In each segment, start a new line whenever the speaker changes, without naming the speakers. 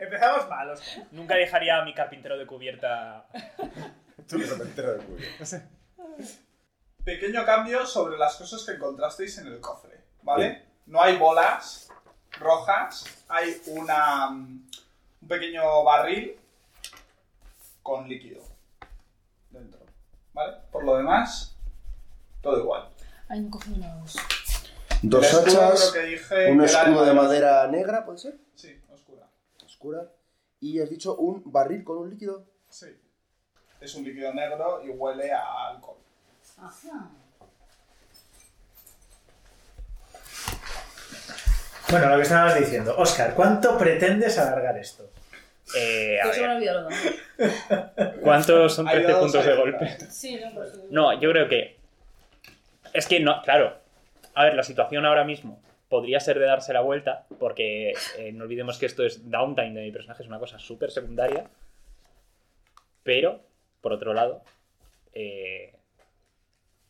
Empezamos malos.
Nunca dejaría a mi carpintero de cubierta.
Tú me entero de cuyo.
Pequeño cambio sobre las cosas que encontrasteis en el cofre, ¿vale? No hay bolas rojas, hay una, mm, un pequeño barril con líquido dentro, ¿vale? Por lo demás, todo igual.
Ay, no cogido los.
El
Dos
escudo
hachas,
creo que dije
un
que era
escudo de madera negra, ¿puede ser?
Sí, oscura.
Oscura. Y has dicho un barril con un líquido.
Sí. Es un líquido negro y huele a alcohol.
Ajá.
Bueno, lo que estabas diciendo. Oscar, ¿cuánto pretendes alargar esto?
Eh, a
Yo se me
ver,
han olvidado los dados.
¿Cuántos son
Hay
13
dados,
puntos de
hay
golpe?
dados.
Sí, no, pero sí.
No, yo creo que. Es que no, claro. A ver, la situación ahora mismo podría ser de darse la vuelta, porque eh, no olvidemos que esto es downtime de mi personaje, es una cosa súper secundaria. Pero, por otro lado, eh,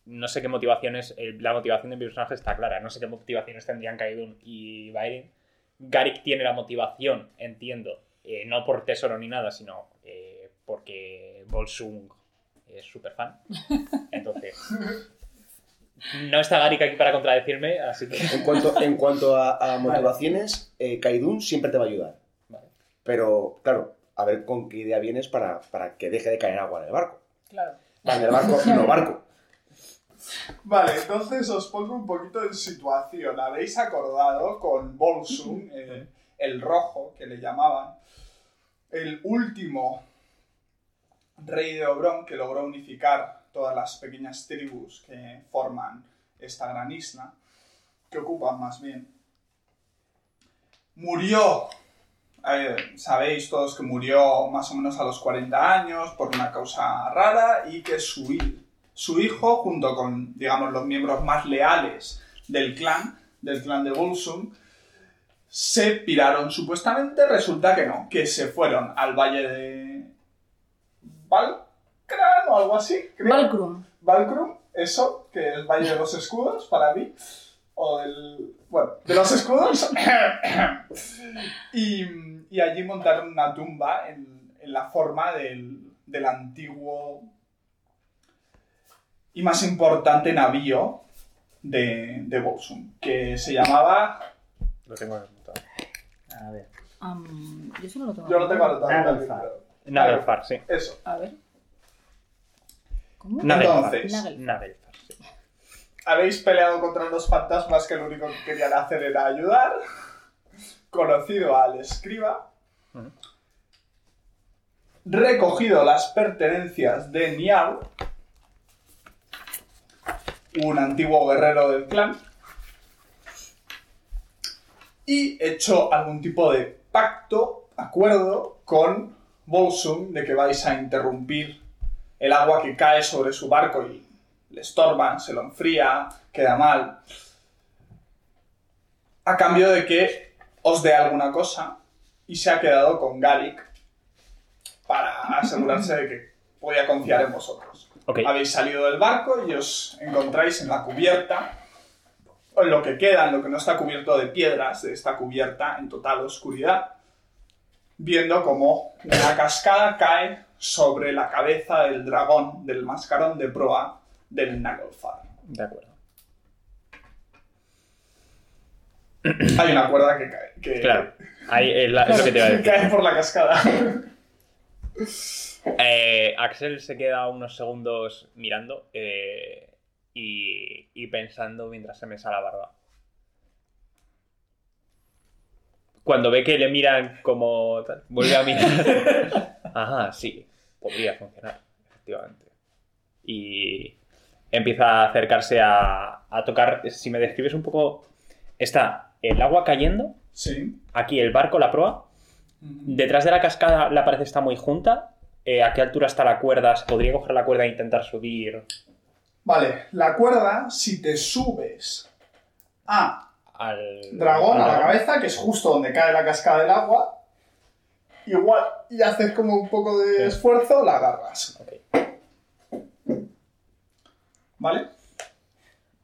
no sé qué motivaciones. el- la motivación de mi personaje está clara, no sé qué motivaciones tendrían Kaidun y Bairin. Garrick tiene la motivación, entiendo, eh, no por tesoro ni nada, sino eh, porque Bolsung es súper fan. Entonces, no está Garrick aquí para contradecirme, así que.
En cuanto, en cuanto a, a motivaciones, eh, Kaidun siempre te va a ayudar.
Vale.
Pero, claro, a ver con qué idea vienes para, para que deje de caer agua en el barco.
Claro.
Para en el barco, no barco.
Vale, entonces os pongo un poquito en situación. Habéis acordado con Bolsum, eh, el rojo que le llamaban, el último rey de Obrón que logró unificar todas las pequeñas tribus que forman esta gran isla, que ocupan más bien. Murió, eh, sabéis todos que murió más o menos a los 40 años por una causa rara y que su hijo su hijo, junto con, digamos, los miembros más leales del clan, del clan de Bolsung, se piraron supuestamente, resulta que no, que se fueron al valle de... Valcran o algo así, creo.
Valcrum.
Valcrum, eso, que es el Valle de los Escudos para mí. O del. Bueno, de los escudos. y, y allí montaron una tumba en, en la forma del, del antiguo y más importante navío de, de Bolsum, que se llamaba.
Lo tengo anotado.
A ver.
Am, yo solo lo tengo.
Yo lo tengo anotado. también,
Nagelfar.
pero-
Nagelfar, sí.
Eso.
A ver. ¿Cómo?
Nagelfar.
Entonces.
Nagel.
Nagelfar, sí.
Habéis peleado contra los fantasmas que lo único que querían hacer era ayudar. Conocido al escriba.
Ujú.
Recogido las pertenencias de Nial, un antiguo guerrero del clan. Y hecho algún tipo de pacto, acuerdo con Bolsung de que vais a interrumpir el agua que cae sobre su barco y le estorban, se lo enfría, queda mal. A cambio de que os dé alguna cosa y se ha quedado con Garrick para asegurarse de que podía confiar en vosotros.
Ok.
Habéis salido del barco y os encontráis en la cubierta, o en lo que queda, en lo que no está cubierto de piedras, de esta cubierta en total oscuridad, viendo como una cascada cae sobre la cabeza del dragón, del mascarón de proa del Nagelfar.
De acuerdo.
Hay una cuerda que cae. Que,
Claro. Ahí es, la- es lo que te iba a
que
decir.
cae por la cascada.
Eh, Axel se queda unos segundos mirando eh, y, y pensando mientras se mesa la barba. Cuando ve que le miran como tal, vuelve a mirar. Ajá, sí, podría funcionar, efectivamente. Y empieza a acercarse a, a tocar. Si me describes un poco, está el agua cayendo,
Sí.
aquí el barco, la proa, Detrás de la cascada la pared está muy junta. Eh, ¿A qué altura está la cuerda? ¿Se podría coger la cuerda e intentar subir
Vale, la cuerda, si te subes a
al
dragón, a la
al-
cabeza, que es justo donde cae la cascada del agua, igual, y haces como un poco de
Sí.
esfuerzo, la agarras.
Ok.
¿Vale?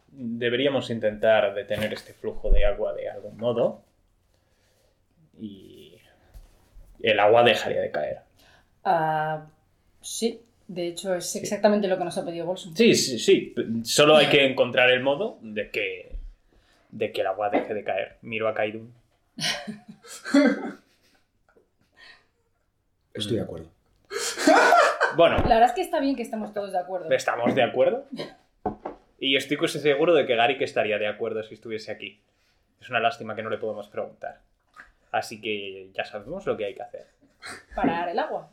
Deberíamos intentar detener este flujo de agua de algún modo. y el agua dejaría de caer.
Ah, sí, de hecho es exactamente lo que nos ha pedido Bolsum.
Sí, sí, sí. Solo hay que encontrar el modo de que, de que el agua deje de caer. Miro a Kaidun.
Estoy de acuerdo.
Bueno,
La verdad es que está bien que estemos todos de acuerdo.
¿Estamos de acuerdo? Y estoy casi seguro de que Gary que estaría de acuerdo si estuviese aquí. Es una lástima que no le podemos preguntar. Así que ya sabemos lo que hay que hacer.
Parar el agua.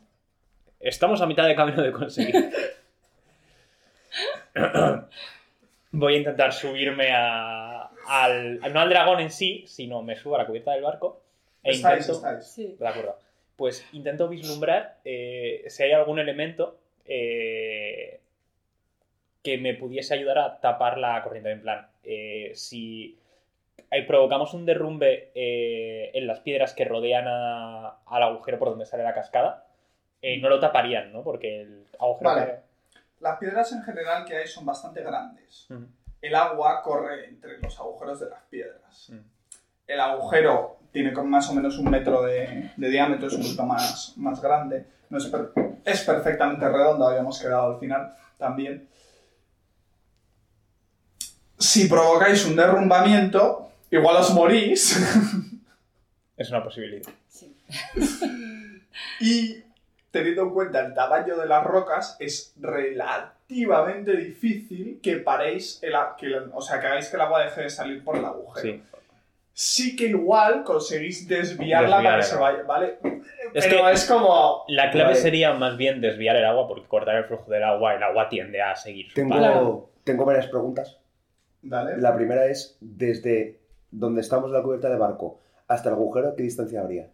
Estamos a mitad de camino de conseguir. Voy a intentar subirme a, al. No al dragón en sí, sino me subo a la cubierta del barco. E
estáis,
intento.
estáis.
Sí.
De acuerdo. Pues intento vislumbrar eh, si hay algún elemento eh, que me pudiese ayudar a tapar la corriente. En plan, eh, si eh, provocamos un derrumbe eh, en las piedras que rodean a- al agujero por donde sale la cascada, eh, no lo taparían, ¿no? Porque el agujero...
Vale. Las piedras en general que hay son bastante grandes.
que- Mm,
El agua corre entre los agujeros de las piedras.
mm.
El agujero tiene como más o menos un metro de, de diámetro, es un poquito más, más grande. No es, per- es perfectamente redondo, habíamos quedado al final también. Si provocáis un derrumbamiento, igual os morís.
Es una posibilidad.
sí.
Y teniendo en cuenta el tamaño de las rocas, es relativamente difícil que paréis, el, a- que, el- o sea, que hagáis que el agua deje de salir por el agujero.
Sí.
Sí que igual conseguís desviarla para
Desviarla.
que se vaya, ¿vale?
Es
Pero
que-
es como...
La clave
Vale.
sería más bien desviar el agua, porque cortar el flujo del agua, el agua tiende a seguir. su
Tengo,
paso.
Claro.
tengo varias preguntas.
Dale.
La primera es, desde donde estamos en la cubierta de barco hasta el agujero, ¿qué distancia habría?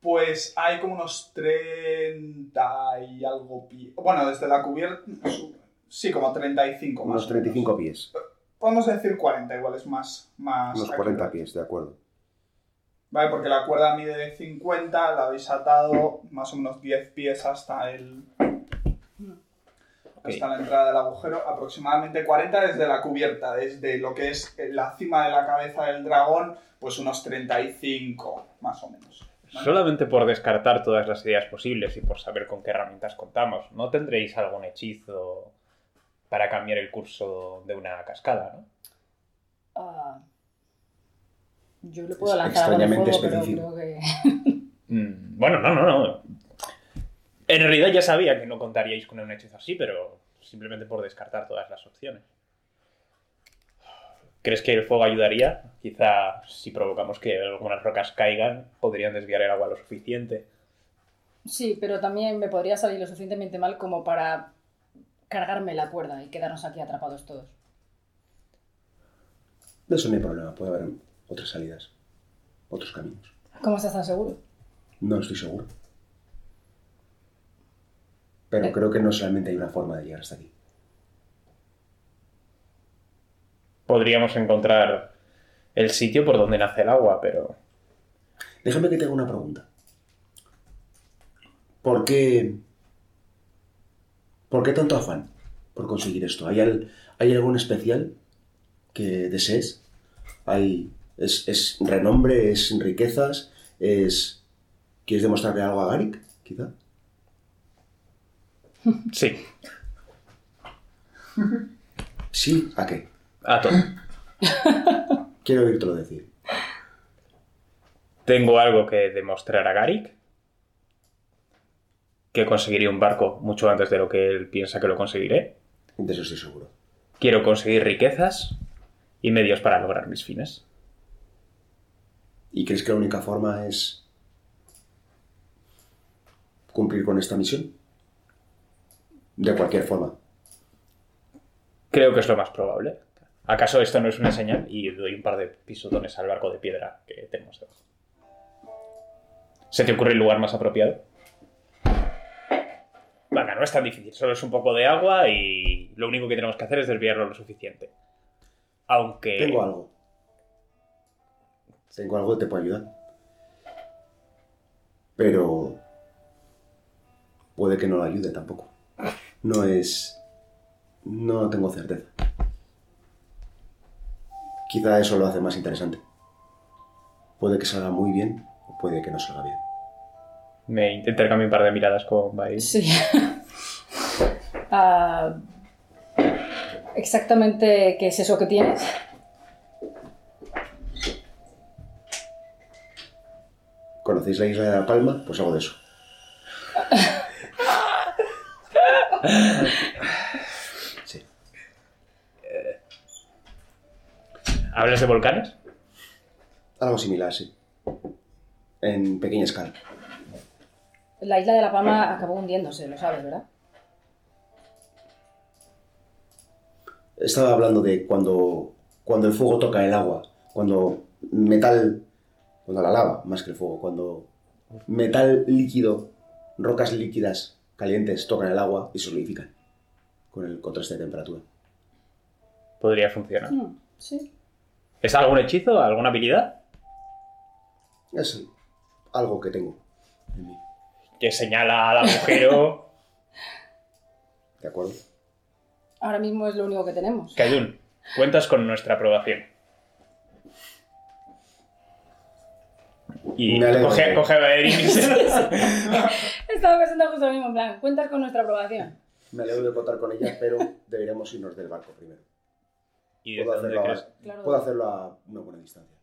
Pues hay como unos 30 y algo pies. Bueno, desde la cubierta... su- Sí, como 35 más.
Unos
o menos.
35 pies.
Podemos decir 40, igual es más... más
Unos
accurate.
40 pies, de acuerdo.
Vale, porque la cuerda mide 50, la habéis atado más o menos 10 pies hasta el. Hasta la entrada del agujero, aproximadamente 40 desde la cubierta, desde lo que es la cima de la cabeza del dragón, pues unos 35, más o menos. ¿vale?
Solamente por descartar todas las ideas posibles y por saber con qué herramientas contamos, ¿no tendréis algún hechizo para cambiar el curso de una cascada, no?
Ah, yo le puedo
Es
lanzar algo de fuego,
extrañamente
pero
específico.
creo que...
Mm, bueno, no, no, no. En realidad ya sabía que no contaríais con un hechizo así, pero simplemente por descartar todas las opciones. ¿Crees que el fuego ayudaría? Quizá si provocamos que algunas rocas caigan, podrían desviar el agua lo suficiente.
Sí, pero también me podría salir lo suficientemente mal como para cargarme la cuerda y quedarnos aquí atrapados todos.
No es un problema, puede haber otras salidas, otros caminos.
¿Cómo estás tan seguro?
No estoy seguro. Pero
Eh.
creo que no solamente hay una forma de llegar hasta aquí.
Podríamos encontrar el sitio por donde nace el agua, pero...
Déjame que te haga una pregunta. ¿Por qué? ¿Por qué tanto afán por conseguir esto? ¿Hay, al- hay algún especial que desees? ¿Hay, es, es renombre? ¿Es riquezas? ¿Es. ¿Quieres demostrarle algo a Garik? Quizá.
Sí,
Sí, ¿a qué?
a todo.
Quiero oírtelo decir.
Tengo algo que demostrar a Garik. Que conseguiré un barco mucho antes de lo que él piensa que lo conseguiré.
De eso estoy seguro.
Quiero conseguir riquezas y medios para lograr mis fines.
¿Y crees que la única forma es. cumplir con esta misión? De cualquier forma.
Creo que es lo más probable. ¿Acaso esto no es una señal? Y doy un par de pisotones al barco de piedra que tenemos debajo. ¿Se te ocurre el lugar más apropiado? Venga, no es tan difícil. Solo es un poco de agua y lo único que tenemos que hacer es desviarlo lo suficiente. Aunque...
Tengo algo. Tengo algo que te puede ayudar. Pero. Puede que no lo ayude tampoco. No es. No tengo certeza. Quizá eso lo hace más interesante. Puede que salga muy bien o puede que no salga bien.
Me intercambio un par de miradas con Bail.
Sí. Ah, exactamente qué es eso que tienes.
¿Conocéis la isla de La Palma? Pues algo de eso. Sí.
¿Hablas de volcanes?
Algo similar, sí. En pequeña escala.
La isla de La Palma acabó hundiéndose, lo sabes, ¿verdad?
Estaba hablando de cuando, cuando el fuego toca el agua, cuando metal, cuando la lava, más que el fuego, cuando metal líquido, rocas líquidas calientes tocan el agua y solidifican con el contraste de temperatura.
Podría funcionar.
Mm, Sí.
¿Es algún hechizo? ¿Alguna habilidad?
Es algo que tengo en mí,
Que señala al agujero.
¿de acuerdo?
Ahora mismo es lo único que tenemos.
Cayun, cuentas con nuestra aprobación. Y
Me alegro.
coge, coge a Baerin y se-
Estaba pensando justo lo mismo, en plan, cuentas con nuestra aprobación.
Me alegro de contar con ella, pero deberíamos irnos del barco primero.
¿Y desde
Puedo
dónde
hacerlo,
crees?
a,
Claro.
puedo hacerlo a una buena distancia.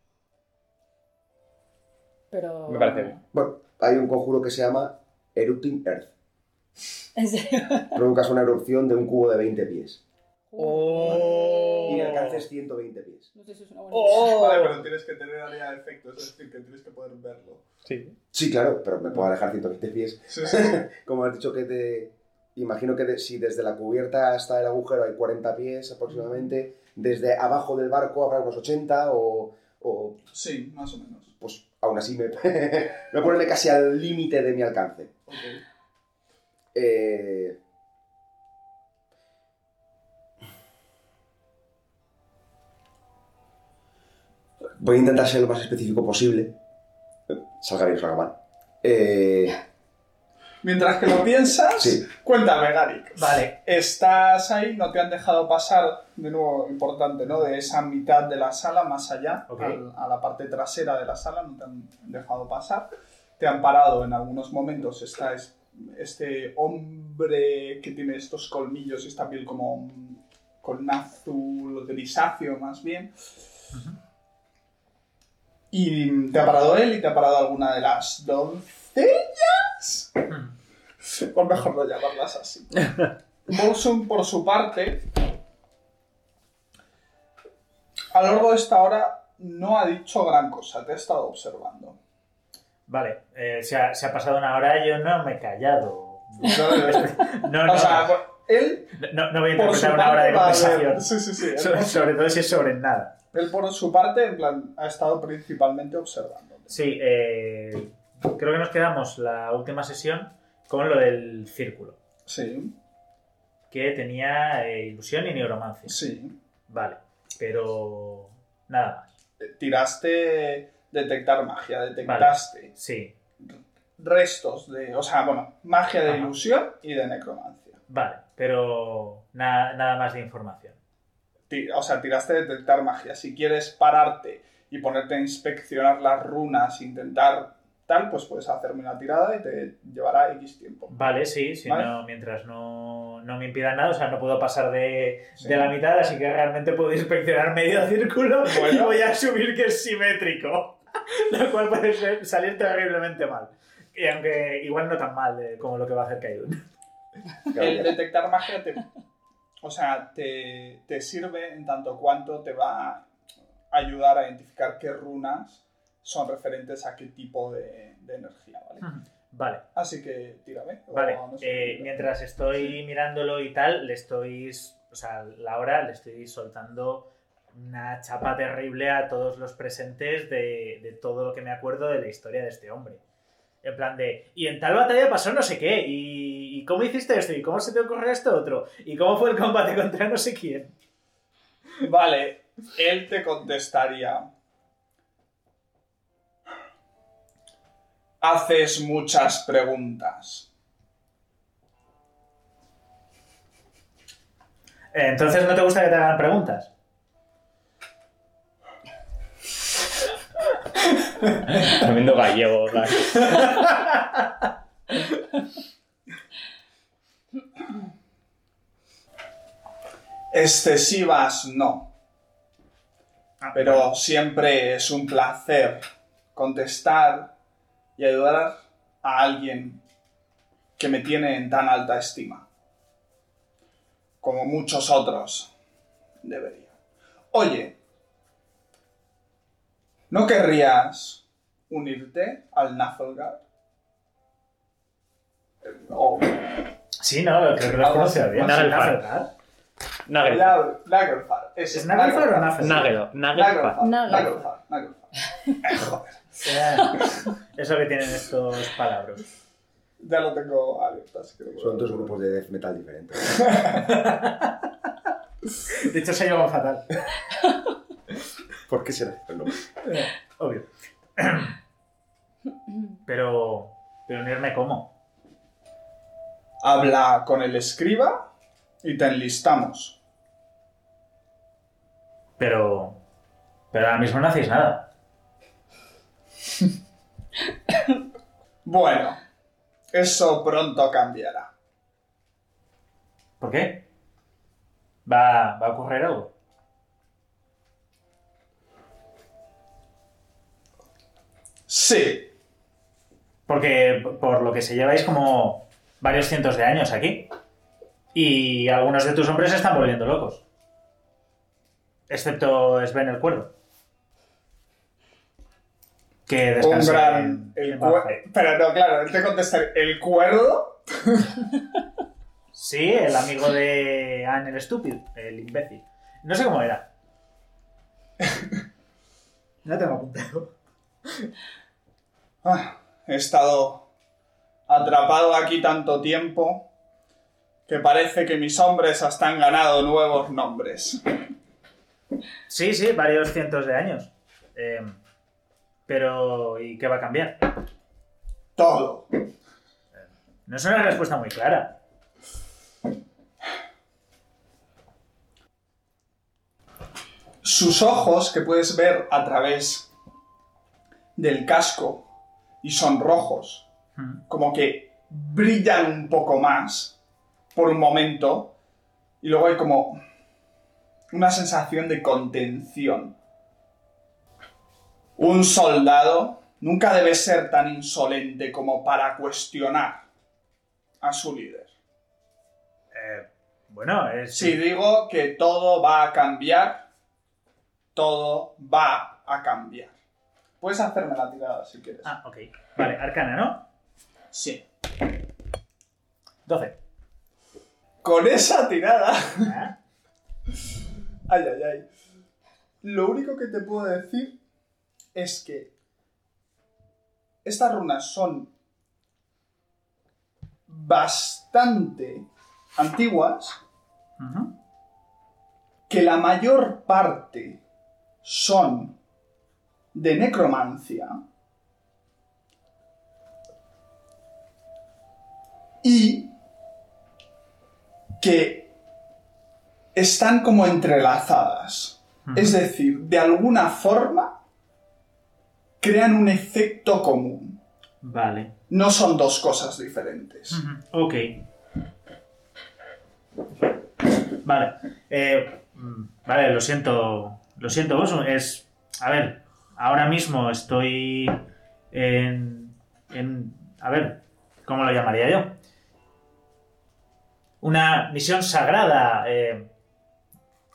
Pero...
Me parece bien.
Bueno, hay un conjuro que se llama Erupting Earth.
En serio.
Provocas una erupción de un cubo de 20 pies.
Oh.
Y alcances 120 pies.
No sé si es una buena idea.
¡Oh!
Vale, pero tienes que tener área de efectos, es decir, que tienes que poder verlo.
Sí.
Sí, claro, pero me puedo alejar 120 pies.
Sí, sí, sí.
Como has dicho que te... Imagino que de- si desde la cubierta hasta el agujero hay 40 pies aproximadamente, desde abajo del barco habrá unos 80 o... o,
Sí, más o menos.
pues aún así me, me pone casi al límite de mi alcance.
Ok.
Eh, Voy a intentar ser lo más específico posible. Eh, Salga bien, salga mal. Eh,
Mientras que lo piensas,
Sí.
cuéntame, Garik.
Vale.
Estás ahí, no te han dejado pasar, de nuevo, importante, ¿no? De esa mitad de la sala, más allá,
Ok.
al- a la parte trasera de la sala, no te han dejado pasar. Te han parado en algunos momentos. Está es- este hombre que tiene estos colmillos y esta piel como con un azul grisáceo, más bien. Y te ha parado él y te ha parado alguna de las doncellas. O mejor no llamarlas así. Bolson, por su parte, a lo largo de esta hora no ha dicho gran cosa, te ha estado observando.
Vale, eh, se, ha, se ha pasado una hora, yo no me he callado. No, no,
o sea, él
no, no voy a
por su
interpretar una
parte
hora de
va a
conversación.
ver- Sí, sí, sí. Él,
Sobre, sobre todo si es sobre nada.
él por su parte, en plan, ha estado principalmente observando.
Sí, eh, creo que nos quedamos la última sesión con lo del círculo,
Sí,
que tenía eh, ilusión y neuromancia.
sí.
Vale, pero nada más.
Tiraste detectar magia, detectaste.
Sí,
restos de, o sea, bueno, magia de
Ajá.
ilusión y de necromancia.
vale, pero na- nada más de información.
Ti- O sea, tiraste de detectar magia. Si quieres pararte y ponerte a inspeccionar las runas, intentar tal, pues puedes hacerme una tirada y te llevará X tiempo.
Vale, sí, si
Vale.
no- mientras no, no me impidan nada, o sea, no puedo pasar de,
Sí.
de la mitad, así que realmente puedo inspeccionar medio círculo y
Bueno.
voy a asumir que es simétrico, lo cual puede ser- salir terriblemente mal. Y aunque igual no tan mal eh, como lo que va a hacer Kaidun.
El
gracias.
detectar magia te, o sea, te, te sirve en tanto cuanto te va a ayudar a identificar qué runas son referentes a qué tipo de, de energía, ¿vale?
Vale,
Así que tírame. o
Ah. vale.
no sé,
Eh,
tírame.
mientras estoy mirándolo y tal, le estoy, s- o sea, la hora le estoy soltando una chapa terrible a todos los presentes de, de todo lo que me acuerdo de la historia de este hombre. En plan de, y en tal batalla pasó no sé qué, y, y cómo hiciste esto, y cómo se te ocurrió esto otro, y cómo fue el combate contra no sé quién.
Vale, él te contestaría. Haces muchas preguntas.
Eh, Entonces, ¿no te gusta que te hagan preguntas?
Tremendo gallego. o sea.
Excesivas Este no,
Ah,
pero siempre es un placer contestar y ayudar a alguien que me tiene en tan alta estima, como muchos otros deberían. Oye, ¿no querrías unirte al Nafelgar? Eh, O
Sí, no, creo que lo has pronunciado bien.
Nagelfar.
Nagelfar.
Nagel.
Nagel- Nagelfar. ese,
¿Es Nagelfar o Nagelfar?
Nagel. Nagel.
Nagelfar.
Nagelfar.
Nagelfar, Nagelfar. Eh, joder,
Es lo que tienen estos palabros.
ya lo tengo abierto, así que lo puedo-
Son dos grupos de death metal diferentes.
De hecho, se llama fatal.
¿Por qué será? Pues no.
Obvio. Pero. Pero unirme cómo.
Habla con el escriba y te enlistamos.
Pero. Pero ahora mismo no hacéis nada.
Bueno, eso pronto cambiará.
¿Por qué? ¿Va, va a ocurrir algo?
Sí,
Porque por lo que se lleváis como varios cientos de años aquí. Y algunos de tus hombres se están volviendo locos. Excepto Sven el Cuerdo. Que
un
descansa
gran...
en-
El
en paz.
cue- Pero no, claro, él te contesta, ¿el cuerdo?
Sí, el amigo de Anne el estúpido, el imbécil. No sé cómo era. No tengo apuntado.
Ah, he estado atrapado aquí tanto tiempo que parece que mis hombres hasta han ganado nuevos nombres.
Sí, sí, varios cientos de años. Eh, pero, ¿y qué va a cambiar?
Todo.
No es una respuesta muy clara.
sus ojos que puedes ver a través del casco y son rojos,
Mm.
como que brillan un poco más por un momento y luego hay como una sensación de contención. Un soldado nunca debe ser tan insolente como para cuestionar a su líder.
Eh, bueno, es...
Si digo que todo va a cambiar, todo va a cambiar. Puedes hacerme la tirada si quieres.
Ah, ok. Vale, Arcana, ¿no?
Sí.
12.
Con esa tirada.
Ah,
Ay, ay, ay. Lo único que te puedo decir es que estas runas son bastante antiguas,
ujú.
que la mayor parte son de necromancia y que están como entrelazadas.
Ujú.
Es decir, de alguna forma crean un efecto común.
Vale.
No son dos cosas diferentes.
Ujú, Ok. Vale. eh, mm, vale, lo siento. Lo siento, Bosu. Es. A ver, ahora mismo estoy en. en- a ver, ¿cómo lo llamaría yo? Una misión sagrada. eh,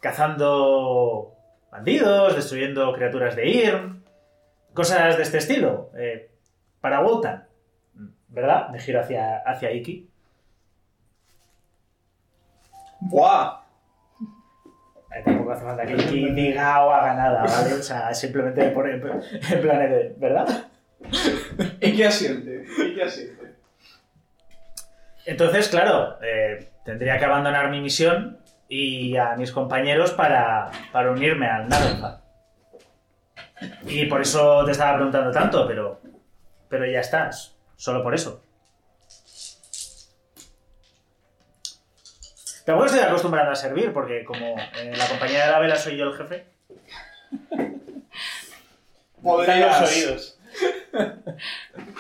cazando bandidos, destruyendo criaturas de Irm. Cosas de este estilo. eh, para Wotan. ¿Verdad? Me giro hacia, hacia Iki.
¡Buah!
Eh, Tampoco hace falta que Iki diga o haga nada, ¿vale? O sea, simplemente me pone en pl- en plan de. ¿Verdad?
¿Y qué asiente? ¿Y qué asiente?
Entonces, claro, eh, tendría que abandonar mi misión y a mis compañeros para, para unirme al Naranfa. Y por eso te estaba preguntando tanto, pero. Pero ya estás. Solo por eso. Tampoco estoy acostumbrado a servir, eh, porque como en la compañía de la vela soy yo el jefe. Están los
podrías,
oídos.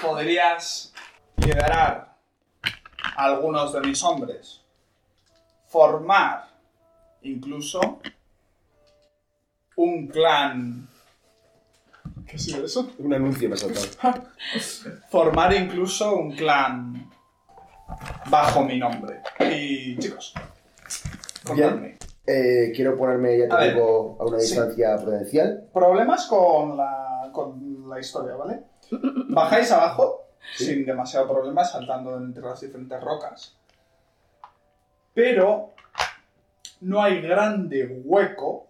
podrías liberar a algunos de mis hombres, formar incluso un clan. ¿Qué ha sido eso?
Un anuncio me ha saltado.
formar incluso un clan bajo mi nombre. Y chicos, contadme.
Eh, quiero ponerme, ya
A
te
ver.
digo, a una
Sí.
distancia prudencial.
Problemas con la, con la historia, ¿vale? Bajáis abajo
Sí.
sin demasiado problema, saltando entre las diferentes rocas. Pero no hay grande hueco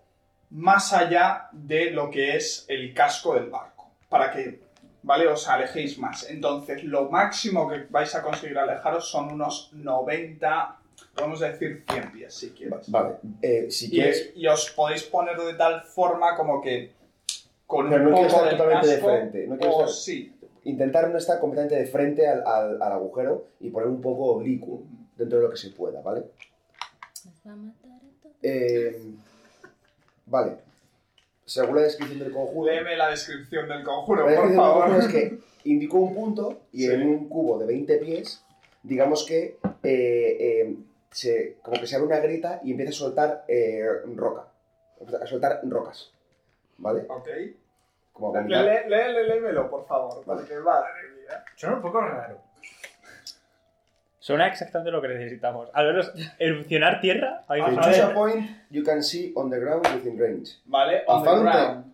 más allá de lo que es el casco del barco. Para que, ¿vale? Os alejéis más. Entonces, lo máximo que vais a conseguir alejaros son unos 90, vamos a decir 100 pies, si quieres.
Vale, eh, si
Y,
quieres.
y os podéis poner de tal forma como que con
Pero
un
no quiero
poco
estar
del
totalmente de
casco,
frente, no quiero
o
estar-
sí.
Intentar no estar completamente de frente al, al- al agujero y poner un poco oblicuo dentro de lo que se pueda, ¿vale? Eh, vale. Según la descripción del conjuro.
Léeme la descripción del
La
conjuro, por
descripción del
favor.
conjuro es que indicó un punto y
Sí.
en un cubo de 20 pies, digamos que eh, eh, se, como que se abre una grieta y empieza a soltar eh, roca. A soltar rocas. ¿Vale?
Ok.
Como
Lé-
a vomitar.
lé- lé- lé- léemelo, por favor,
Vale.
porque madre mía.
Suena un poco raro.
Suena exactamente lo que necesitamos. Al menos erupcionar tierra. ahí
Ah,
To
nos-
a
choose a
ver.
point you can see on the ground within range.
Vale, on the
Afante.
ground.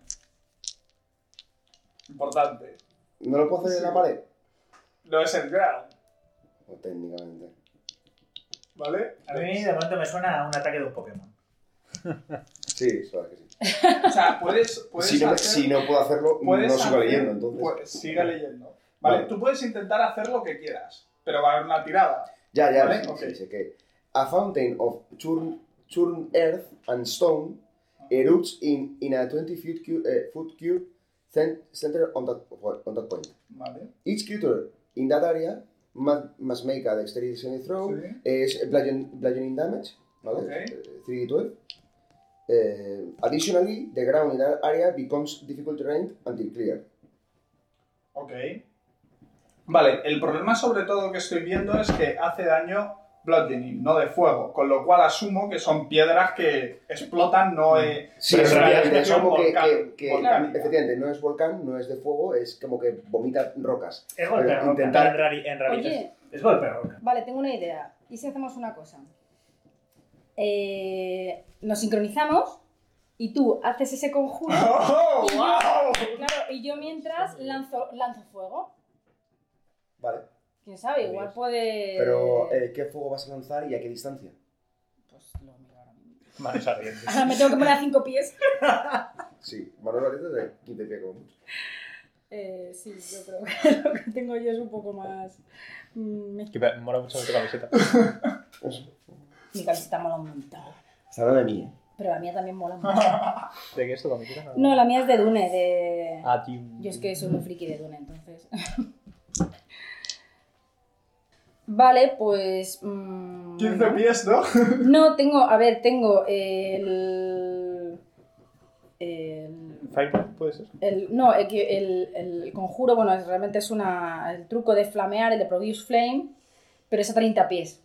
Importante.
¿No lo puedo hacer en la
Sí.
pared?
No es el ground,
O técnicamente.
¿vale?
A mí de momento me suena a un ataque de un Pokémon.
Sí, suena que sí.
O sea, puedes, puedes
Si no, me-
hacer-
si no puedo hacerlo, no
puedes
sigo
hacer-
leyendo, entonces.
pues, sigue leyendo. Vale,
Vale.
tú puedes intentar hacer lo que quieras, pero va a haber una tirada.
Ya, ya,
¿Vale?
sí,
Ok.
sí, sé que. A fountain of churn, churn earth and stone erupts in, in a 20 foot cube, eh, foot cube cen- centered on that, on that point.
Vale.
Each creature in that area must, must make a dexterity saving throw.
Sí.
Es bludgeon- bludgeoning damage, ¿vale?
Ok.
Eh, 3d12. Eh, additionally, the ground in that area becomes difficult terrain until clear.
Ok. Vale, el problema sobre todo que estoy viendo es que hace daño bludgeoning, no de fuego, con lo cual asumo que son piedras que explotan, no eh,
Sí,
pero
es
en
una
realidad
piedra,
es
es como que,
volcán-
que- que-
volcánica.
efectivamente no es volcán, no es de fuego, es como que vomita rocas.
Es
Pero
golpe roca.
Pero en,
intentar
reali- en realidad.
Oye,
Es golpe roca.
vale, tengo una idea. ¿Y si hacemos una cosa? Eh, nos sincronizamos y tú haces ese conjuro.
¡Oh, wow!
Claro, y yo mientras lanzo, lanzo fuego.
Vale.
Quién sabe, igual puede.
Pero eh, ¿qué fuego vas a lanzar y a qué distancia?
Pues lo miro ahora mismo.
Manos ardientes.
Ahora me tengo que poner a cinco pies.
Sí, Manuel Arias de 15 pies como mucho.
Eh, sí, yo creo que lo que tengo yo es un poco más. mm, Mi,
Que me mola mucho tu camiseta.
mi camiseta mola un montón.
Está hablando de mí, ¿eh?
Pero la mía también mola un montón.
¿De qué es tu camiseta?
No, la mía es de Dune, de.
Ah, tío.
Yo es que soy muy friki de Dune, entonces. Vale, pues. mm,
15 pies, ¿no?
No, tengo. A ver, tengo el. El.
Fireball, puede ser.
El, no, el, que- el- el conjuro, bueno, es- realmente es una, el truco de flamear, el de Produce Flame, pero es a 30 pies.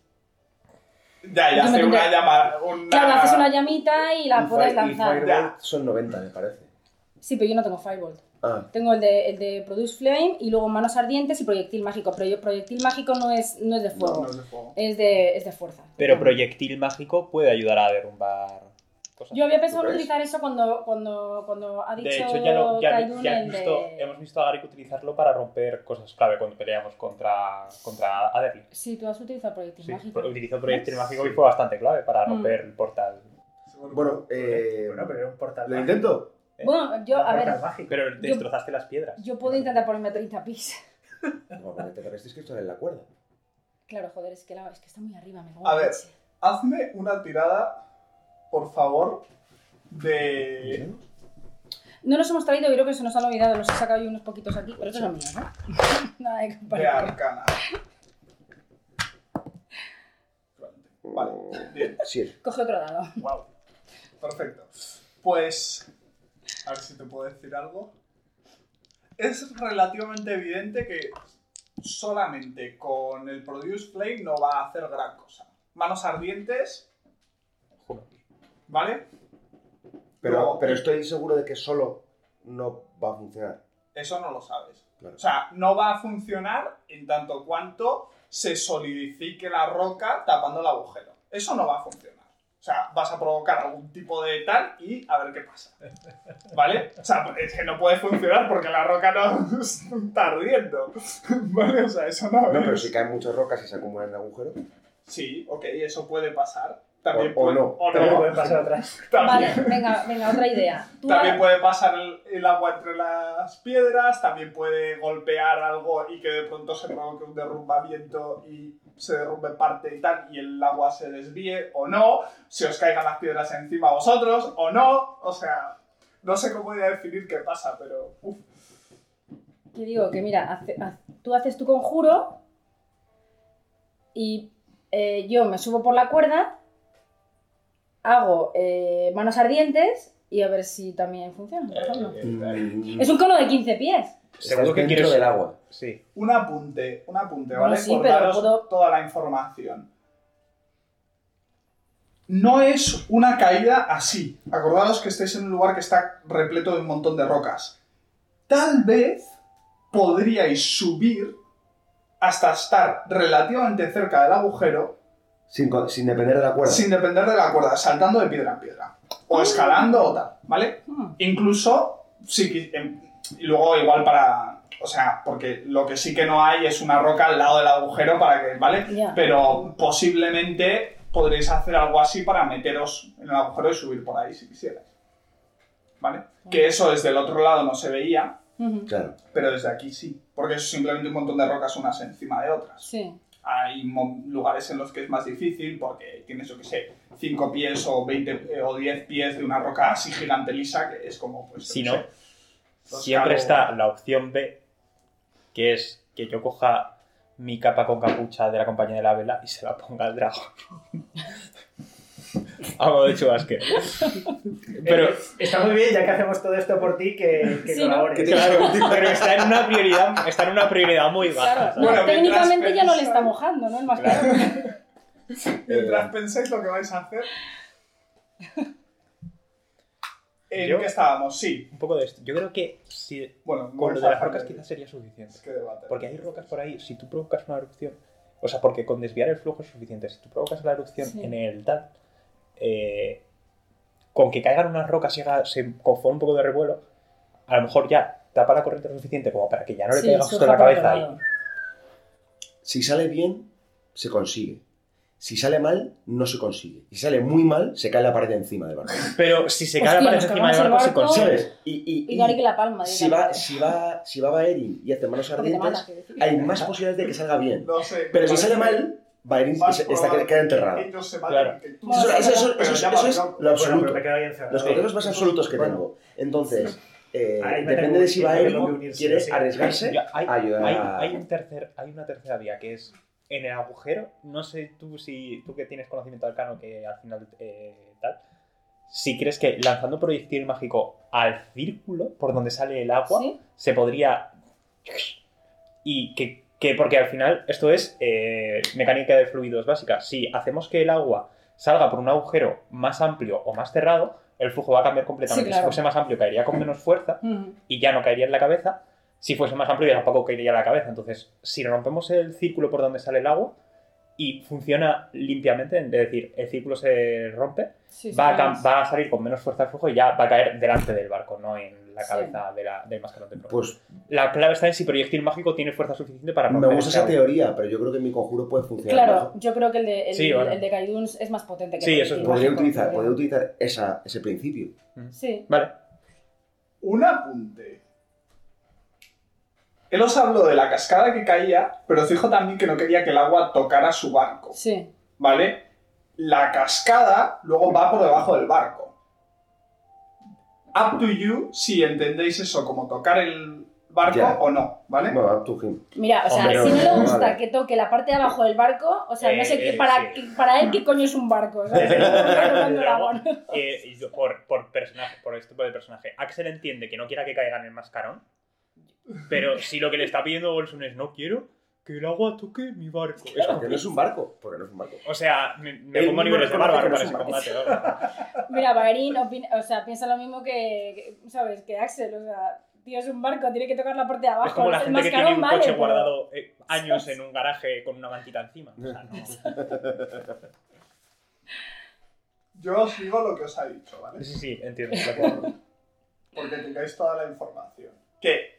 Ya,
Yo
ya
me
hace
tendré-
una llamada. Una...
Claro,
Ah.
haces una llamita y la
Y
puedes
fi- y
lanzar.
Fireball son 90, me parece.
Sí, pero yo no tengo Firebolt.
Ah,
Tengo el de, el de Produce Flame y luego Manos Ardientes y Proyectil Mágico, pero yo Proyectil Mágico no es, no es de
No,
fuego,
no es de fuego.
Es, de, es de fuerza.
Pero
Entonces,
proyectil mágico puede ayudar a derrumbar cosas.
Yo había pensado en
¿Tú crees?
utilizar eso cuando, cuando, cuando ha dicho
de hecho, ya, lo, ya,
Kaidun
ya
el
hemos, visto,
de...
hemos visto a Garrick utilizarlo para romper cosas clave cuando peleamos contra, contra Aderly.
Sí, tú has utilizado Proyectil
Sí,
Mágico.
pro- utilizó proyectil mágico y fue bastante clave para
Mm.
romper el portal.
bueno, eh,
Bueno, pero era un portal
¿lo
mágico.
intento?
Bueno, yo,
Un
a ver,
portal mágico.
Pero destrozaste las piedras.
yo puedo intentar ponerme a 30 pies.
No, pero te parece que esto en la cuerda.
Claro, joder, es que, la- es que está muy arriba, me cago
A
en la
ver.
leche.
Hazme una tirada, por favor, de.
No los hemos traído, creo que se nos han olvidado, los he sacado yo unos poquitos aquí, pero estos son míos, ¿no? Nada de
de
comparar.
arcana. Vale, bien.
Sí.
Coge otro dado.
Wow. Perfecto. Pues. A ver si te puedo decir algo. es relativamente evidente que solamente con el Produce Flame no va a hacer gran cosa. Manos ardientes. ¿Vale?
Pero,
No.
pero estoy seguro de que solo no va a funcionar.
Eso no lo sabes.
Claro.
O sea, no va a funcionar en tanto cuanto se solidifique la roca tapando el agujero. Eso no va a funcionar. O sea, vas a provocar algún tipo de tal y a ver qué pasa. ¿Vale? O sea, es que no puede funcionar porque la roca no está ardiendo. ¿Vale? O sea, eso no,
No,
es.
pero si caen muchas rocas y se acumulan en agujeros.
Sí, ok, eso puede pasar. También
O- o
puede,
no.
Pero no pueden pasar atrás.
También,
Vale, venga, venga, otra idea. Tú
también
ahora-
puede pasar el, el agua entre las piedras, también puede golpear algo y que de pronto se provoque un derrumbamiento y se derrumbe parte y tal, y el agua se desvíe o no, se os caigan las piedras encima a vosotros o no, o sea, no sé cómo voy a definir qué pasa, pero uf,
Que digo que, mira, hace- haz- tú haces tu conjuro y eh, yo me subo por la cuerda, hago eh, manos ardientes y a ver si también funciona, por ejemplo.
Eh,
Mm,
Es un cono de 15 pies.
estás
Eh, Seguro que
dentro
quieres-
del agua.
Sí.
un apunte, un apunte,
Bueno,
¿vale?
sí,
Por
pero
daros
puedo-
toda la información. No es una caída así. Acordaros que estáis en un lugar que está repleto de un montón de rocas. Tal vez podríais subir hasta estar relativamente cerca del agujero
Sin, co- sin depender de la cuerda.
Pues sin depender de la cuerda, saltando de piedra en piedra. O escalando o tal, ¿vale?
Hmm.
Incluso, sí, que- em, y luego igual para, o sea, porque lo que sí que no hay es una roca al lado del agujero para que, ¿vale?
Ya.
Pero posiblemente podréis hacer algo así para meteros en el agujero y subir por ahí si quisierais. ¿Vale? Que eso desde el otro lado no se veía,
Ujú.
Claro.
pero desde aquí sí, porque es simplemente un montón de rocas unas encima de otras.
Sí.
Hay mo- lugares en los que es más difícil porque tienes, yo qué sé, 5 pies o 20 eh, o 10 pies de una roca así gigante lisa que es como, pues. yo
Si
qué
no,
sé, Los
Siempre
cabo-
está la opción B, que es que yo coja mi capa con capucha de la compañía de la vela y se la ponga al dragón. A modo de chubasque. Pero,
Eh, está muy bien, ya que hacemos todo esto por ti, que, que
Sí, ¿no?
colabores.
claro, pero está en una prioridad, está en una prioridad muy baja.
Claro,
¿sabes?
no,
Bueno, mientras
técnicamente ya no le
pensáis-
está mojando, ¿no? El mascarón.
Claro. Eh.
Mientras pensáis lo que vais a hacer. ¿En
Yo-
qué estábamos? Sí.
Un poco de esto. Yo creo que si,
Bueno, no
con lo
os
de las
hace-
rocas quizás sería suficiente.
Es que debate.
Porque hay rocas por ahí, si tú provocas una erupción, o sea, porque con desviar el flujo es suficiente, si tú provocas la erupción
Sí.
en el tal, eh, con que caigan unas rocas, llega, se conforme un poco de revuelo, a lo mejor ya tapa la corriente lo suficiente como para que ya no le
Sí,
caiga
surja
justo en la
por otro
cabeza. ahí.
lado.
Si sale bien, se consigue. Si sale mal, no se consigue. Si sale muy mal, se cae la pared encima del barco.
Pero si se
Hostia,
cae la pared
nos
encima del barco,
cargamos
se
el barco.
consigue.
¿Sabes? Y, y,
Y Gary que la palma.
si, va, si, va, si va Baerin y hace manos
Porque te mata,
ardientes,
quiero decir.
hay más posibilidades de que salga bien.
No sé.
Pero si
parece
sale mal, Baerin
más
se- está
probable
queda
que
enterrado.
ellos se maten
Claro.
que tú.
Bueno,
Eso, eso- eso-
Pero ya
eso- eso es
vale,
lo
Bueno, pero
absoluto.
me queda bien cerrado.
Los consejos más absolutos que tengo. Entonces, eh,
Ahí me tengo
depende de si
que- tengo que
Baerin
unirse,
quiere
sí.
arriesgarse
Ya, hay,
a ayudar
hay-
a-
hay un tercer, hay una tercera vía que es en el agujero. No sé tú si tú que tienes conocimiento arcano que al final eh, tal. Si crees que lanzando proyectil mágico al círculo por donde sale el agua
¿Sí?
se podría y que, que- porque al final esto es eh, mecánica de fluidos básica. Si hacemos que el agua salga por un agujero más amplio o más cerrado, el flujo va a cambiar completamente.
claro.
Si fuese más amplio caería con menos fuerza
Ujú.
y ya no caería en la cabeza. Si fuese más amplio, ya tampoco caería en la cabeza. Entonces, si rompemos el círculo por donde sale el agua y funciona limpiamente, es decir, el círculo se rompe,
Sí, sí,
va, a,
además.
cam- va a salir con menos fuerza el flujo y ya va a caer delante del barco, no en la
Sí.
cabeza de la, del mascarón de plomo.
Pues
La clave está en si proyectil mágico tiene fuerza suficiente para
me
romper
gusta
este
esa
agua.
teoría, pero yo creo que mi conjuro puede funcionar.
Claro,
mejor.
yo creo que el de, el,
Sí, bueno.
el de Kaiduns es más potente que
Sí,
el
eso es-
Kaiduns,
Podría
por
utilizar,
ejemplo.
podría utilizar esa- ese principio.
Sí.
Vale.
Un apunte. Él os habló de la cascada que caía, pero os dijo también que no quería que el agua tocara su barco.
Sí.
¿vale? La cascada luego va por debajo del barco. Up to you si entendéis eso como tocar el barco
Ya.
o no, ¿vale?
Bueno, up to him.
Mira, o sea,
Hombre,
si no le
vale.
gusta que toque la parte de abajo del barco, o sea, no
Eh,
sé qué,
eh,
para,
sí.
qué- para él qué coño es un barco, ¿sabes? Un barco con dragón.
Eh, y yo, por, por personaje, por este tipo de personaje. Axel entiende que no quiera que caiga en el mascarón. Pero si lo que le está pidiendo Bolson es no quiero que el agua toque mi barco. Es como-
Porque no es un barco. Porque no es un barco.
o sea, me, me
Él
pongo a niveles de
reconoce
bárbaro
que no
para
es
ese
un
combate. ahora.
Mira, Baerín opina- o sea, piensa lo mismo que, que- ¿sabes? Que Axel, o sea, tío, es un barco, tiene que tocar la parte de abajo.
Es como la
el
gente que
mascarón
tiene un
vale,
coche
pero-
guardado eh, años en un garaje con una mantita encima. O sea, no.
Yo os digo lo que os ha dicho, ¿vale?
Sí, sí, entiendo.
Por- Porque tengáis toda la información. Que,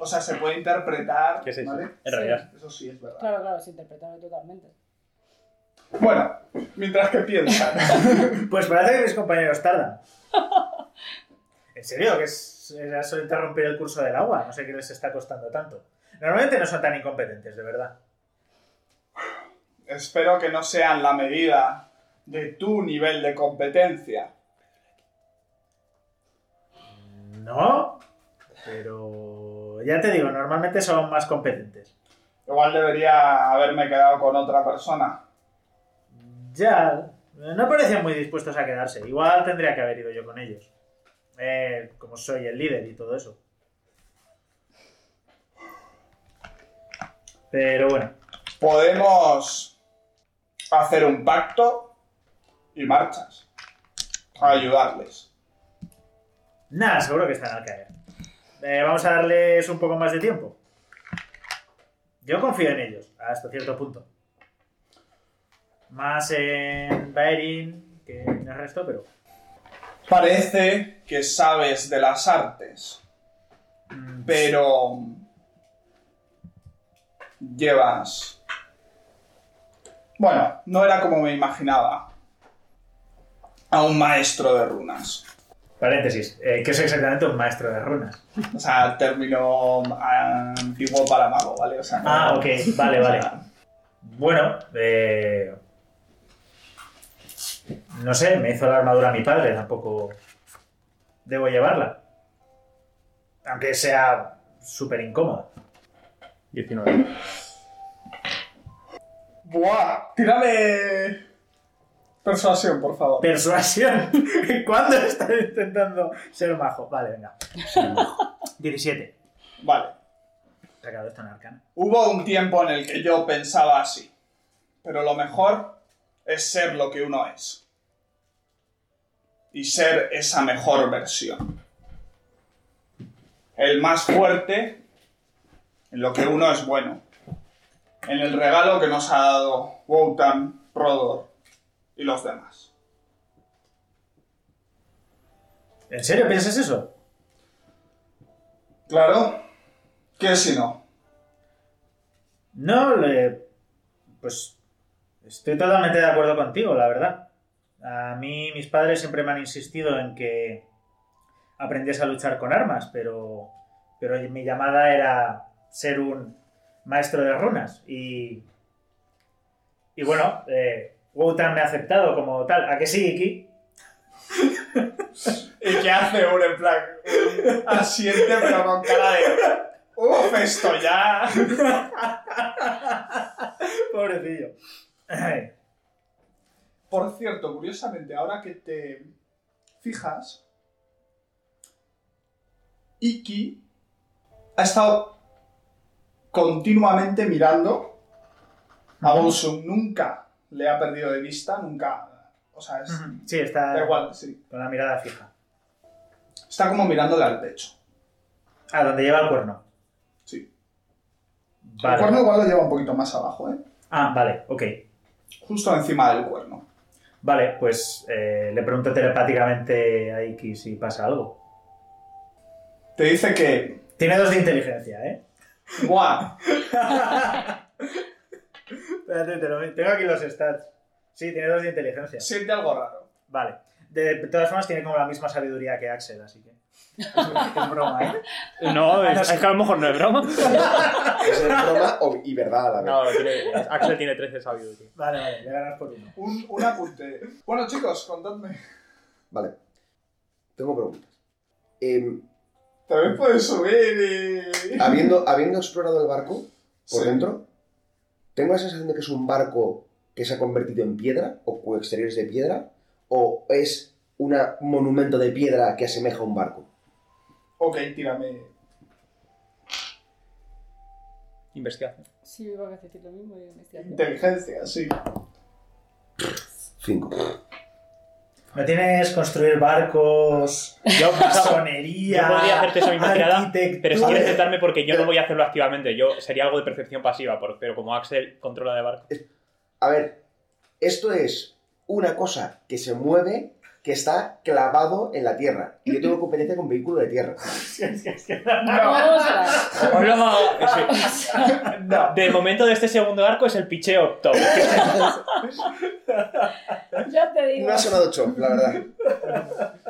o sea, se puede interpretar,
¿Qué es eso?
¿vale?
En realidad.
Eso sí, es verdad.
Claro, claro, se interpretaron totalmente.
Bueno, mientras que piensan.
Pues parece que mis compañeros tardan. En serio, que es, era solamente romper el curso del agua. No sé qué les está costando tanto. Normalmente no son tan incompetentes, de verdad.
Espero que no sean la medida de tu nivel de competencia.
No, pero ya te digo, normalmente son más competentes.
Igual debería haberme quedado con otra persona.
Ya, no parecían muy dispuestos a quedarse. Igual tendría que haber ido yo con ellos. Eh, como soy el líder y todo eso. Pero bueno,
Podemos hacer un pacto y marchas a ayudarles.
nada, seguro que están al caer. Eh, vamos a darles un poco más de tiempo. Yo confío en ellos, hasta cierto punto. Más en Baerin que en el resto, pero...
Parece que sabes de las artes,
mm,
pero llevas... Bueno, no era como me imaginaba. A un maestro de runas.
Paréntesis, eh, que es exactamente un maestro de runas.
O sea, término ah, antiguo para mago, ¿vale? O sea, no-
Ah, ok, vale,
o
vale.
sea,
Bueno, eh, no sé, me hizo la armadura mi padre, tampoco debo llevarla. Aunque sea súper incómoda.
19.
Buah, tírame persuasión, por favor.
Persuasión. ¿Cuándo estás intentando ser majo? Vale, venga. 17.
Vale.
Sacado esto en arcana.
Hubo un tiempo en el que yo pensaba así, pero lo mejor es ser lo que uno es. Y ser esa mejor versión. El más fuerte en lo que uno es bueno. En el regalo que nos ha dado Wotan, Rodor y los demás.
¿En serio piensas eso?
Claro, que si no,
No, le- pues estoy totalmente de acuerdo contigo, la verdad. A mí mis padres siempre me han insistido en que aprendiese a luchar con armas, pero, pero mi llamada era ser un maestro de runas. Y, y bueno, eh, Wotan me ha aceptado como tal. ¿A que sí, Iki?
¿Y qué hace uno en plan? Asiente, pero con cara de. ¡Uf, esto ya!
Pobrecillo.
Por cierto, curiosamente, ahora que te fijas, Iki ha estado continuamente mirando a
Ujú.
Bolsung. Nunca le ha perdido de vista, nunca. O sea, es.
Sí, está
Da igual, sí.
con la mirada fija.
Está como mirándole al techo.
A donde lleva el cuerno.
Sí.
Vale.
El cuerno igual lo lleva un poquito más abajo, ¿eh?
Ah, vale, ok.
Justo encima del cuerno.
Vale, pues eh, le pregunto telepáticamente a Iki si pasa algo.
Te dice que
Tiene dos de inteligencia, ¿eh?
Buah,
Espérate, te lo- tengo aquí los stats. Sí, tiene dos de inteligencia.
siente algo raro.
Vale. De, de todas formas, tiene como la misma sabiduría que Axel, así que. Es, es broma, ¿eh?
No, es, es que a lo mejor no es broma.
Es broma o- y verdad a la vez.
No, tiene- Axel tiene 13 sabido, tío.
Vale, vale, le ganas por uno.
Un, un apunte. Bueno, chicos, contadme.
Vale. Tengo preguntas. Em,
También puedes subir y.
habiendo, habiendo explorado el barco por
Sí.
dentro, ¿tengo la sensación de que es un barco que se ha convertido en piedra o cu exteriores de piedra? ¿O es una- un monumento de piedra que asemeja a un barco?
Ok, tírame.
Investigación.
Sí, me iba a decir lo mismo de investigación.
Inteligencia, sí.
5.
No tienes construir barcos,
Yo,
masonería,
yo podría hacerte esa misma tirada,
arquitectura.
pero si quieres tentarme porque yo no voy a hacerlo activamente. Yo sería algo de percepción pasiva, por- pero como Axel controla de barco.
A ver, esto es una cosa que se mueve, que está clavado en la tierra. Y yo tengo competencia con vehículo de tierra.
¡Ostras!
Ese-
No.
De momento de este segundo arco es el picheo top.
Ya te digo.
No ha sonado chop, la verdad.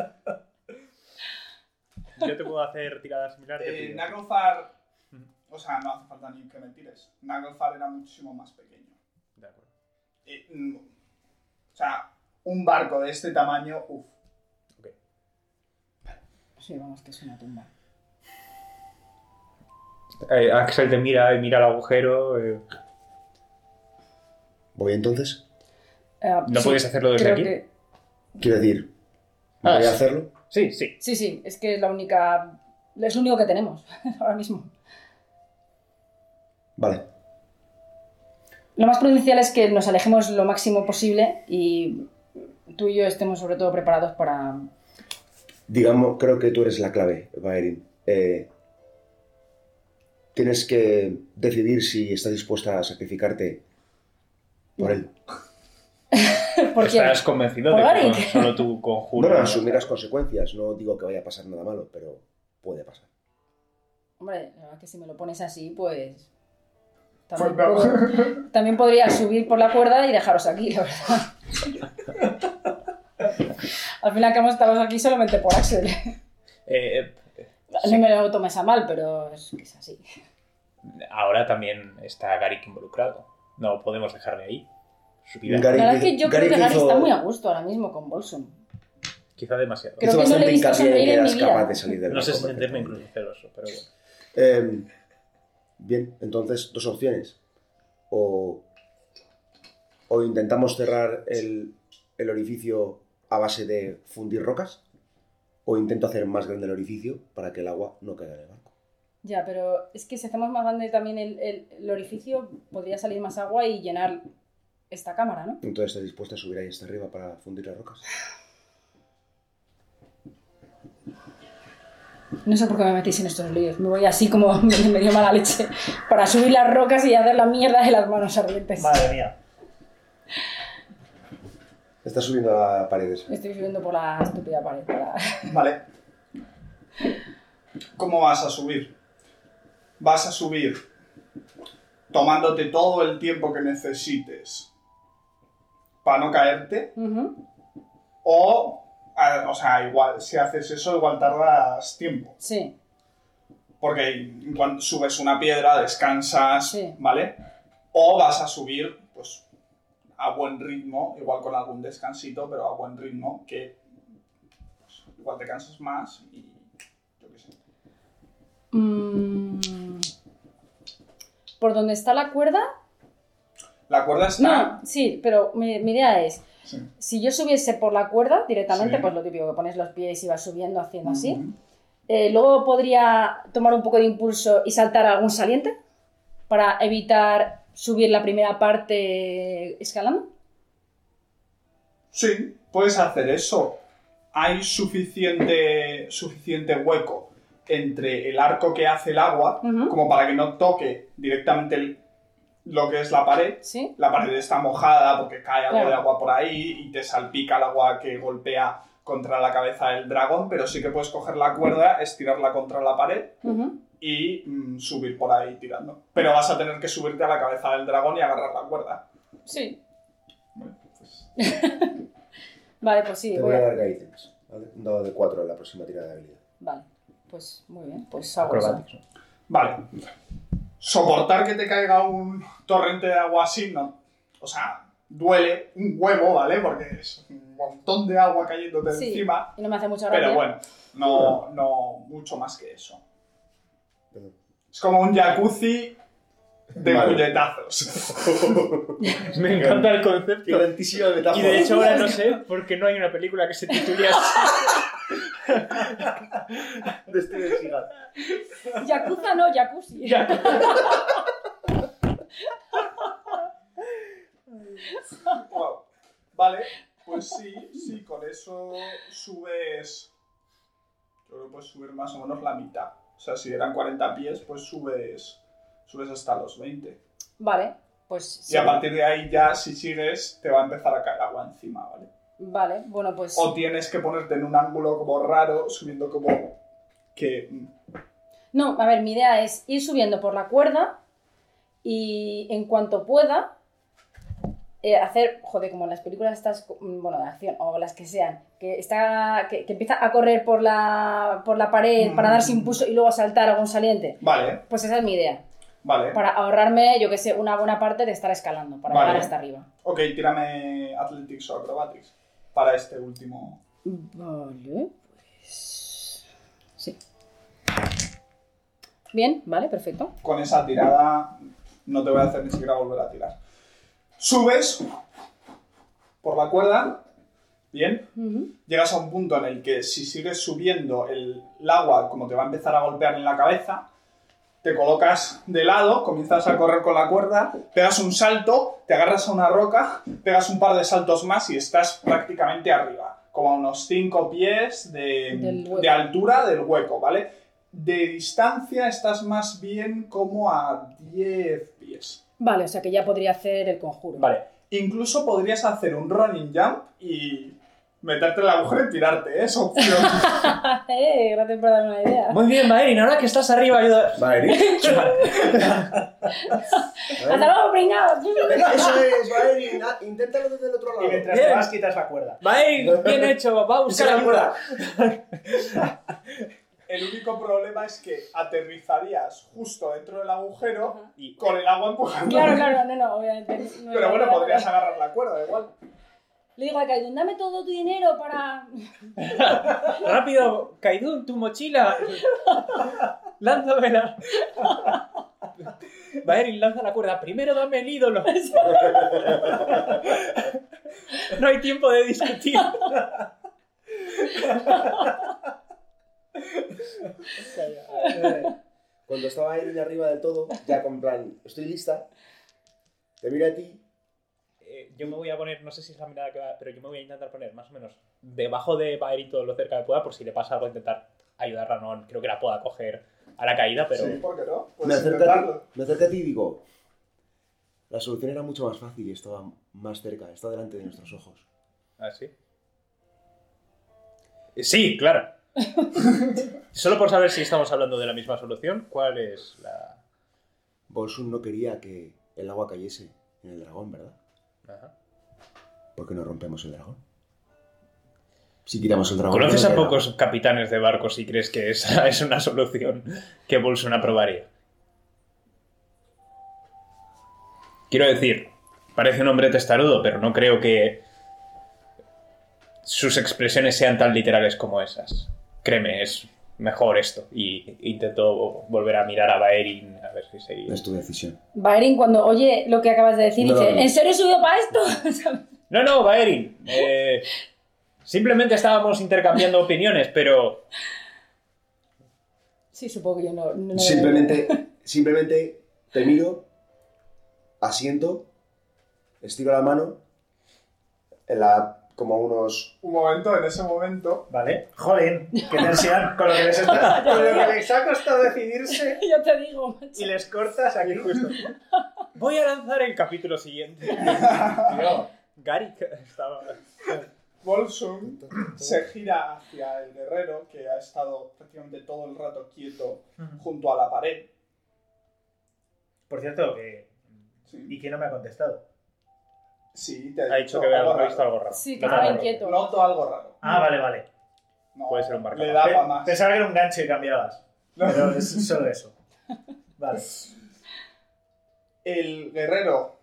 Yo te puedo hacer tiradas similares. te
Eh,
pido.
Naglfar, o sea, no hace falta ni que me tires. Naglfar era muchísimo más pequeño.
De acuerdo.
Eh, mm, o sea, un barco de este tamaño, uff.
Sí, vamos, que es una tumba.
Eh, Axel te mira y mira el agujero. eh.
Voy entonces.
Eh,
¿No
sí,
podías hacerlo desde
creo
aquí?
que-
Quiero decir,
Ah,
voy
sí.
a hacerlo.
Sí, sí.
Sí, sí, es que es la única. Es lo único que tenemos ahora mismo.
Vale.
Lo más prudencial es que nos alejemos lo máximo posible y tú y yo estemos sobre todo preparados para.
Digamos, creo que tú eres la clave, Baerin. Eh, tienes que decidir si estás dispuesta a sacrificarte por él.
¿Por quién?
Estás convencido
¿Por
de que
Garrick?
con solo tu conjuro.
Bueno, asumir las consecuencias. No digo que vaya a pasar nada malo, pero puede pasar.
Hombre, la verdad es que si me lo pones así, pues.
Pues
También,
no.
puedo- también podría subir por la cuerda y dejaros aquí, la verdad. Al final que hemos estado aquí solamente por Axel.
Eh, eh,
No me lo tomes a mal, pero es que es así.
ahora también está Garrick involucrado. No podemos dejarle ahí. Su vida.
Gary
La verdad es que
hizo-
yo creo
Gary
que Gary
hizo-
está muy a gusto ahora mismo con Bolson.
Quizá demasiado.
Creo
hizo
que no le
bastante
he visto
hincapié en
sonreír
que
en mi
eras
vida.
capaz de salir del
No sé si
barco
sentirme
perfectamente.
incluso celoso, pero bueno.
Eh, bien, entonces dos opciones. O, o intentamos cerrar el, el orificio a base de fundir rocas, o intento hacer más grande el orificio para que el agua no caiga en el barco.
Ya, pero es que si hacemos más grande también el, el- el orificio, podría salir más agua y llenar esta cámara, ¿no?
Entonces estás dispuesta a subir ahí hasta arriba para fundir las rocas.
No sé por qué me metís en estos líos. Me voy así como me dio mala leche para subir las rocas y hacer la mierda de las manos ardientes.
Madre mía.
Estás subiendo a la pared esa.
Me estoy subiendo por la estúpida pared. para-
Vale. ¿Cómo vas a subir? Vas a subir tomándote todo el tiempo que necesites para no caerte
Ujú.
o, a- o sea, igual, si haces eso igual tardas tiempo.
Sí,
Porque cuando subes una piedra, descansas,
Sí.
¿vale? O vas a subir, pues, a buen ritmo, igual con algún descansito, pero a buen ritmo, que pues, igual te cansas más y yo qué sé.
Mm. ¿Por donde está la cuerda?
La cuerda está...
No, sí, pero mi, mi idea es,
Sí.
si yo subiese por la cuerda directamente,
Sí.
pues lo típico, que pones los pies y vas subiendo haciendo así,
Ujú.
Eh, luego podría tomar un poco de impulso y saltar a algún saliente para evitar subir la primera parte escalando.
Sí, puedes hacer eso. Hay suficiente, suficiente hueco entre el arco que hace el agua
Ujú.
como para que no toque directamente el- lo que es la pared
¿Sí?
la pared está mojada porque cae algo
Claro.
de agua por ahí y te salpica el agua que golpea contra la cabeza del dragón, pero sí que puedes coger la cuerda, estirarla contra la pared
Ujú.
y mm, subir por ahí tirando. Pero vas a tener que subirte a la cabeza del dragón y agarrar la cuerda.
Sí.
Bueno, pues,
Vale, pues sí.
Te
voy
voy a
a-
dar guide tips, ¿vale? Un dado de 4 en la próxima tirada de habilidad.
Vale, pues muy bien. Pues hago eso.
Acrobatics. ¿no?
Vale. Soportar que te caiga un torrente de agua así, no. O sea, duele un huevo, ¿vale? Porque es un montón de agua cayéndote
Sí.
encima.
Y no me hace mucha gracia.
Pero bueno, no, no mucho más que eso.
Perdón.
Es como un jacuzzi de
Vale.
puñetazos.
Me encanta el concepto.
grandísima
Y
metáfora.
de hecho ahora no sé por qué no hay una película que se titule así.
Yakuza no, jacuzzi.
Ya.
Vale, pues sí, sí, con eso subes. Yo creo que puedes subir más o menos la mitad. O sea, si eran 40 pies, pues subes, subes hasta los 20.
Vale, pues sí.
Y a partir de ahí ya, si sigues, te va a empezar a caer agua encima, ¿vale?
Vale, bueno, pues.
O tienes que ponerte en un ángulo como raro, subiendo como que...
No, a ver, mi idea es ir subiendo por la cuerda y en cuanto pueda eh, hacer, joder, como en las películas estas, mm, bueno, de acción o las que sean, que está que, que empieza a correr por la, por la pared para
Mm.
darse impulso y luego a saltar algún saliente.
Vale,
Pues esa es mi idea,
vale.
para ahorrarme, yo que sé, una buena parte de estar escalando, para
Vale.
llegar hasta arriba.
Ok, tírame Athletics o Acrobatics para este último.
Vale, pues... Sí. Bien, vale, perfecto.
Con esa tirada no te voy a hacer ni siquiera volver a tirar. Subes por la cuerda. Bien.
Ujú.
llegas a un punto en el que si sigues subiendo el, el agua, como te va a empezar a golpear en la cabeza, te colocas de lado, comienzas a correr con la cuerda, pegas un salto, te agarras a una roca, pegas un par de saltos más y estás prácticamente arriba, como a unos 5 pies de,
Del hueco.
de altura del hueco, ¿vale? De distancia estás más bien como a 10 pies.
Vale, o sea que ya podría hacer el conjuro.
Vale. Incluso podrías hacer un running jump y meterte en la agujero y tirarte, ¿eh? es opción.
Eh, gracias por darme una idea.
Muy bien, Maerin, ahora que estás arriba, ayuda.
Valerín.
¡Hasta luego, pringados!
Eso es, Valerín. ah, Inténtalo desde el otro
Y
lado.
mientras
Bien.
te vas, quitas la cuerda.
Maerin, bien hecho, va a
Esa
buscar
es la
ayuda.
cuerda.
El único problema es que aterrizarías justo dentro del agujero
Ajá.
y con el agua empujando.
Claro, claro, no, no, obviamente. no era
Pero bueno,
idea,
podrías
pero-
agarrar la cuerda, da igual.
Le digo a Kaidun, dame todo tu dinero para...
Rápido, Kaidun, tu mochila. Lánzamela. Maerin, lanza la cuerda. Primero dame el ídolo. No hay tiempo de discutir.
Cuando estaba Valerín arriba del todo, ya con plan, estoy lista. Te miro a ti.
Eh, yo me voy a poner, no sé si es la mirada que va, pero yo me voy a intentar poner más o menos debajo de Baerin todo lo cerca que pueda, por si le pasa algo, intentar ayudarla. No, creo que la pueda coger a la caída, pero.
Sí, ¿por qué no?
me,
Puedes
acerco a ti,
intentarlo.
me acerco a ti y digo, la solución era mucho más fácil y estaba más cerca, está delante de nuestros ojos.
¿Ah, sí? Eh, Sí, claro. Solo por saber si estamos hablando de la misma solución, ¿cuál es la...?
Bolsun no quería que el agua cayese en el dragón, ¿verdad?
Ajá.
¿Por qué no rompemos el dragón? Si tiramos el dragón...
¿Conoces
no
a
caerá.
pocos capitanes de barcos y crees que esa es una solución que Bolson aprobaría? Quiero decir, parece un hombre testarudo, pero no creo que sus expresiones sean tan literales como esas. Créeme, es mejor esto. Y intento volver a mirar a Baerin a ver si se...
Es tu decisión.
Baerin cuando oye lo que acabas de decir
No,
dice,
no.
¿en serio he subido para esto? ¿Sabes?
No, no, Baerin. eh, simplemente estábamos intercambiando opiniones, pero.
sí, supongo que yo no... no-
Simplemente, simplemente te miro, asiento, estiro la mano, en la, como a unos
Un momento, en ese momento.
¿Vale? Jolín, qué tensión con lo que les, está- con lo que les ha costado decidirse
Ya te digo, macho.
y les cortas aquí justo.
Voy a lanzar el capítulo siguiente.
Tío,
Gary estaba.
Bolsung se gira hacia el guerrero que ha estado prácticamente todo el rato quieto junto a la pared.
Por cierto, que...
Sí,
¿y quién no me ha contestado?
sí te
Ha dicho que
algo
había
raro.
visto algo raro.
Sí, que
No,
estaba
no, no.
inquieto. algo.
Noto algo raro.
Ah, vale, vale.
No,
Puede ser un barco.
Le da
Pe-
para Ah, más.
Pensaba que era un gancho y cambiabas. Pero es solo eso. Vale.
El guerrero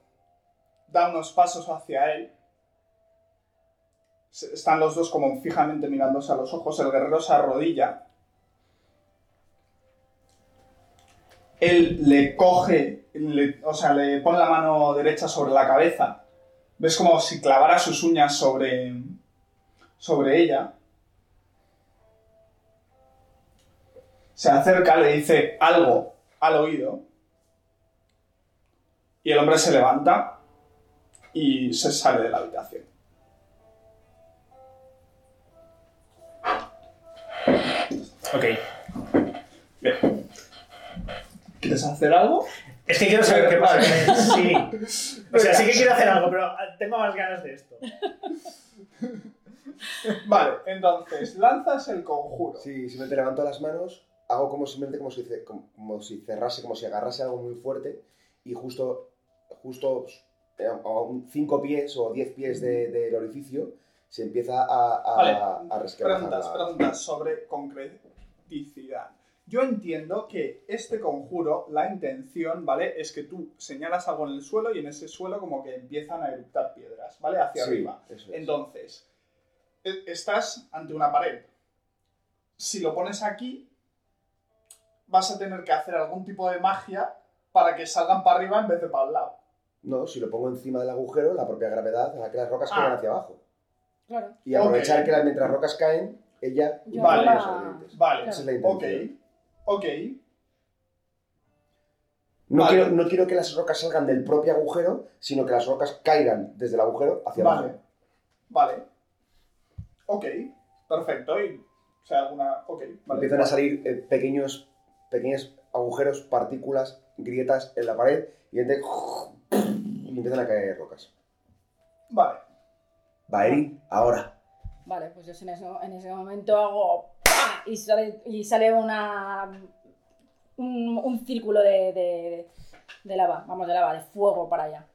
da unos pasos hacia él. Se- Están los dos como fijamente mirándose a los ojos. El guerrero se arrodilla. Él le coge, le- o sea, le pone la mano derecha sobre la cabeza. Ves como si clavara sus uñas sobre, sobre ella. Se acerca, le dice algo al oído. Y el hombre se levanta y se sale de la habitación.
Ok.
¿Quieres hacer algo?
Es que quiero saber qué pasa. Sí. O sea, sí que quiero hacer algo, pero tengo más ganas de esto.
Vale, entonces lanzas el conjuro.
Sí, simplemente levanto las manos, hago como simplemente como si, ce- como, como si cerrase, como si agarrase algo muy fuerte y justo, justo eh, a 5 pies o 10 pies de- del orificio se empieza a, a,
Vale,
a resquebrajar
Preguntas,
la-
preguntas sobre concreticidad. Yo entiendo que este conjuro, la intención, ¿vale? Es que tú señalas algo en el suelo y en ese suelo como que empiezan a eructar piedras, ¿vale? Hacia
Sí,
arriba.
eso es.
Entonces, e- estás ante una pared. Si lo pones aquí, vas a tener que hacer algún tipo de magia para que salgan para arriba en vez de para el lado.
No, si lo pongo encima del agujero, la propia gravedad hará que las rocas
Ah.
caigan hacia abajo.
Claro.
Y
Ok.
aprovechar que las- mientras las rocas caen, ella
Yo
Vale.
los
la-
sobrevivientes.
Vale,
Esa es la intención.
ok, ok.
No,
Vale.
quiero, no quiero que las rocas salgan del propio agujero, sino que las rocas caigan desde el agujero hacia
Vale.
abajo.
Vale. Ok, perfecto. Y, o sea, alguna. Ok, vale.
Empiezan a salir eh, pequeños, pequeños agujeros, partículas, grietas en la pared y, entre- y empiezan a caer rocas.
Vale.
Va, Erin, ahora.
Vale, pues yo en ese, en ese momento hago ¡pa! y sale, y sale una, un, un círculo de, de, de lava, vamos, de lava, de fuego para allá.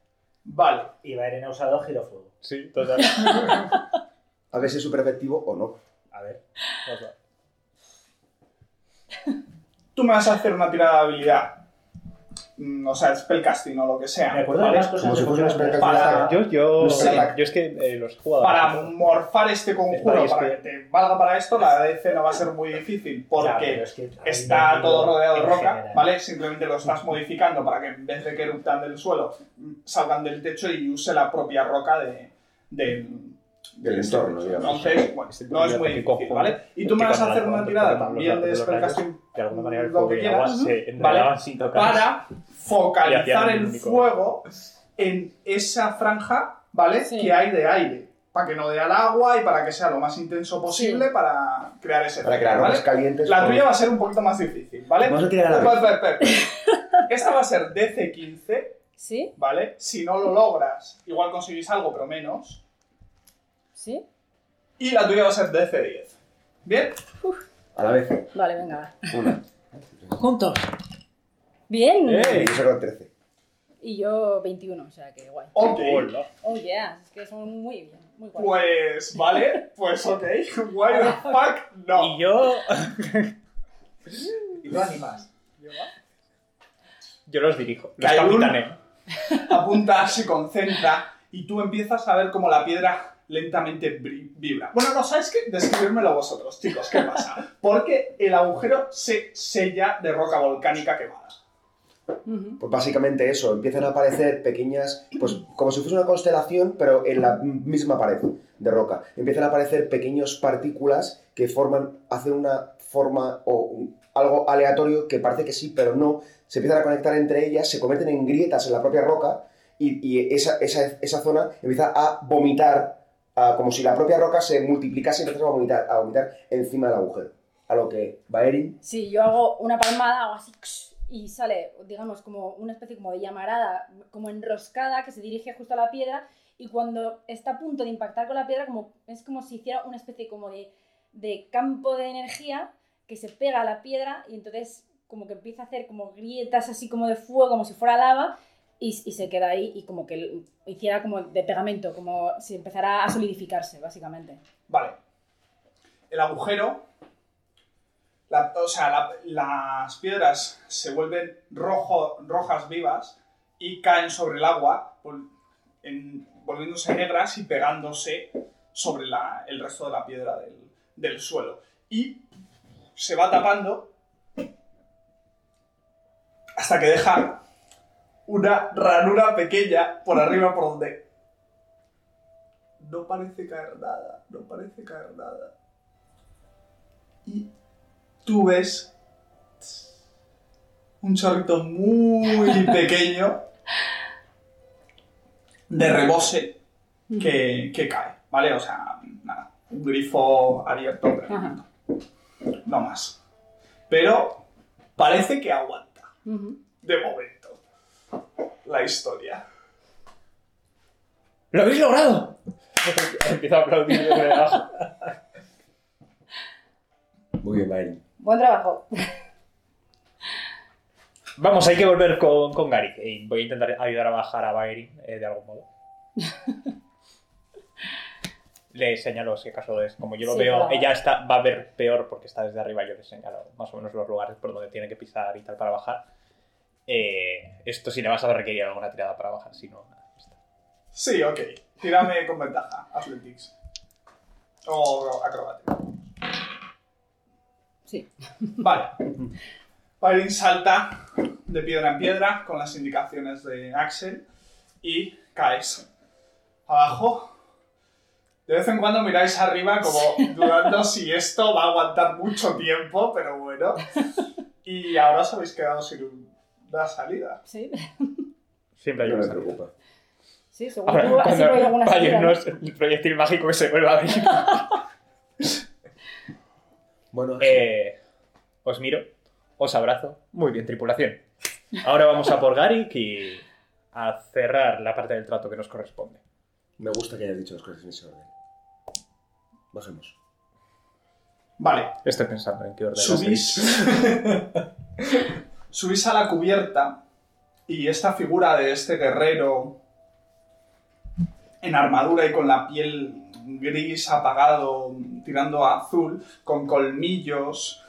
Vale.
Y Baeren ha usado girofuego.
Sí, total.
A ver si es súper efectivo o no.
A ver.
Tú me vas a hacer una tirada de habilidad. Mm, o sea, spellcasting o lo que sea.
Me acuerdo de
¿vale?
más cosas.
Como si
de
fuese una
Pokémon.
especie de
Para-
ataque.
Yo, yo,
No sé.
yo es que eh, los jugadores.
Para morfar este conjuro,
Vale, es
para que
que-
te valga para esto, la DC no va a ser muy difícil.
Ya, pero
Porque
es que hay
está
un
todo rodeado de
en
roca,
general.
¿vale? Simplemente lo estás modificando para que en vez de que eruptan del suelo, salgan del techo y use la propia roca de, del-
Del entorno, digamos.
Entonces, bueno,
Es el
no es
primer
muy
típico
difícil,
juego
¿vale? Y tú me
que
vas a
cuando
hacer
lanzan
una
los
tirada
Pokémon,
también
los
de
rayos,
spellcasting
De alguna manera el
Lo
fuego
que
y el agua
quieras,
se
¿no?
entrelazaban
Vale.
sin tocar.
para
Y hacían
focalizar
un
el
único.
fuego en esa franja, ¿vale?
Sí.
Que hay de aire. Para que no dé al agua y para que sea lo más intenso posible para crear ese
Para que las
efecto,
rocas
¿vale?
calientes.
La tuya va a ser un poquito más difícil, ¿vale?
Vamos a tirar a la
Espera,
vez.
espera, espera. Esta va a ser DC15
¿Sí?
¿vale? Si no lo logras, igual conseguís algo, pero menos.
¿Sí?
Y la tuya va a ser DC10. ¿Bien?
A la vez.
Vale, venga, va.
Una.
Juntos.
Bien.
¡Eh!
Y yo saco el 13.
Y yo 21, o sea que guay.
Ok.
Hola.
Oh yeah, es que son muy bien, muy guay.
Pues, vale, pues ok. Why the fuck no.
Y yo.
Y tú animas.
Yo los dirijo. Los
Hay un-
capitaneo.
Apunta, se concentra y tú empiezas a ver cómo la piedra lentamente bri- vibra. Bueno, no sabes qué, describírmelo vosotros, chicos, ¿qué pasa? Porque el agujero se sella de roca volcánica quemada.
Ujú.
Pues básicamente eso, empiezan a aparecer pequeñas, pues como si fuese una constelación, pero en la misma pared de roca. Empiezan a aparecer pequeñas partículas que forman, hacen una forma o un- algo aleatorio que parece que sí, pero no. Se empiezan a conectar entre ellas, se convierten en grietas en la propia roca y, y esa, esa- esa zona empieza a vomitar, a- como si la propia roca se multiplicase y empezase a vomitar, a vomitar encima del agujero. A lo que Baerin
Sí, yo hago una palmada, hago así ¡ks! y sale, digamos, como una especie como de llamarada, como enroscada que se dirige justo a la piedra y cuando está a punto de impactar con la piedra como, es como si hiciera una especie como de, de campo de energía que se pega a la piedra y entonces como que empieza a hacer como grietas así como de fuego, como si fuera lava y, y se queda ahí y como que l- hiciera como de pegamento, como si empezara a solidificarse básicamente.
Vale. El agujero. la- o sea, la- las piedras se vuelven rojo, rojas vivas y caen sobre el agua, vol- en- volviéndose negras y pegándose sobre la- el resto de la piedra del, del suelo. Y se va tapando hasta que deja una ranura pequeña por arriba por donde no parece caer nada, no parece caer nada. Y tú ves un chorrito muy pequeño de rebose que, que cae, ¿vale? O sea, nada, un grifo abierto. pero-
Ajá.
no más. Pero parece que aguanta,
Ujú.
de momento, la historia.
¡Lo habéis logrado! Empiezo a aplaudir desde debajo.
Muy bien, Mael.
Buen trabajo.
Vamos, hay que volver con, con Garrick. Y voy a intentar ayudar a bajar a Baerin eh, de algún modo. le señalo, si acaso es como yo lo
Sí,
veo,
para-
ella está, va a ver peor porque está desde arriba. Yo le señalo más o menos los lugares por donde tiene que pisar y tal para bajar. Eh, esto sí le vas a requerir alguna tirada para bajar, si no, nada. ya está.
Sí, ok. Tírame con ventaja, Athletics. O acrobática.
Sí.
Vale. Parin salta de piedra en piedra con las indicaciones de Axel y caes abajo. De vez en cuando miráis arriba como dudando si esto va a aguantar mucho tiempo, pero bueno. Y ahora os habéis quedado sin una salida.
Sí,
Siempre hay
No
una
me
salida.
preocupa.
sí seguro
Ahora,
que hubo- siempre hay
cuando
alguna salida,
Bayer
¿no?
no es el proyectil mágico que se vuelve a abrir.
Bueno,
Eh, os miro, os abrazo. Muy bien, tripulación. Ahora vamos a por Garrick y a cerrar la parte del trato que nos corresponde.
me gusta que hayas dicho las cosas en ese orden. Bajemos.
Vale,
Estoy pensando en qué orden.
Subís. Subís a la cubierta y esta figura de este guerrero en armadura y con la piel gris apagado, tirando a azul, con colmillos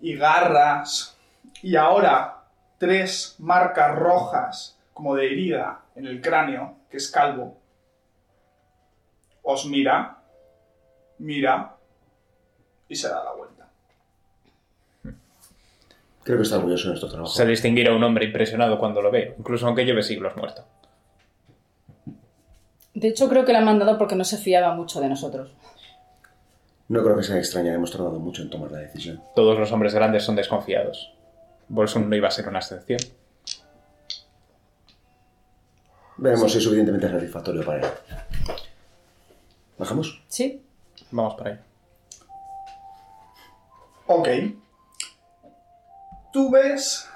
y garras, y ahora tres marcas rojas como de herida en el cráneo, que es calvo. Os mira, mira y se da la vuelta.
Creo que está orgulloso de nuestro trabajo.
Se distinguirá un hombre impresionado cuando lo veo, incluso aunque lleve siglos muerto.
De hecho, creo que la han mandado porque no se fiaba mucho de nosotros.
No creo que sea extraña, hemos tardado mucho en tomar la decisión.
Todos los hombres grandes son desconfiados. Bolson no iba a ser una excepción.
Veremos si es suficientemente satisfactorio para él. ¿Bajamos?
Sí,
Vamos para allá.
Ok. Tú ves.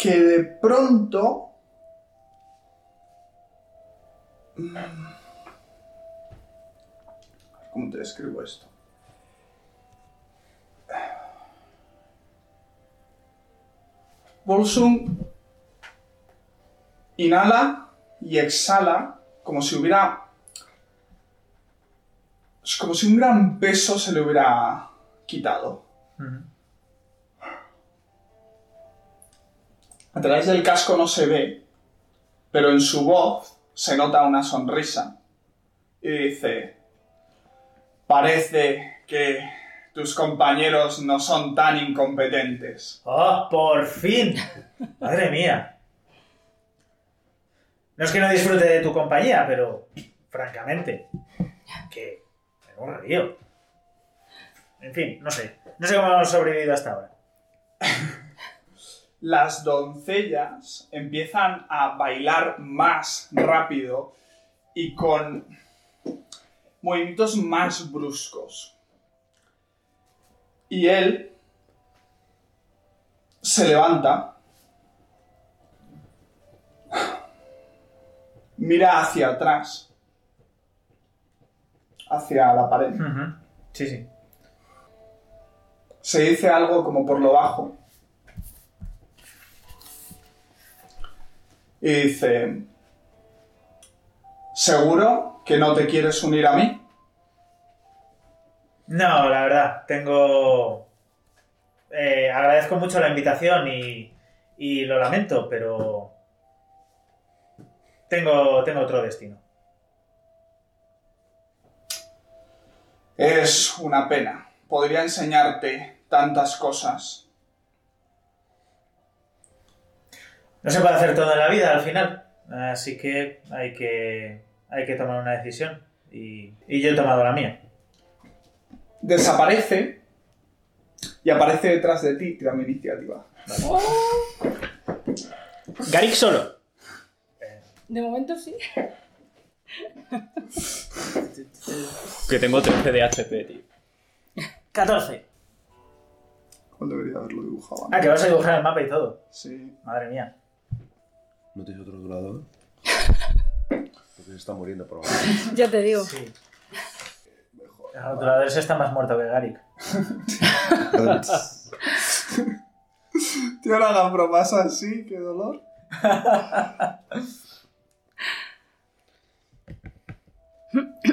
Que de pronto. Mm. ¿Cómo te describo esto? Bolsung inhala y exhala como si hubiera. Es como si un gran peso se le hubiera quitado. A través del casco no se ve, pero en su voz se nota una sonrisa. Y dice: Parece que tus compañeros no son tan incompetentes.
¡Oh, por fin! ¡Madre mía! No es que no disfrute de tu compañía, pero francamente, que me un río. En fin, no sé. No sé cómo hemos sobrevivido hasta ahora.
las doncellas empiezan a bailar más rápido y con movimientos más bruscos. Y él se levanta, mira hacia atrás, hacia la pared
Sí, sí.
se dice algo como por lo bajo. Y dice, ¿seguro que no te quieres unir a mí?
No, la verdad, tengo... eh, agradezco mucho la invitación y, y lo lamento, pero... Tengo, tengo otro destino.
Es una pena. Podría enseñarte tantas cosas.
No se puede hacer todo en la vida al final. Así que hay que, hay que tomar una decisión. Y, y yo he tomado la mía.
Desaparece y aparece detrás de ti, tira mi iniciativa.
Oh,
Garrick solo.
de momento sí.
Que tengo 13 de HP, tío.
14.
¿Cuál debería haberlo dibujado?
Ah, que vas a dibujar el mapa y todo.
Sí.
Madre mía.
¿No tienes otro durador? Porque se está muriendo por ahora.
Ya te digo.
Sí. El rotulador ese está más muerto que Garik.
Tío, no hagas bromas así, qué dolor.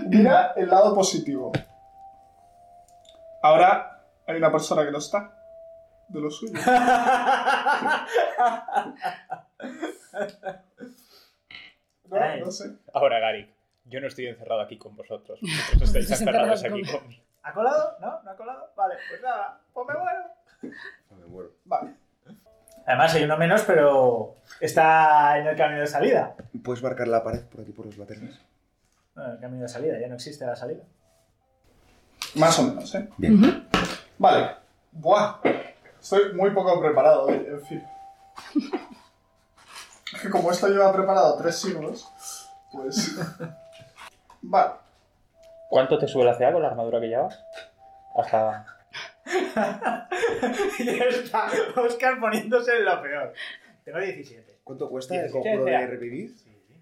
Mira el lado positivo. Ahora hay una persona que no está. De lo suyo. No,
Ay.
no sé.
Ahora, Gary, yo no estoy encerrado aquí con vosotros. Vosotros estáis
Estás
encerrados
encerrado
aquí conmigo.
¿Ha colado? ¿No? ¿No ha colado? Vale, pues nada, pues me muero.
Me muero.
Vale.
Además hay uno menos, pero está en el camino de salida.
¿Puedes marcar la pared por aquí, por los laterales?
Bueno, el camino de salida, ya no existe la salida.
Más o menos, ¿eh?
Bien.
Vale. Buah. Estoy muy poco preparado, hoy, en fin. Es que como esto lleva preparado tres siglos, pues. Vale.
¿Cuánto te sube la CA con la armadura que llevas? Hasta.
y está Oscar poniéndose en lo peor. Tengo 17.
¿Cuánto cuesta
Bien,
el conjuro
ya.
de revivir?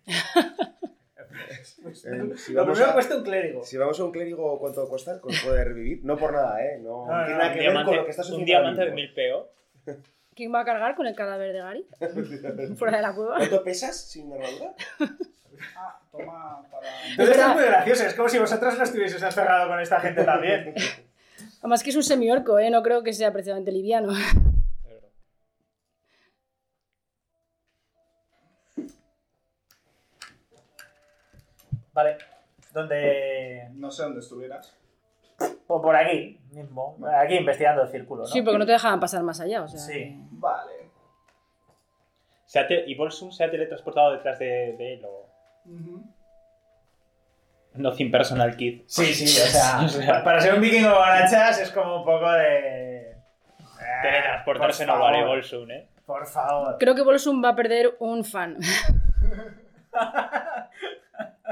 Eh, si
Pues, lo
vamos
primero
a-
cuesta un clérigo.
Si vamos a un clérigo, ¿cuánto va a costar? ¿Con de revivir? No por nada, ¿eh? No,
No, no,
tiene nada
un
que ver con lo que está sucediendo.
un diamante
ahora
de
mismo.
mil PO.
¿Quién va a cargar con el cadáver de Gary? Fuera de la cueva.
¿Cuánto pesas sin armadura?
Ah, toma para.
Pero esto es muy gracioso, es como si vosotros no estuvieseis encerrados con esta gente también.
Además que es un semiorco, ¿eh? No creo que sea precisamente liviano.
Vale, donde...
No sé dónde estuvieras.
o por aquí mismo, aquí investigando el círculo, ¿no?
Sí, porque no te dejaban pasar más allá, o sea.
Sí.
que-
Vale.
Se ha te- Y Bolsum se ha teletransportado detrás de, de él o. Nothing personal kid.
Sí, sí, o sea, pa- para ser un vikingo bonachas es como un poco de... Ah,
Teletransportarse
por
no vale,
favor,
Bolsum, eh.
Por favor.
Creo que Bolsum va a perder un fan.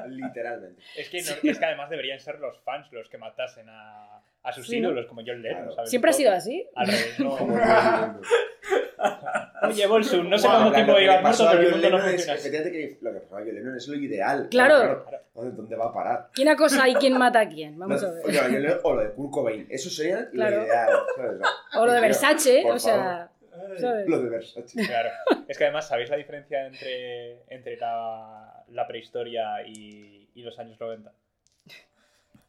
Literalmente.
Es que, no- es que además deberían ser los fans los que matasen a, a sus
Sí, ¿no?
ídolos, como John Lennon,
Claro.
¿sabes?
¿Siempre ha
Todo-
sido así?
Al revés, no.
Como todo el mundo.
Oye, Bolsum, no sé
Bueno,
cuánto
claro,
tiempo
lo que le
llevas
pasó
muerto,
a
pero el
John
mundo no
Lennon es-
funciona así.
efectivamente, que lo que pasó a John Lennon es lo ideal.
Claro.
¿Dónde- ¿Dónde va a parar?
¿Quién acosa y quién mata a quién? Vamos
No,
a
oye,
ver.
John Lennon o lo de Kurt Cobain. Eso sería
Claro.
lo ideal. ¿sabes?
O lo de
Pero-
Versace,
por
o sea. ¿sabes?
Lo de Versace.
Claro. Es que además, ¿sabéis la diferencia entre, entre la, la prehistoria y, y los años 90?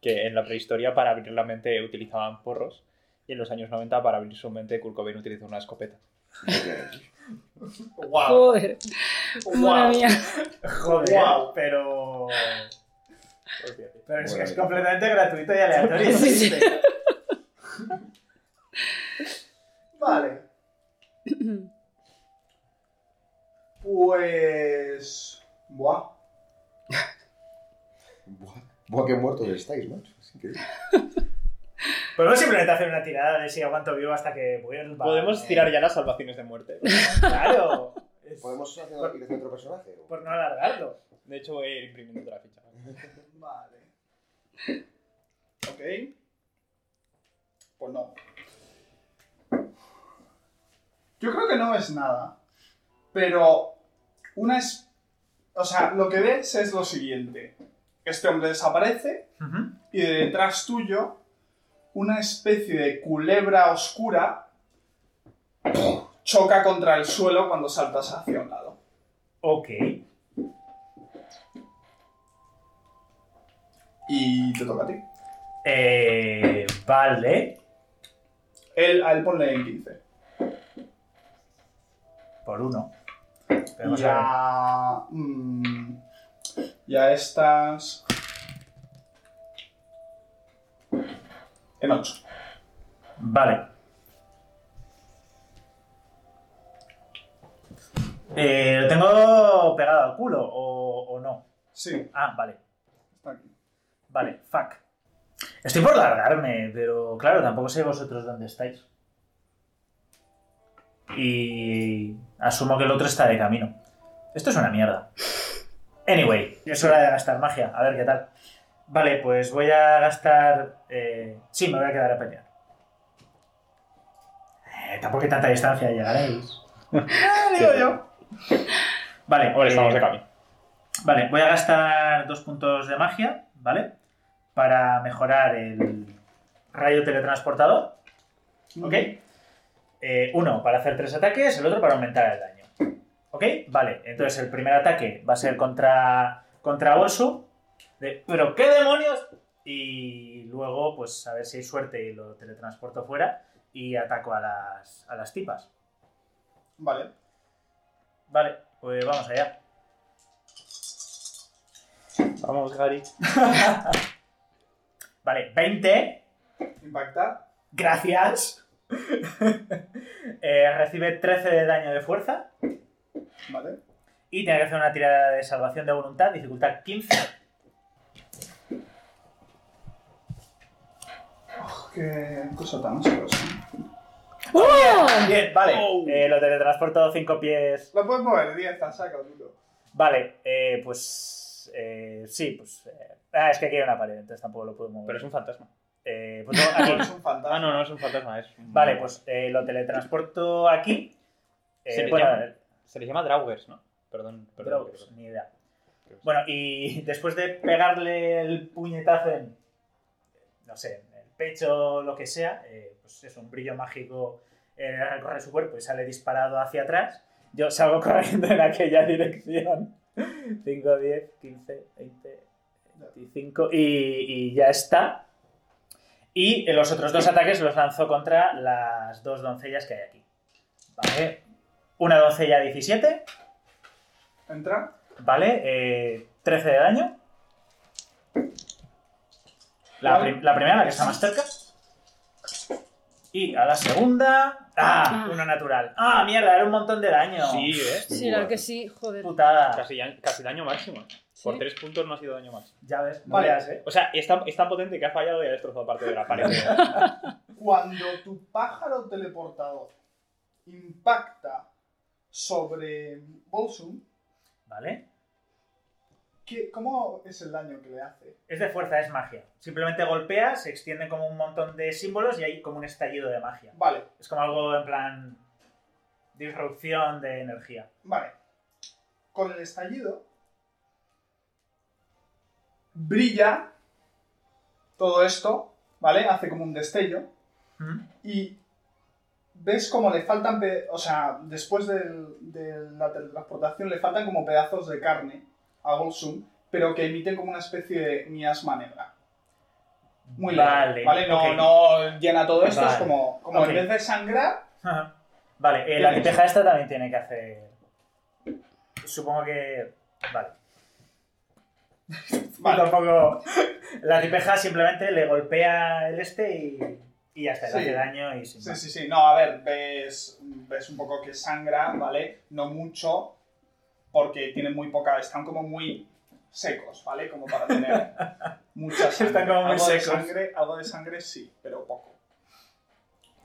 Que en la prehistoria para abrir la mente utilizaban porros y en los años 90 para abrir su mente Kurt Cobain utilizó una escopeta.
Wow.
Joder. Oh, Madre mía.
Joder,
Guau.
pero... Pero es que
Buena
es
metáfora.
completamente gratuito y aleatorio.
Sí, sí.
Este.
Vale. Pues. Buah.
Buah, buah, qué muertos estáis, macho. Es increíble.
Podemos simplemente hacer una tirada de si aguanto vivo hasta que vuelva.
Podemos
Eh,
tirar ya las salvaciones de muerte.
Claro. Es-
¿Podemos hacer ir hacia otro personaje? o?
Por no alargarlo.
De hecho, voy a ir imprimiendo otra ficha.
Vale. Ok. Pues no. Yo creo que no es nada. Pero una es... O sea, lo que ves es lo siguiente. Este hombre desaparece y de detrás tuyo una especie de culebra oscura choca contra el suelo cuando saltas hacia un lado.
Ok.
Y te toca a ti.
Eh, vale.
Él, a él ponle en 15.
Por uno. Pero vamos
Y
a ver.
a, mm, y a estas. En 8.
Vale. Eh, ¿Lo tengo pegado al culo o, o no?
Sí,
Ah, vale.
está aquí.
Vale, fuck. Estoy por largarme, pero claro, tampoco sé vosotros dónde estáis. Y asumo que el otro está de camino. Esto es una mierda. Anyway, es hora de gastar magia. A ver qué tal. Vale, pues voy a gastar. eh, Sí, me voy a quedar a pelear. Eh, tampoco hay tanta distancia, llegaréis. Ah, digo yo. Vale,
Hombre, estamos
eh,
de camino.
Vale, voy a gastar dos puntos de magia, ¿vale? Para mejorar el rayo teletransportador. ¿Ok? Eh, uno para hacer tres ataques, el otro para aumentar el daño. ¿Ok? Vale, entonces el primer ataque va a ser contra, contra Orsu. De, ¿Pero qué demonios? Y luego, pues a ver si hay suerte y lo teletransporto fuera y ataco a las, a las tipas.
Vale.
Vale, pues vamos allá.
Vamos, Gary.
Vale, 20.
Impactar.
Gracias. Eh, recibe 13 de daño de fuerza
Vale.
y tiene que hacer una tirada de salvación de voluntad, dificultad 15.
Oh, qué cosa tan asquerosa.
Bien, vale. Eh, lo teletransporto 5 pies.
Lo puedes mover 10 a saco, duro.
Vale, eh, pues. eh, sí, pues. eh, ah, es que aquí hay una pared, entonces tampoco lo puedo mover.
Pero es un fantasma.
Eh, pues no, aquí.
Es un fantasma.
Ah, no, no es un fantasma, es un-
Vale, pues eh, lo teletransporto aquí. Eh,
Se le
bueno,
llama- se les llama Draugers, ¿no? Perdón, perdón.
Pero, pues, ni idea.
Creo que-
Bueno, y después de pegarle el puñetazo en, no sé, en el pecho o lo que sea, eh, pues es un brillo mágico eh, recorre su cuerpo y sale disparado hacia atrás. Yo salgo corriendo en aquella dirección. 5, 10, 15, 20, 25 y, y ya está. Y eh, los otros dos ataques los lanzo contra las dos doncellas que hay aquí. Vale. Una doncella 17
Entra.
Vale, eh, 13 de daño. La,
Vale.
prim- la primera, la que está más cerca. Y a la segunda. ¡Ah!
Ah.
Una natural. ¡Ah, mierda! Era un montón de daño.
Sí, ¿eh?
Sí, la que sí, joder.
Putada.
Casi, ya- casi daño máximo.
Sí.
Por tres puntos no ha sido daño máximo.
Ya ves, no
Vale.
veas, ¿eh?
O sea, es tan, es tan potente que ha fallado y ha destrozado parte de la pared.
Cuando tu pájaro teleportador impacta sobre Bolsum,
Vale.
¿qué- ¿cómo es el daño que le hace?
Es de fuerza, es magia. Simplemente golpea, se extiende como un montón de símbolos y hay como un estallido de magia.
Vale,
Es como algo en plan. Disrupción de energía.
vale. Con el estallido brilla todo esto, ¿vale? Hace como un destello
¿Mm?
y ves como le faltan, pe- o sea, después del- de la teletransportación le faltan como pedazos de carne a Bolsum, pero que emiten como una especie de miasma negra. Muy
vale.
vale, ¿vale? No,
ok.
no llena todo esto,
Vale.
es como, como
Ok.
en vez de sangrar,
Ajá. Vale, eh, la tipeja esta también tiene que hacer. Supongo que. Vale.
vale,
Tampoco. La tipeja simplemente le golpea el este y. Y ya está, le
Sí.
hace daño y sin
Sí,
más.
sí, sí, no, a ver, ves, ves un poco que sangra, ¿vale? No mucho, porque tienen muy poca, están como muy secos, ¿vale? Como para tener mucha sangre.
Están como muy
algo de
secos.
sangre, algo de sangre sí, pero poco.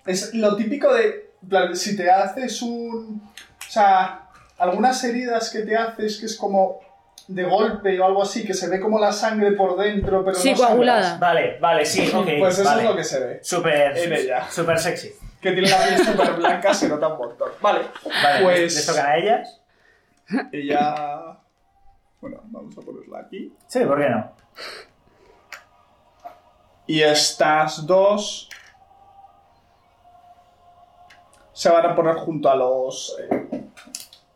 Es lo típico de, en plan, si te haces un... O sea, algunas heridas que te haces que es como de golpe o algo así, que se ve como la sangre por dentro, pero
Sí,
no sangras.
coagulada.
Vale, vale, sí, ok.
Pues eso
vale.
es lo que se ve. Es
Súper,
bella.
súper sexy.
Que tiene la piel súper blanca, se nota un montón. Vale,
Vale,
Pues-
¿les tocan a ellas?
ella. Bueno, vamos a ponerla aquí.
Sí, ¿por qué no?
Y estas dos. Se van a poner junto a los. eh,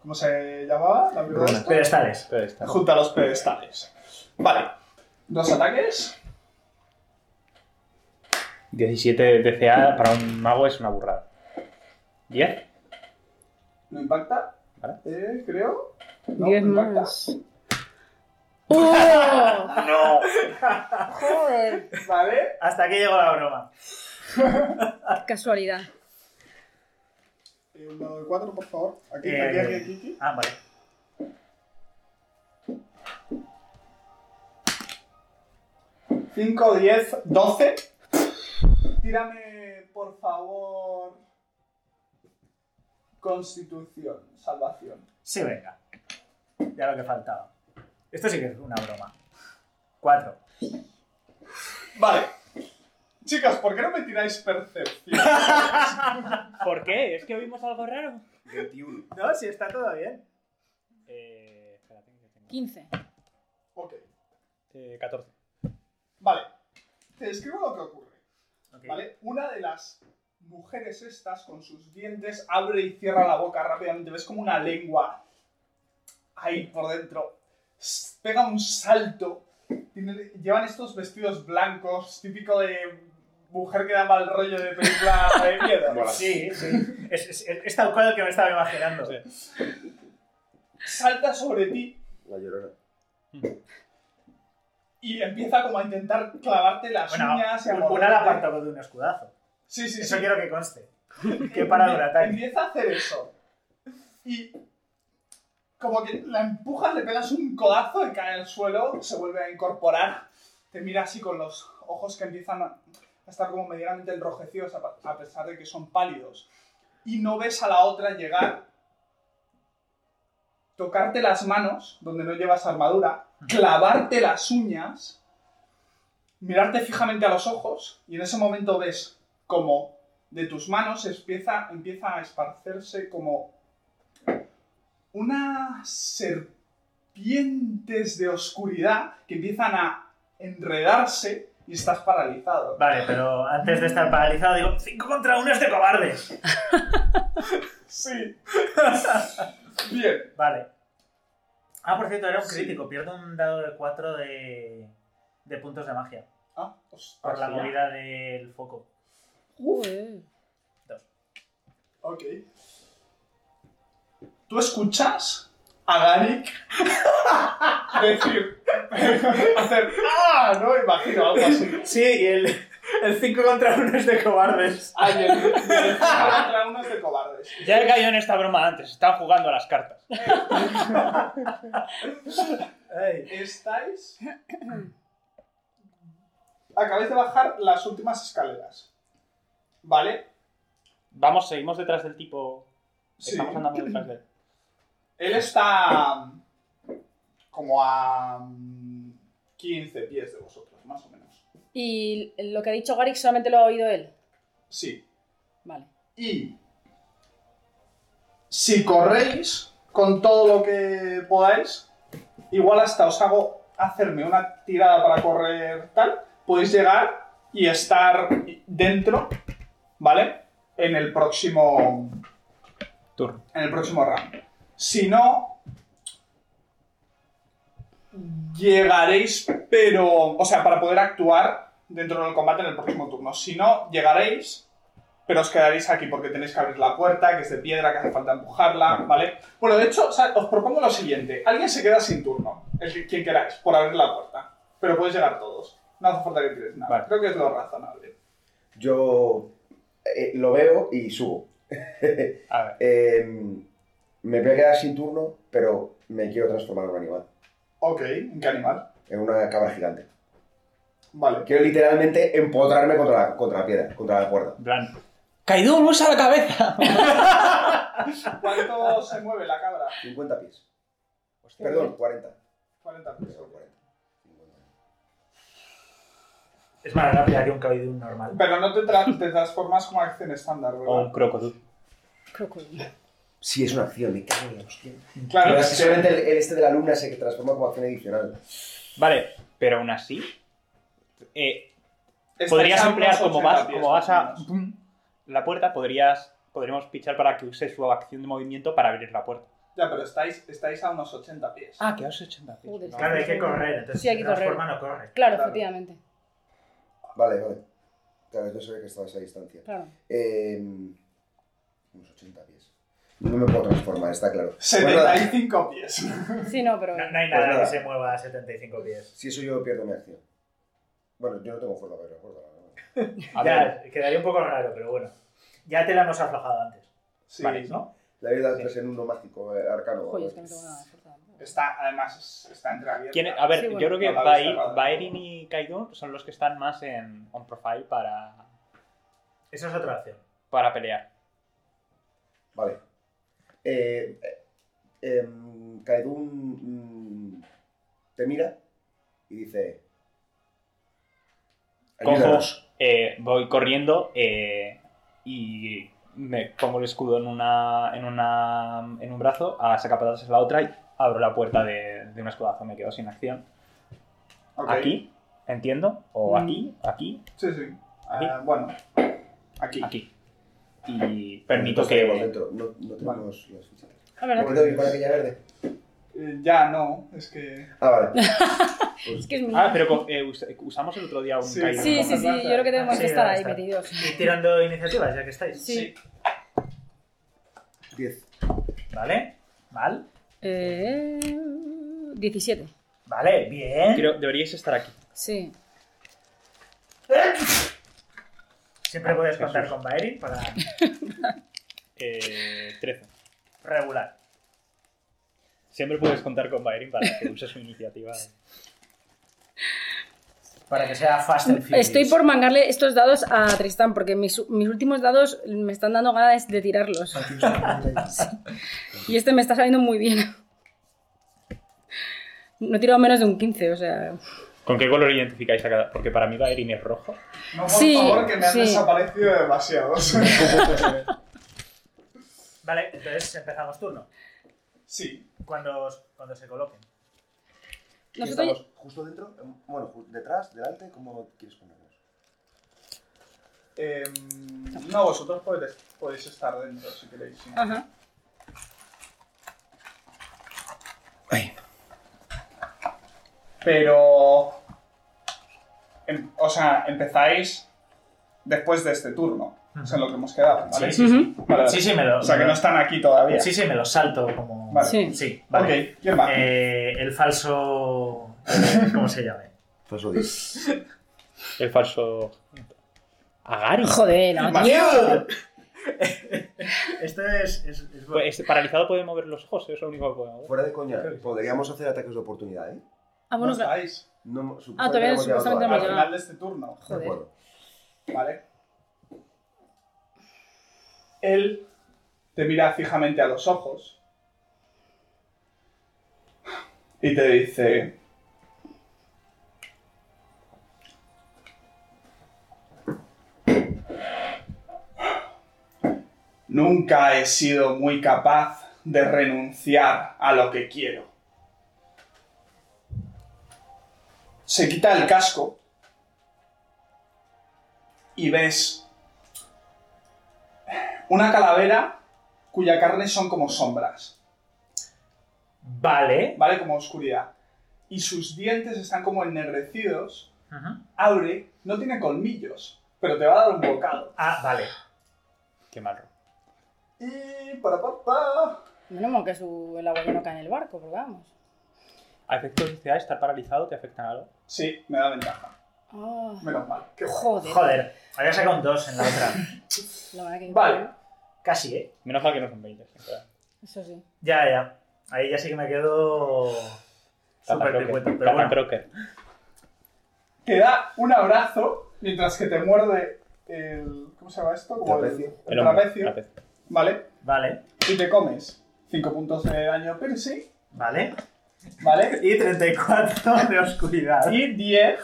¿Cómo se llamaba? La primera esta?
Pedestales.
Pero está.
Junto a los pedestales. Vale. Dos ataques.
17 de DCA para un mago es una burrada. ¿10?
No impacta.
Vale.
Eh, creo. No, pues,
10
no impacta.
más. ¡Oh!
Ah,
¡No!
¡Joder!
Vale.
Hasta aquí llegó la broma.
Qué Casualidad.
Eh, Un dado de cuatro, por favor. Aquí,
Eh,
aquí, aquí, aquí, aquí.
Ah, vale.
Cinco, diez, doce. Tírame, por favor. Constitución, salvación.
Sí, venga. Ya lo que faltaba. Esto sí que es una broma. Cuatro.
Vale. Chicas, ¿por qué no me tiráis percepción?
¿Por qué? ¿Es que oímos algo raro?
21.
No, si está todo bien.
Eh, espérate que tengo.
15.
ok.
Eh, 14.
Vale. Te describo lo que ocurre.
Ok.
¿Vale? Una de las mujeres estas, con sus dientes, abre y cierra la boca rápidamente. Ves como una lengua ahí por dentro. S- Pega un salto. Tiene- llevan estos vestidos blancos, típico de mujer que da mal rollo de película de miedo.
Mola.
Sí, sí. Es, es- es- es tal cual el que me estaba imaginando.
Salta sobre ti
La llorona.
y empieza como a intentar clavarte las
Bueno,
uñas y a
un-
morderte.
una la aparta con un escudazo.
Sí, sí,
Eso
sí.
quiero que conste. Que para un ataque.
Empieza a hacer eso. Y como que la empujas, le pegas un codazo y cae al suelo, se vuelve a incorporar. Te mira así con los ojos que empiezan a a estar como medianamente enrojecidos a pa- a pesar de que son pálidos. Y no ves a la otra llegar, tocarte las manos, donde no llevas armadura, clavarte las uñas, mirarte fijamente a los ojos y en ese momento ves como de tus manos empieza, empieza a esparcerse como unas serpientes de oscuridad que empiezan a enredarse y estás paralizado.
Vale, pero antes de estar paralizado digo, 5 contra este 1 es de cobardes.
Sí. Bien.
Vale. Ah, por cierto, era un crítico. Pierdo un dado de 4 de, de puntos de magia.
Ah,
Por la
hostia.
movida del foco.
Joder.
Ok. ¿Tú escuchas a Garik decir, hacer, ah, no, imagino algo así.
Sí, y el, el 5 contra 1 es de cobardes.
Ay, el, el- contra unos de cobardes.
Ya he caído en esta broma antes, están jugando a las cartas.
Estáis. Acabáis de bajar las últimas escaleras. ¿Vale?
Vamos, seguimos detrás del tipo.
Sí.
Estamos andando detrás de él.
Él está. mm, como a. mm, 15 pies de vosotros, más o menos.
Y lo que ha dicho Garrick solamente lo ha oído él.
Sí.
Vale.
Y. si corréis con todo lo que podáis, igual hasta os hago hacerme una tirada para correr tal, podéis llegar y estar dentro, ¿vale? En el próximo
Turno.
En el próximo round. Si no, llegaréis, pero, o sea, para poder actuar dentro del combate en el próximo turno. Si no, llegaréis, pero os quedaréis aquí porque tenéis que abrir la puerta, que es de piedra, que hace falta empujarla, ¿vale? Bueno, de hecho, o sea, os propongo lo siguiente. Alguien se queda sin turno, el que- quien queráis, por abrir la puerta. Pero podéis llegar todos. No hace falta que tiréis nada.
Vale.
Creo que es lo razonable.
Yo eh, lo veo y subo.
A ver.
Eh, me voy a quedar sin turno, pero me quiero transformar en un animal.
Ok, ¿en qué animal?
En una cabra gigante.
Vale.
Quiero literalmente empotrarme contra la, contra la piedra, contra la puerta.
En plan. ¡Caído un usa la cabeza!
¿Cuánto se mueve la cabra?
50 pies. Perdón, 40.
40 pies.
Perdón, 40.
Es más rápida que un caidún normal.
Pero no te, tra- te transformas como acción estándar,
O un
¿verdad?
crocodilo.
Crocodilo.
Sí, es una acción, me cago en la hostia.
Claro,
Pero es que solamente el, el este de la luna se transforma como acción adicional.
Vale, pero aún así. eh,
estáis
podrías
a
emplear
unos
como
80
vas,
pies,
como vas a.
más o menos.
pum, la puerta, podrías. Podríamos pichar para que use su acción de movimiento para abrir la puerta.
Ya, pero estáis, estáis a unos 80 pies.
Ah, que has 80 pies.
Joder.
No.
Claro, hay que correr, entonces
Sí, hay
si
que
se transforma
correr.
no corre.
Claro,
Claro.
efectivamente.
Vale, vale. Claro, yo sabía que estaba a esa distancia.
Claro.
Eh, unos 80 pies. No me puedo transformar, está claro. Pues nada,
75 pies.
Sí, no, pero.
No, no hay
Pues
nada
nada.
que se mueva a 75 pies.
si eso yo pierdo mi acción. Bueno, yo no tengo fuerza para ir a fuerza, la verdad.
A
ya,
ver,
quedaría un poco raro, pero bueno. Ya te la hemos aflojado antes.
Sí.
Vale, ¿no?
La vida es en uno mágico, eh, arcano.
Joder, es
¿no?
que no tengo nada de fuerza tampoco.
Está, además, es- está entreabierta.
¿quién- a ver,
Sí, bueno.
yo creo
No
que
la habéis
Bae-
cerrado.
Baerin y Kaidun son los que están más en on profile para,
Eso es otra acción.
para pelear.
Vale. Eh, eh, em, Kaedun, mm, te mira y dice...
Cojo,
"Ayúdanos".
eh, voy corriendo eh, y me pongo el escudo en una en una en un brazo, a sacapatas en la otra y abro la puerta de, de un escudazo, me quedo sin acción.
Ok.
Aquí, entiendo, o
Mm.
aquí, aquí,
Sí, sí. Ah, bueno, aquí.
aquí. Y permito
Nosotros tenemos
que
dentro, no, no tenemos las fichas.
Ah, ¿verdad?
¿Te tengo que ir con aquella verde?
Eh, ya no, es que.
Ah, vale.
Es que es mi.
Ah, pero con- eh, us- usamos el otro día un
Sí.
Kairos.
sí, sí, sí, yo creo que tenemos
Sí,
que estar
ahora
ahí
está.
metidos.
Y tirando iniciativas, ya que estáis.
Sí.
10.
¿Vale? ¿Vale?
Eh, 17.
¿Vale? Bien.
Creo- deberíais estar aquí.
Sí.
Siempre puedes contar
Jesús.
con Baerin para
Eh, 13.
regular.
Siempre puedes contar con Byron para que use su iniciativa.
Para que sea fast and furious.
Estoy por mangarle estos dados a Tristán porque mis, mis últimos dados me están dando ganas de tirarlos. Y este me está saliendo muy bien. No he tirado menos de un 15, o sea.
¿Con qué color identificáis a cada? Porque para mí Byron es rojo.
No, por
Sí,
favor, que me han
sí.
desaparecido demasiados.
Vale, entonces empezamos turno.
sí.
Cuando, os- cuando se coloquen.
Nosotros,
¿Estamos justo dentro? em, Bueno, ju- detrás, delante, ¿cómo quieres ponernos?
Em, no, vosotros podéis, podéis estar dentro si queréis. sí.
ajá.
Pero. em- o sea, empezáis después de este turno. O sea, en lo que hemos quedado, ¿vale?
Sí,
Ujú.
Vale,
Sí, sí, me lo.
O sea, que no están aquí todavía.
Sí, sí, me lo salto como.
Vale.
Sí.
Sí, vale.
Ok, ¿quién va?
Eh, el falso. eh, ¿Cómo se llama?
Falso 10.
El falso. Agari.
Joder, no, tío.
Esto es. es, es bueno.
Pues, este, paralizado puede mover los ojos, eso es lo único que puede mover.
Fuera de coña, podríamos hacer ataques de oportunidad, ¿eh?
Ah,
No
bueno, claro.
estáis.
No, supuestamente
Ah, todavía
no hemos llegado
supuestamente
a
no
Al
hemos
la-
final de este turno,
De
Joder.
acuerdo.
¿vale? Él te mira fijamente a los ojos y te dice... Nunca he sido muy capaz de renunciar a lo que quiero. Se quita el casco y ves una calavera cuya carne son como sombras,
Vale.
¿vale? Como oscuridad. Y sus dientes están como ennegrecidos.
Ujú.
Abre, no tiene colmillos, pero te va a dar un bocado.
Ah, vale.
Qué malo.
Y para pa, pa.
Menos mal que su, el agua que no cae en el barco, pero vamos.
A efectos de CA, estar paralizado te afecta en algo.
Sí, me da ventaja.
Ah,
Menos mal. Qué guay.
joder.
Joder. Había sacado un 2 en la otra.
La verdad que-
Vale.
Casi, ¿eh?
Menos mal que no son 20. en verdad.
Eso sí.
Ya, ya. Ahí ya sí que me quedo.
Tapa
Súper
Crocker,
picueto. Pero
tapa
bueno.
Crocker.
Te da un abrazo mientras que te muerde el... ¿Cómo se llama esto? Como el-
Trapecio.
El,
hombro,
trapecio,
trapecio.
¿vale?
Vale.
Y te comes 5 puntos de daño piercing,
Vale.
¿vale?
Y 34 de oscuridad.
y 10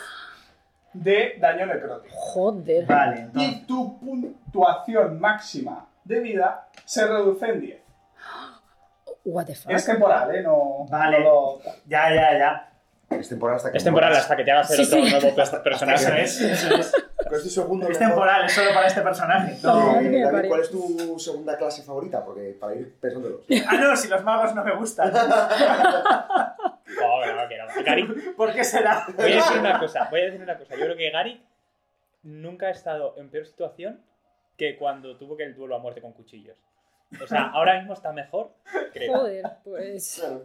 de daño necrótico.
Joder.
Vale, entonces.
Y tu puntuación máxima de vida se reduce en 10.
What the fuck.
Es temporal, ¿eh? No,
Vale.
no lo-
Ya, ya, ya.
Es temporal hasta que
Es temporal
mueras.
hasta que te hagas el
Sí,
otro
sí.
nuevo pe-
Eso
personaje.
es. Eso es.
Pero este segundo
Es
mejor-
temporal, es solo para este personaje.
No,
Madre
eh,
que me
David,
parió.
¿cuál es tu segunda clase favorita? Porque para ir pensándolo.
Ah, no, si los magos no me gustan.
No, no, que no. Gary,
¿Por qué será?
voy a decir una cosa. Voy a decir una cosa. Yo creo que Gary nunca ha estado en peor situación que cuando tuvo que el duelo a muerte con cuchillos. O sea, ahora mismo está mejor, creo.
Joder, pues.
Ah.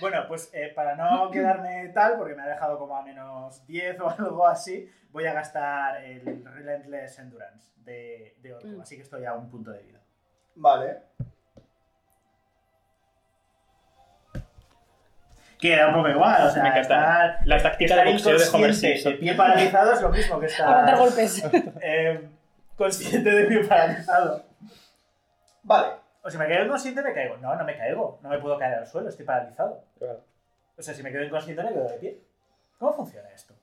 Bueno, pues eh, para no quedarme tal, porque me ha dejado como a menos 10 o algo así, voy a gastar el Relentless Endurance de, de Orco.
Mm.
Así que estoy a un punto de vida.
Vale.
Queda un poco igual, o sea,
Me encanta.
estar-
La táctica de
estar
boxeo de Homer
inconsciente,
Simpson.
de pie paralizado es lo mismo que
Aguantar
estar
golpes.
eh, consciente de pie paralizado.
Vale.
O si me caigo consciente, me caigo. No, no me caigo. No me puedo caer al suelo, estoy paralizado. O sea, si me quedo inconsciente, no me quedo de pie. ¿Cómo funciona esto?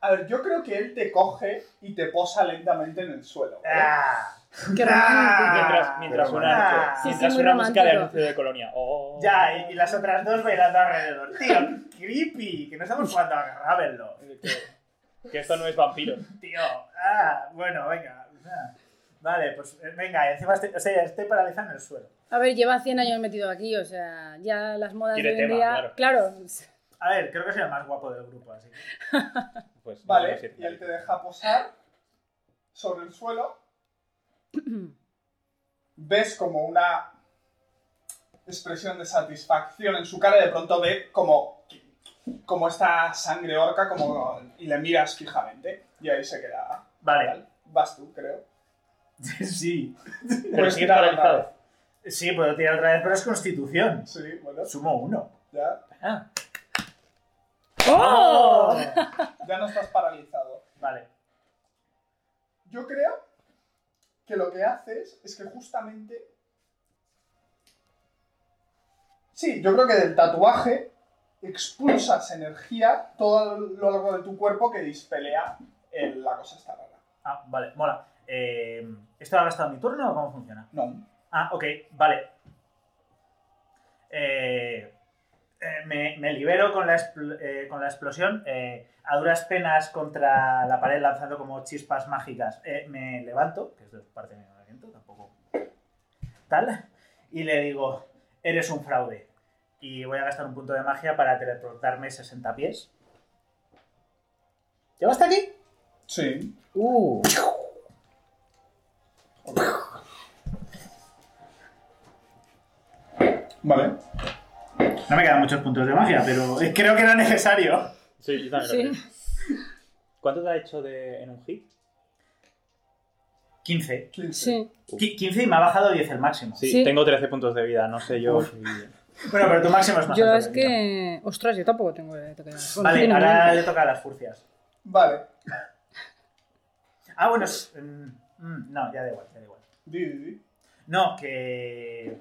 A ver, yo creo que él te coge y te posa lentamente en el suelo. ¿vale?
¡Ah!
Qué
¡Ah!
Mientras, mientras
pero
una,
romántico.
Sí,
mientras
sí, muy
una música de
romántico.
anuncio de colonia. Oh.
Ya, y, y las otras dos bailando alrededor. Tío, qué creepy, que no estamos jugando a Ravenloft.
Que- Que esto no es vampiro.
Tío, ah, bueno, venga. ah. Vale, pues eh, venga, encima estoy, o sea, estoy paralizado en el suelo.
A ver, lleva 100 años metido aquí, o sea, ya las modas
Tiene
de hoy en
tema,
día. Claro.
A ver, creo que soy el más guapo del grupo, así que.
Pues, no voy a
Vale,
decir
y él te
nada.
deja posar sobre el suelo. Ves como una expresión de satisfacción en su cara. De pronto ve como, como esta sangre orca como, y le miras fijamente. Y ahí se queda.
Vale.
Vas tú, creo. Pues
Sí.
Pero sigue
tirar otra
paralizado.
Sí, puedo tirar otra vez, pero es constitución.
vez. Sí, bueno,
Sumo uno.
ya,
Ah.
¡Oh!
ya no estás paralizado.
Vale.
Yo creo que lo que haces es que justamente. Sí, yo creo que del tatuaje expulsas energía todo lo largo de tu cuerpo que dispelea el- la cosa esta rara.
Ah, vale, mola. Eh, ¿Esto ha gastado mi turno o cómo funciona?
No.
Ah, ok, vale. Eh, eh, me, me libero con la, expl- eh, con la explosión. eh, a duras penas contra la pared lanzando como chispas mágicas. Eh, me levanto, que esto es parte de mi movimiento, tampoco. Tal. Y le digo, eres un fraude. Y voy a gastar un punto de magia para teleportarme 60 pies. ¿Llego hasta aquí?
Sí.
Uh.
Vale.
No me quedan muchos puntos de magia, pero creo que era necesario.
Sí, yo también
Sí.
lo creo. ¿Cuánto te ha hecho de, en un hit?
15.
Sí.
Qui- 15 y me ha bajado 10 el máximo.
Sí,
Sí.
tengo 13 puntos de vida, no sé yo. si-
Bueno, pero tu máximo es más
Yo
alto
es
mío.
que. Ostras, yo tampoco tengo que tocar. Bueno,
Vale,
tiene un
ahora
momento.
le toca a las furcias.
Vale.
Ah, bueno. es- mm, mm, no, ya da igual, ya da igual.
Di, di, di.
No, que.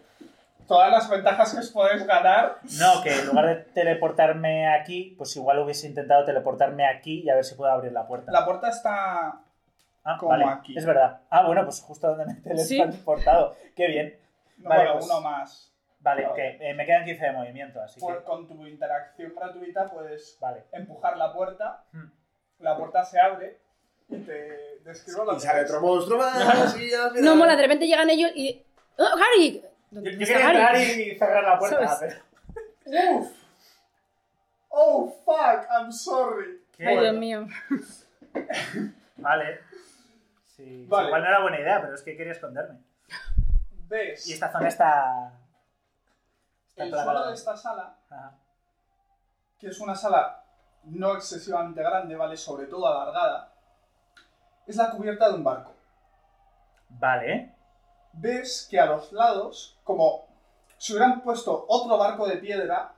Todas las ventajas que os podéis ganar.
No, que en lugar de teleportarme aquí, pues igual hubiese intentado teleportarme aquí y a ver si puedo abrir la puerta.
La puerta está.
Ah,
como aquí.
Es verdad. Ah, bueno, pues justo donde me he
Sí.
teletransportado. Qué bien.
No,
Vale,
bueno,
pues-
uno más.
Vale, ok. eh, me quedan 15 de movimiento, así
Pues
que.
con tu interacción gratuita puedes
Vale.
empujar la puerta.
Hmm.
La puerta se abre y te describo la
Y sale otro monstruo más. y ya, mira.
No mola, de repente llegan ellos y. ¡Oh, Harry! ¿Dónde
Yo, yo
está
quería
Harry?
entrar y cerrar la puerta.
¿Sabes?
pero-
¡Uf! ¡Oh, fuck! I'm sorry.
¿Qué?
Ay, Dios mío.
Vale. Sí.
Vale.
Igual no era buena idea, pero es que quería esconderme.
Ves
Y esta zona está. está
el
plagada
suelo
de-
de esta sala,
Ajá.
que es una sala no excesivamente grande, ¿vale? Sobre todo alargada, es la cubierta de un barco.
Vale.
Ves que a los lados, como si hubieran puesto otro barco de piedra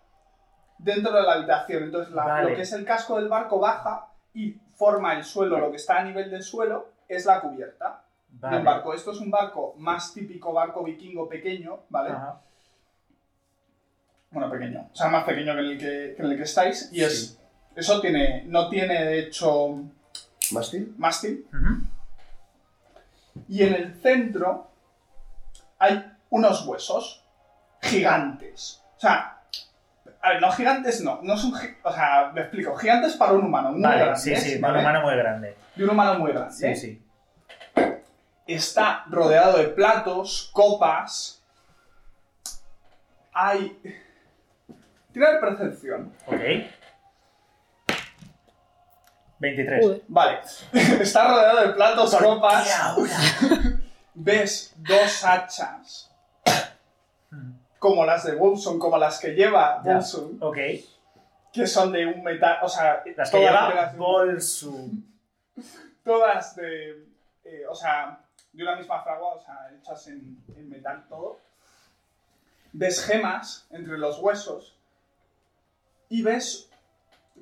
dentro de la habitación. Entonces, la-
Vale.
lo que es el casco del barco baja y forma el suelo. Lo que está a nivel del suelo es la cubierta. de
Vale.
un barco. Esto es un barco más típico barco vikingo pequeño, ¿vale?
Ajá.
Bueno, pequeño. O sea, más pequeño que el que, que, en el que estáis. Y es. Eso tiene. No tiene, de hecho,
¿Mástil?
mástil.
Ujú.
Y en el centro hay unos huesos gigantes. O sea. A ver, no gigantes, no. No son. gi- O sea, me explico. Gigantes para un humano. Muy
Vale,
grandes,
sí, sí,
¿vale?
un humano muy grande.
Y un humano muy grande.
Sí, sí.
está rodeado de platos, copas. Hay. Tirar percepción.
Ok. 23.
Joder.
Vale. está rodeado de platos,
¿Qué
copas.
ahora?
Ves dos hachas. Como las de Wilson, como las que lleva
Ya.
Wilson.
Ok.
Que son de un metal. O sea,
Las que
todas
lleva
eran-
Bolsu.
todas de. eh, o sea, de una misma fragua, o sea, hechas en, en metal todo. Ves gemas entre los huesos y ves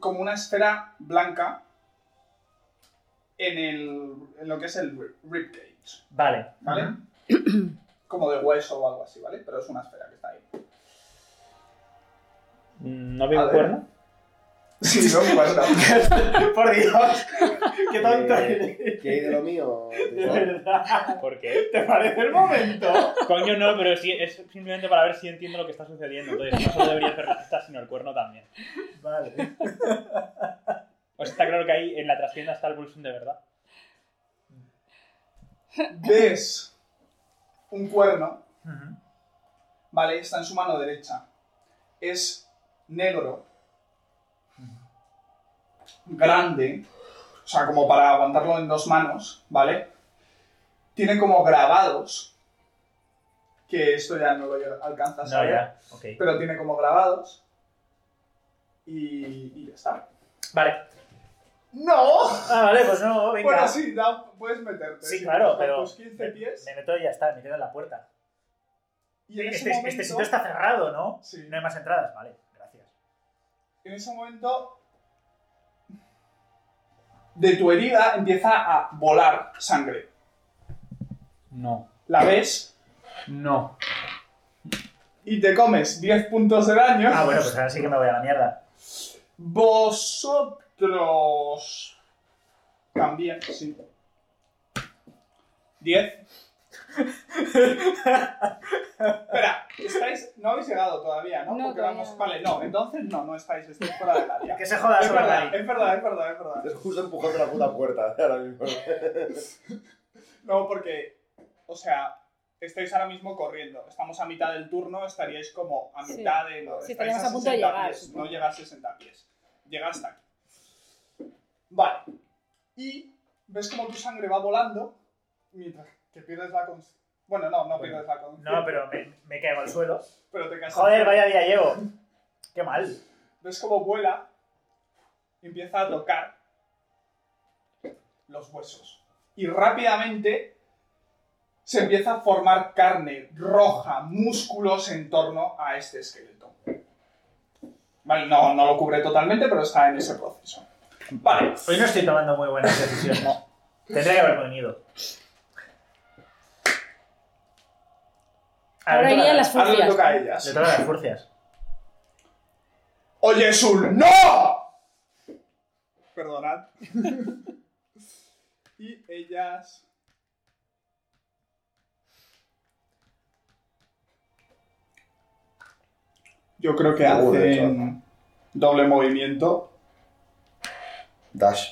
como una esfera blanca en, el, en lo que es el rib- ribcage,
Vale.
¿vale? Como de hueso o algo así, ¿vale? Pero es una esfera que está ahí.
¿No veo
A
un
ver.
cuerno?
Sí, no cuerno.
Por Dios, qué tonto
¿Qué
eres.
Eh, hay de lo mío?
De verdad.
¿Por qué?
¿Te parece el momento?
Coño, no, pero sí, es simplemente para ver si entiendo lo que está sucediendo. Entonces, no solo debería hacer la cesta, sino el cuerno también.
Vale. Pues
O sea, está claro que ahí en la trastienda está el Bullsum de verdad.
Ves un cuerno, ¿vale? Está en su mano derecha. Es negro, grande, o sea, como para aguantarlo en dos manos, ¿vale? Tiene como grabados, que esto ya no lo alcanzas a
No,
ver,
ya. Ok.
pero tiene como grabados y, y ya está.
Vale.
¡No!
Ah, vale, pues no, venga.
Bueno, sí, da- puedes meterte.
Sí,
si
claro,
con
pero.
Tus 15 pies.
Me meto y ya está, me quedo en la puerta.
Y en ese
Este,
momento.
este sitio está cerrado, ¿no?
Sí.
No hay más entradas, vale, gracias.
En ese momento, de tu herida empieza a volar sangre.
No,
La ves
no.
y te comes 10 puntos de daño.
Ah, bueno, pues ahora sí que me voy a la mierda.
Vosotros también, sí. 10. Espera, estáis. No habéis llegado todavía, ¿no?
No,
Porque
todavía
vamos.
no.
Vale, no, entonces no, no estáis, estáis fuera del área.
Que se joda
Es
sobre
verdad,
David.
es verdad, es verdad, es verdad.
Es justo empujando la puta puerta ahora mismo.
No, porque, o sea, estáis ahora mismo corriendo. Estamos a mitad del turno, estaríais como a
Sí.
mitad de... No,
Sí,
estáis
estaríamos a punto de
60
llegar,
pies.
supongo.
No llega a 60 pies. Llega hasta aquí. Vale. Y ves como tu sangre va volando mientras que pierdes la conciencia. Bueno, no, no pierdes la conciencia.
No, pero me, me caigo al suelo.
pero te caes.
Joder, vaya día llevo. Qué mal.
Ves como vuela y empieza a tocar los huesos. Y rápidamente se empieza a formar carne roja, músculos en torno a este esqueleto. Vale, no, no lo cubre totalmente, pero está en ese proceso. Vale,
Hoy no estoy tomando muy buenas decisiones. Tendría que haber venido. A
Ahora
ver,
irían
toca-
las
ahora le
furcias.
toca a
Le
ellas.
toca las furcias.
¡Oye, Sul, no! Perdonad. y ellas... Yo creo que
Doble,
hacen doble movimiento. y-
Dash.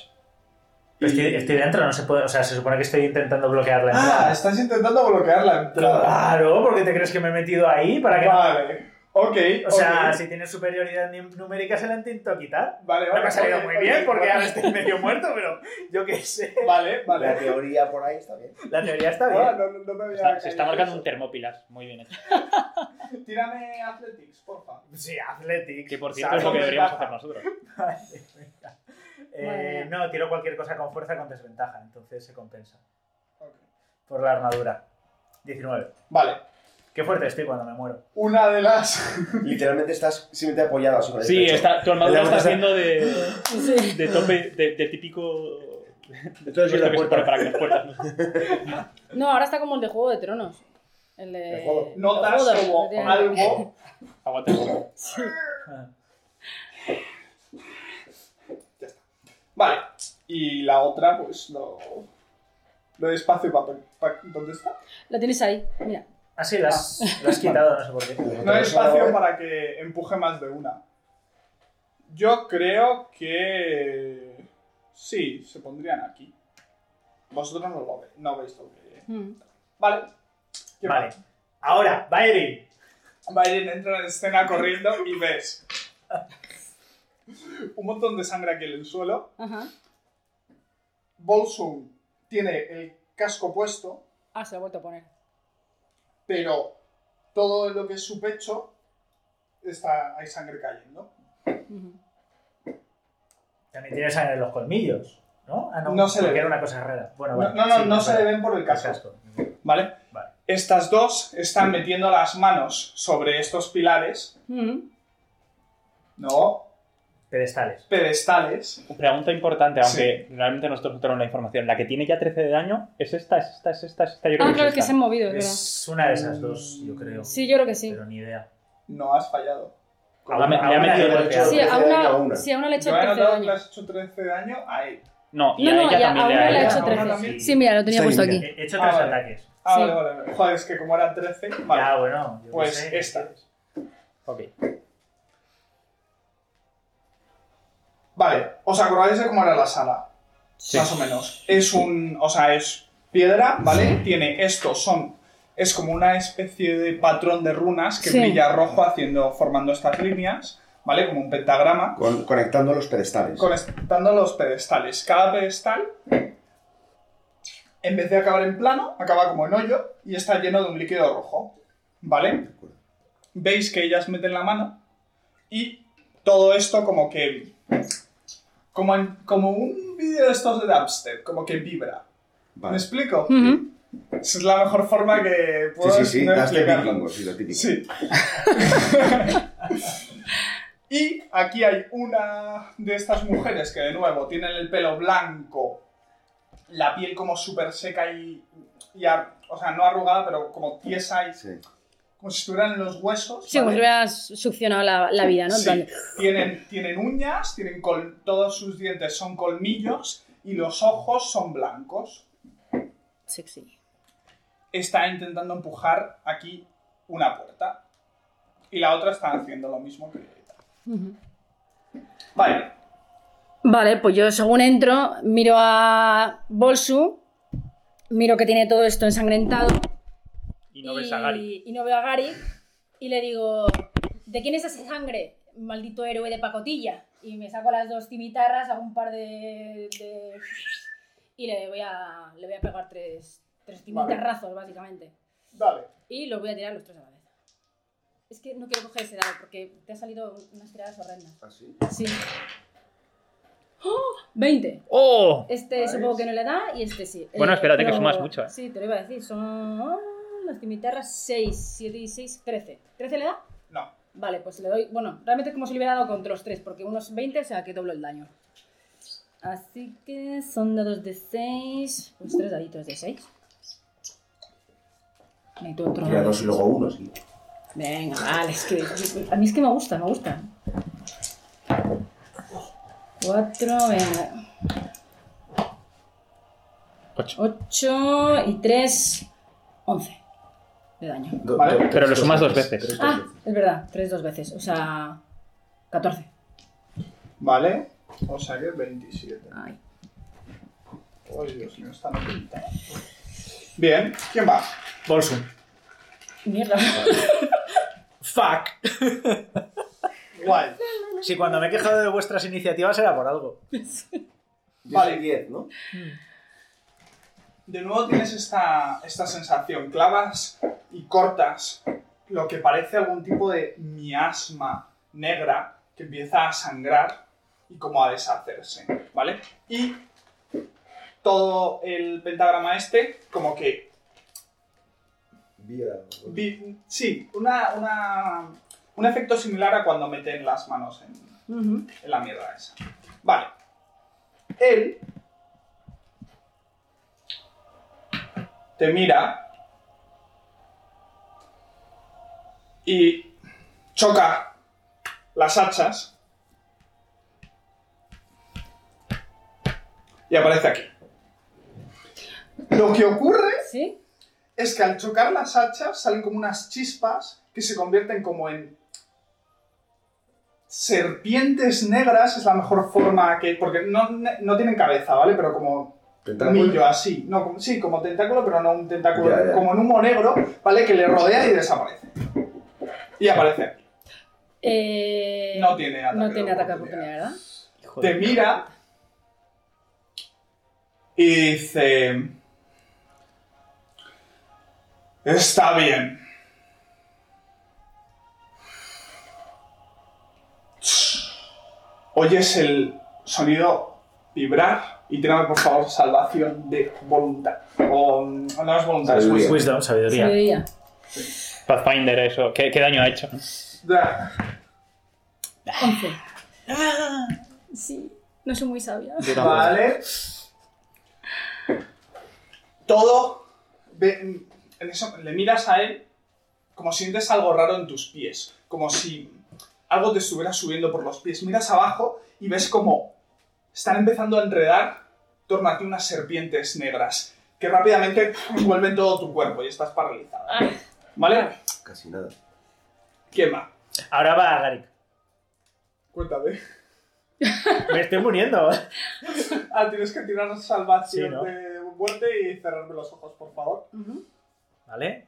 Pero estoy, estoy dentro, no se puede. O sea, se supone que estoy intentando bloquear la
Ah,
entrada.
estás intentando bloquear la entrada.
Claro, porque te crees que me he metido ahí Ah, para que. no-
Vale. Ok.
O sea,
ok.
si tienes superioridad ni- numérica se la intento quitar.
Vale,
No
vale.
me ha salido
ok,
muy
ok,
bien porque
vale.
ahora estoy medio muerto, pero yo qué sé.
Vale, vale.
La teoría por ahí está bien.
La teoría está
Ah,
bien.
no, no, no me había
Está- se está
caído
marcando
eso.
un termópilas. Muy bien hecho.
Tírame Athletics, porfa.
Sí, Athletics.
Que por cierto
¿sabes?
es lo que deberíamos
ventaja.
hacer nosotros.
Eh,
Vale.
no, tiro cualquier cosa con fuerza con desventaja, entonces se compensa.
Ok.
Por la armadura. 19.
Vale.
Qué fuerte estoy cuando me muero.
Una de las.
Literalmente estás simplemente apoyado sobre el
Sí,
pecho.
está, tu armadura
Le
está
damos esa-
haciendo de,
Sí.
de tope, de, de típico. De
Entonces,
esto
la
que se
puerta.
pone para que las puertas no-
No, ahora está como el de Juego de Tronos. El de...
El juego.
Notas
el juego de-
como algo
Aguanta.
Vale. Y la otra, pues lo. Lo de espacio papel. pa- ¿Dónde está?
Lo tienes ahí, mira.
Ah, sí, lo has, lo has quitado, no sé por qué.
No hay
Entonces, ahora
espacio
voy.
para que empuje más de una. Yo creo que. Sí, se pondrían aquí. Vosotros no lo ve- no veis lo que.
Mm.
Vale. ¿Qué
Vale. Ahora, Byron.
más? Biden entra en escena corriendo y ves. Un montón de sangre aquí en el suelo.
Ajá.
Bolsung tiene el casco puesto.
Ah, se lo he vuelto a poner.
pero todo lo que es su pecho está hay sangre cayendo.
Ujú.
También tiene sangre en los colmillos, ¿no? Ah, no,
No se le
porque
ve.
era una cosa rara. Bueno,
No,
Ah,
no,
vale.
no,
sí,
no
es
se le
verdad.
ven por el
El
casco,
casco.
¿vale?
Vale.
Estas dos están metiendo las manos sobre estos pilares,
Ujú.
no
Pedestales.
pedestales.
Pregunta importante, aunque realmente nosotros no tenemos la información. La que tiene ya 13 de daño es esta, es esta, es esta, es esta. Yo creo
Ah, claro
es
que se
esta.
han movido, es verdad.
Es una de esas dos, yo creo.
Sí, yo creo que sí.
Pero ni idea.
No has fallado.
A
Me- me
una-
ha
a una
metido
le
el
he golpeado.
Sí, a
13 daño a
una,
una.
sí, a una le he hecho
Yo he
13
notado que le
daño.
has hecho 13 de daño a él.
No, y
No,
a
no,
ella
ya,
también
a
le
una
ha
le he
ella
hecho.
hecho
también.
13.
Sí.
Sí, mira, lo tenía
Está
puesto
bien,
aquí.
He he hecho
Ah,
tres
vale.
ataques.
Ah,
Sí.
vale, vale, vale. Joder, es que como eran 13, vale.
Ya, bueno. yo qué
pues
sé.
esta.
Ok.
Vale, ¿os acordáis de cómo era la sala?
Sí.
Más o menos. Es un. O sea, es piedra, ¿vale? Tiene esto, son. Es como una especie de patrón de runas que
Sí.
brilla rojo haciendo, formando estas líneas, ¿vale? Como un pentagrama.
Con- conectando los pedestales.
Conectando los pedestales. Cada pedestal, en vez de acabar en plano, acaba como en hoyo y está lleno de un líquido rojo. ¿Vale? Veis que ellas meten la mano y todo esto como que... Como, en- como un vídeo de estos de dubstep, como que vibra. ¿Me
Vale. Sí,
explico?
Ujú.
Esa es la mejor forma que puedo
sí, sí,
de
das de
explicarlo.
vikingos, sí, lo típico.
Sí. y aquí hay una de estas mujeres que de nuevo tienen el pelo blanco, la piel como súper seca y, y ar- o sea, no arrugada, pero como tiesa y
Sí.
como si estuvieran los huesos.
Sí, como
¿vale?
si hubieras succionado la, la vida, ¿no? En
Sí.
plan de-
Tienen, tienen uñas, tienen col- todos sus dientes son colmillos y los ojos son blancos.
Sexy.
Está intentando empujar aquí una puerta. Y la otra está haciendo lo mismo que ella.
Ujú.
Vale,
Vale, pues yo según entro, miro a Bolsu, miro que tiene todo esto ensangrentado
Y no ves a Gary.
y no veo a Gary y le digo, ¿de quién es esa sangre? Maldito héroe de pacotilla. Y me saco las dos cimitarras, hago un par de... de- y le voy a, le voy a pegar tres, tres cimitarrazos, básicamente.
dale.
Y los voy a tirar los tres a la vez. Es que no quiero coger ese dado porque te ha salido unas tiradas horrendas.
¿Ah,
Sí. ¡Oh! 20.
¡Oh!
Este
¿Ves?
supongo que no le da y este sí.
Bueno, espérate, que
pero-
sumas mucho, ¿eh?
Sí, te lo iba a decir. Son oh, las cimitarras 6, 7 y 6, 13. ¿13 le da?
No.
Vale, pues le doy. Bueno, realmente es como si le hubiera dado contra los 3, porque unos 20, o sea que doblo el daño. Así que son dados de 6, pues 3 daditos de 6. Necesito otro.
Tira
dado.
dos y luego uno, sí.
Venga, vale, es que a mí es que me gusta, me gusta. Cuatro, venga.
Ocho.
Ocho y tres, once de daño.
Do-
Vale.
do-
Pero
tres,
lo sumas dos
tres,
veces.
tres, dos
Ah, es verdad, tres dos veces, o sea, catorce.
Vale, o sea que 27.
Ay.
Oh, Dios mío, está mal pintada. Bien, ¿quién va?
Bolsum.
Mierda.
Fuck.
Guay.
Si cuando me he quejado de vuestras iniciativas era por algo.
Yo soy
Vale.
diez, ¿no?
De nuevo tienes esta, esta sensación. Clavas y cortas lo que parece algún tipo de miasma negra que empieza a sangrar y como a deshacerse, ¿vale? Y todo el pentagrama este como que
Vía-
Vi- Sí, una, una- un efecto similar a cuando meten las manos en,
Ujú.
en la mierda esa. Vale. Él te mira y choca las hachas y aparece aquí. Lo que ocurre
¿Sí?
es que al chocar las hachas salen como unas chispas que se convierten como en serpientes negras, es la mejor forma que... porque no, no tienen cabeza, ¿vale? Pero como
Tentáculo.
millo así, no, como- sí, como tentáculo, pero no un tentáculo,
Ya, ya.
como en humo negro, ¿vale? Que le rodea y desaparece. Y aparece aquí.
Eh,
No tiene ataque.
no tiene
de
ataque de
oportunidad.
oportunidad, ¿verdad?
Te mira y dice... Está bien. Oyes el sonido vibrar y tírame por favor salvación de voluntad. O mm, no es voluntad, es
Sabiduría.
wisdom.
Wisdom,
Sí,
Pues sabiduría.
veía.
Pathfinder, eso. ¿Qué, qué daño ha hecho?
Da-
Once. Sí, no soy muy sabia.
Vale. Todo. ve- en eso, le miras a él como sientes algo raro en tus pies. Como si algo te estuviera subiendo por los pies. Miras abajo y ves como están empezando a enredar torno a ti unas serpientes negras que rápidamente envuelven todo tu cuerpo y estás paralizado.
Ay,
¿Vale?
Casi nada.
¿Quién va?
Ahora va Garik.
Cuéntame.
Me estoy muriendo.
Ah, tienes que tirar salvación
Sí, ¿no?
de muerte y cerrarme los ojos, por favor.
Ujú.
¿Vale?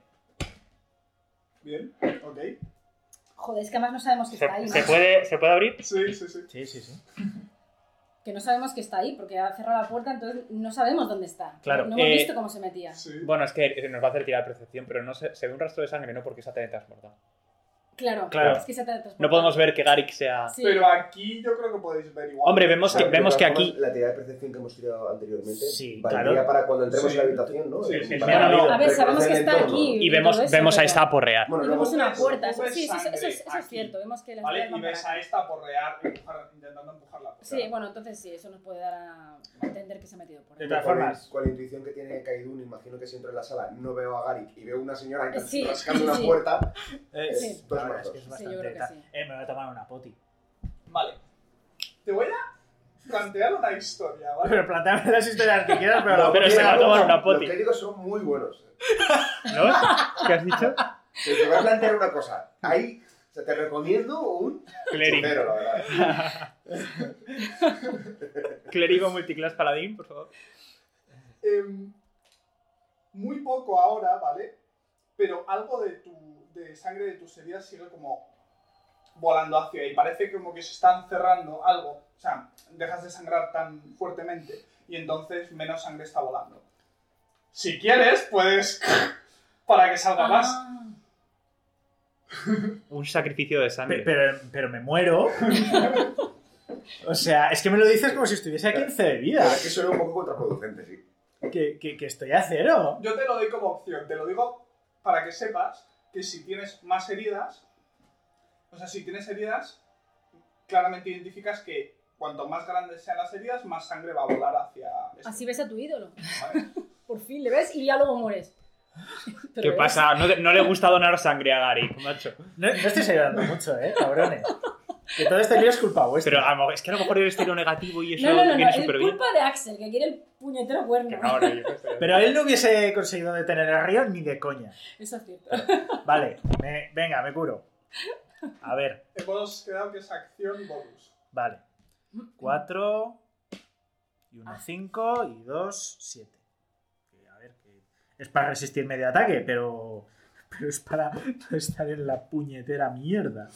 Bien, ok.
Joder, es que además no sabemos que
¿Se,
está ahí.
se
¿no?
puede, ¿Se puede abrir?
Sí, sí, sí.
Sí, sí, sí.
Que no sabemos que está ahí, porque ha cerrado la puerta, entonces no sabemos dónde está.
Claro,
No hemos
eh,
visto cómo se metía.
sí.
Bueno, es que nos va a hacer tirar percepción, pero no se, se ve un rastro de sangre, no porque se ha teletransportado.
Claro,
Claro.
es que se te ha
No podemos ver que Garik sea.
Sí.
Pero aquí yo creo que podéis ver igual.
Hombre, vemos que,
Claro, de
vemos que
todas
aquí.
formas, La tirada de percepción que hemos tirado anteriormente.
Sí,
valdría
claro.
para cuando entremos
Sí.
en la habitación, ¿no?
Sí,
Eh,
sí,
para
sí, no, no.
A ver, sabemos
reconocer
que
el
está
entorno.
aquí.
Y vemos,
todo eso,
vemos a
pero-
esta porreal.
Bueno,
Y
luego
vemos una
ves-
puerta.
tú
eso-
ves
Sí, sí, eso,
sangre
eso es- eso es
aquí.
cierto. Vemos que las
¿Vale?
estrellas
Y
van
ves
para
a esta porrear, empujar- intentando empujar la puerta.
Sí, bueno, entonces sí, eso nos puede dar a entender que se ha metido por
De
ahí.
todas
Con la-
formas.
Con la intuición que tiene Kaidun, imagino que si entro en la sala no veo a Garik y veo una señora que
Sí,
rascando
sí,
una
sí.
puerta.
Eh,
Sí.
la verdad es que es
Sí, yo
bastante
creo que
tal.
sí.
Eh, me voy a tomar una poti.
Vale. Te voy a plantear una historia, ¿vale?
Pero planteame las historias que quieras, pero
No,
la
pero
poti
se va a
la-
tomar una poti.
Los clérigos son muy buenos.
¿No? ¿Qué has dicho?
Te te voy a plantear una cosa. Ahí o sea, te recomiendo un
Clérigo.
chupero, la verdad.
Clérigo multiclass paladín, por favor.
Em, muy poco ahora, ¿vale? Pero algo de tu de sangre de tus heridas sigue como volando hacia ahí. Parece como que se están cerrando algo. O sea, dejas de sangrar tan fuertemente y entonces menos sangre está volando. Si quieres, puedes... para que salga más.
Ah,
Un sacrificio de
Pe-
sangre.
Pero, pero me muero. O sea, es que me lo dices como si estuviese a 15 de vida.
La verdad es que suena un poco contraproducente, sí.
Que, que- que estoy a cero.
Yo te lo doy como opción, te lo digo para que sepas que si tienes más heridas, o sea, si tienes heridas, claramente identificas que cuanto más grandes sean las heridas, más sangre va a volar hacia... esto,
Así ves a tu ídolo.
¿vale?
Por fin le ves y ya luego mueres. Pero
¿Qué
ves,
pasa? No, te- no le gusta donar sangre a Garik, macho.
No, no estáis ayudando mucho, eh, cabrones. Que todo este lío es culpa
Pero
vuestra.
a lo mejor- es que a lo mejor eres tiro negativo y eso
No, no, no, no,
viene
es
súper bien.
culpa de Axel, que quiere el puñetero cuerno.
Que no, no, yo qué sé.
Pero él no hubiese conseguido detener a Río ni de coña.
Eso es cierto.
Vale, me- venga, me curo. A ver,
Hemos quedado que es acción bonus.
vale. 4 y 1,
Ah.
5 y 2, 7. A ver, que es para resistir medio ataque, pero, pero es para no estar en la puñetera mierda.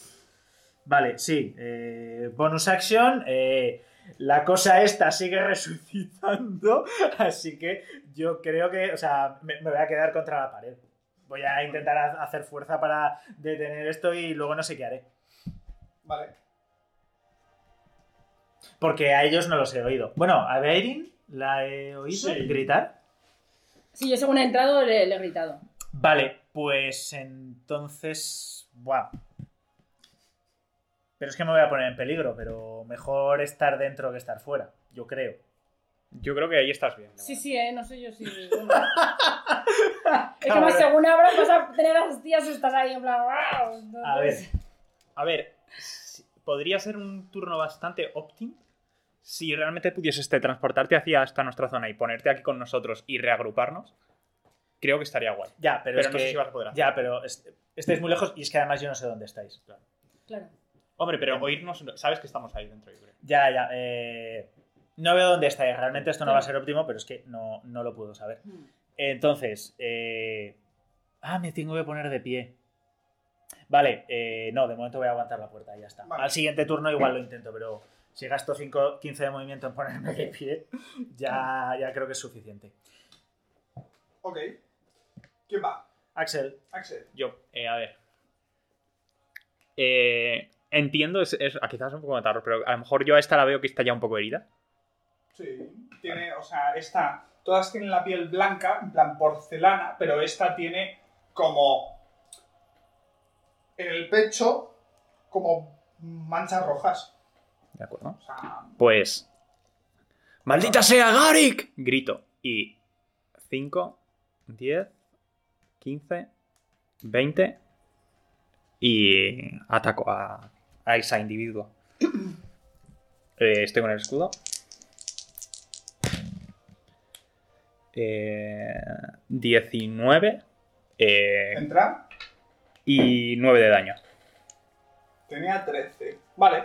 Vale, sí, eh, bonus action. eh, la cosa esta sigue resucitando, así que yo creo que, o sea, me, me voy a quedar contra la pared. Voy a intentar ha- hacer fuerza para detener esto y luego no sé qué haré.
Vale.
Porque a ellos no los he oído. Bueno, a Beirin la he oído
Sí.
gritar.
Sí, yo según he entrado le, le he gritado.
Vale, pues entonces. Buah. Pero es que me voy a poner en peligro, pero mejor estar dentro que estar fuera, yo creo.
Yo creo que ahí estás bien.
Sí, sí, eh, no sé yo si. bueno. es que más según ahora vas a tener a las tías estás ahí en plan. "Wow", entonces-
A ver,
A ver, si- podría ser un turno bastante optim si realmente pudieses este, transportarte hacia hasta nuestra zona y ponerte aquí con nosotros y reagruparnos. Creo que estaría guay.
ya, pero,
Pero,
es
no
que.
sé si vas a poder hacer.
Ya, pero es- estáis muy lejos y es que además yo no sé dónde estáis.
Claro.
Hombre, pero oírnos, sabes que estamos ahí dentro, yo creo.
Ya, ya. eh, No veo dónde estáis. Realmente esto no va a ser óptimo, pero es que no, no lo puedo saber. Entonces, eh, ah, me tengo que poner de pie. Vale, eh, no, de momento voy a aguantar la puerta, ya está.
Vale.
Al siguiente turno igual lo intento, pero si gasto 5, 15 de movimiento en ponerme de pie, ya, ya creo que es suficiente.
Ok. ¿Quién va?
Axel,
Axel.
Yo, eh, a ver. Eh, entiendo, es, es- ah, quizás un poco matarlo, pero a lo mejor yo a esta la veo que está ya un poco herida.
Sí. Tiene, o sea, esta... Todas tienen la piel blanca, en plan porcelana, pero esta tiene como... En el pecho, como manchas rojas.
¿De acuerdo?
O sea,
Pues. ¡Maldita sea Garik! Grito. Y. 5, 10, 15, 20. Y. Ataco a. a esa individuo. Eh, estoy con el escudo. Eh, 19 eh,
¿Entra?
y 9 de daño.
Tenía 13. Vale.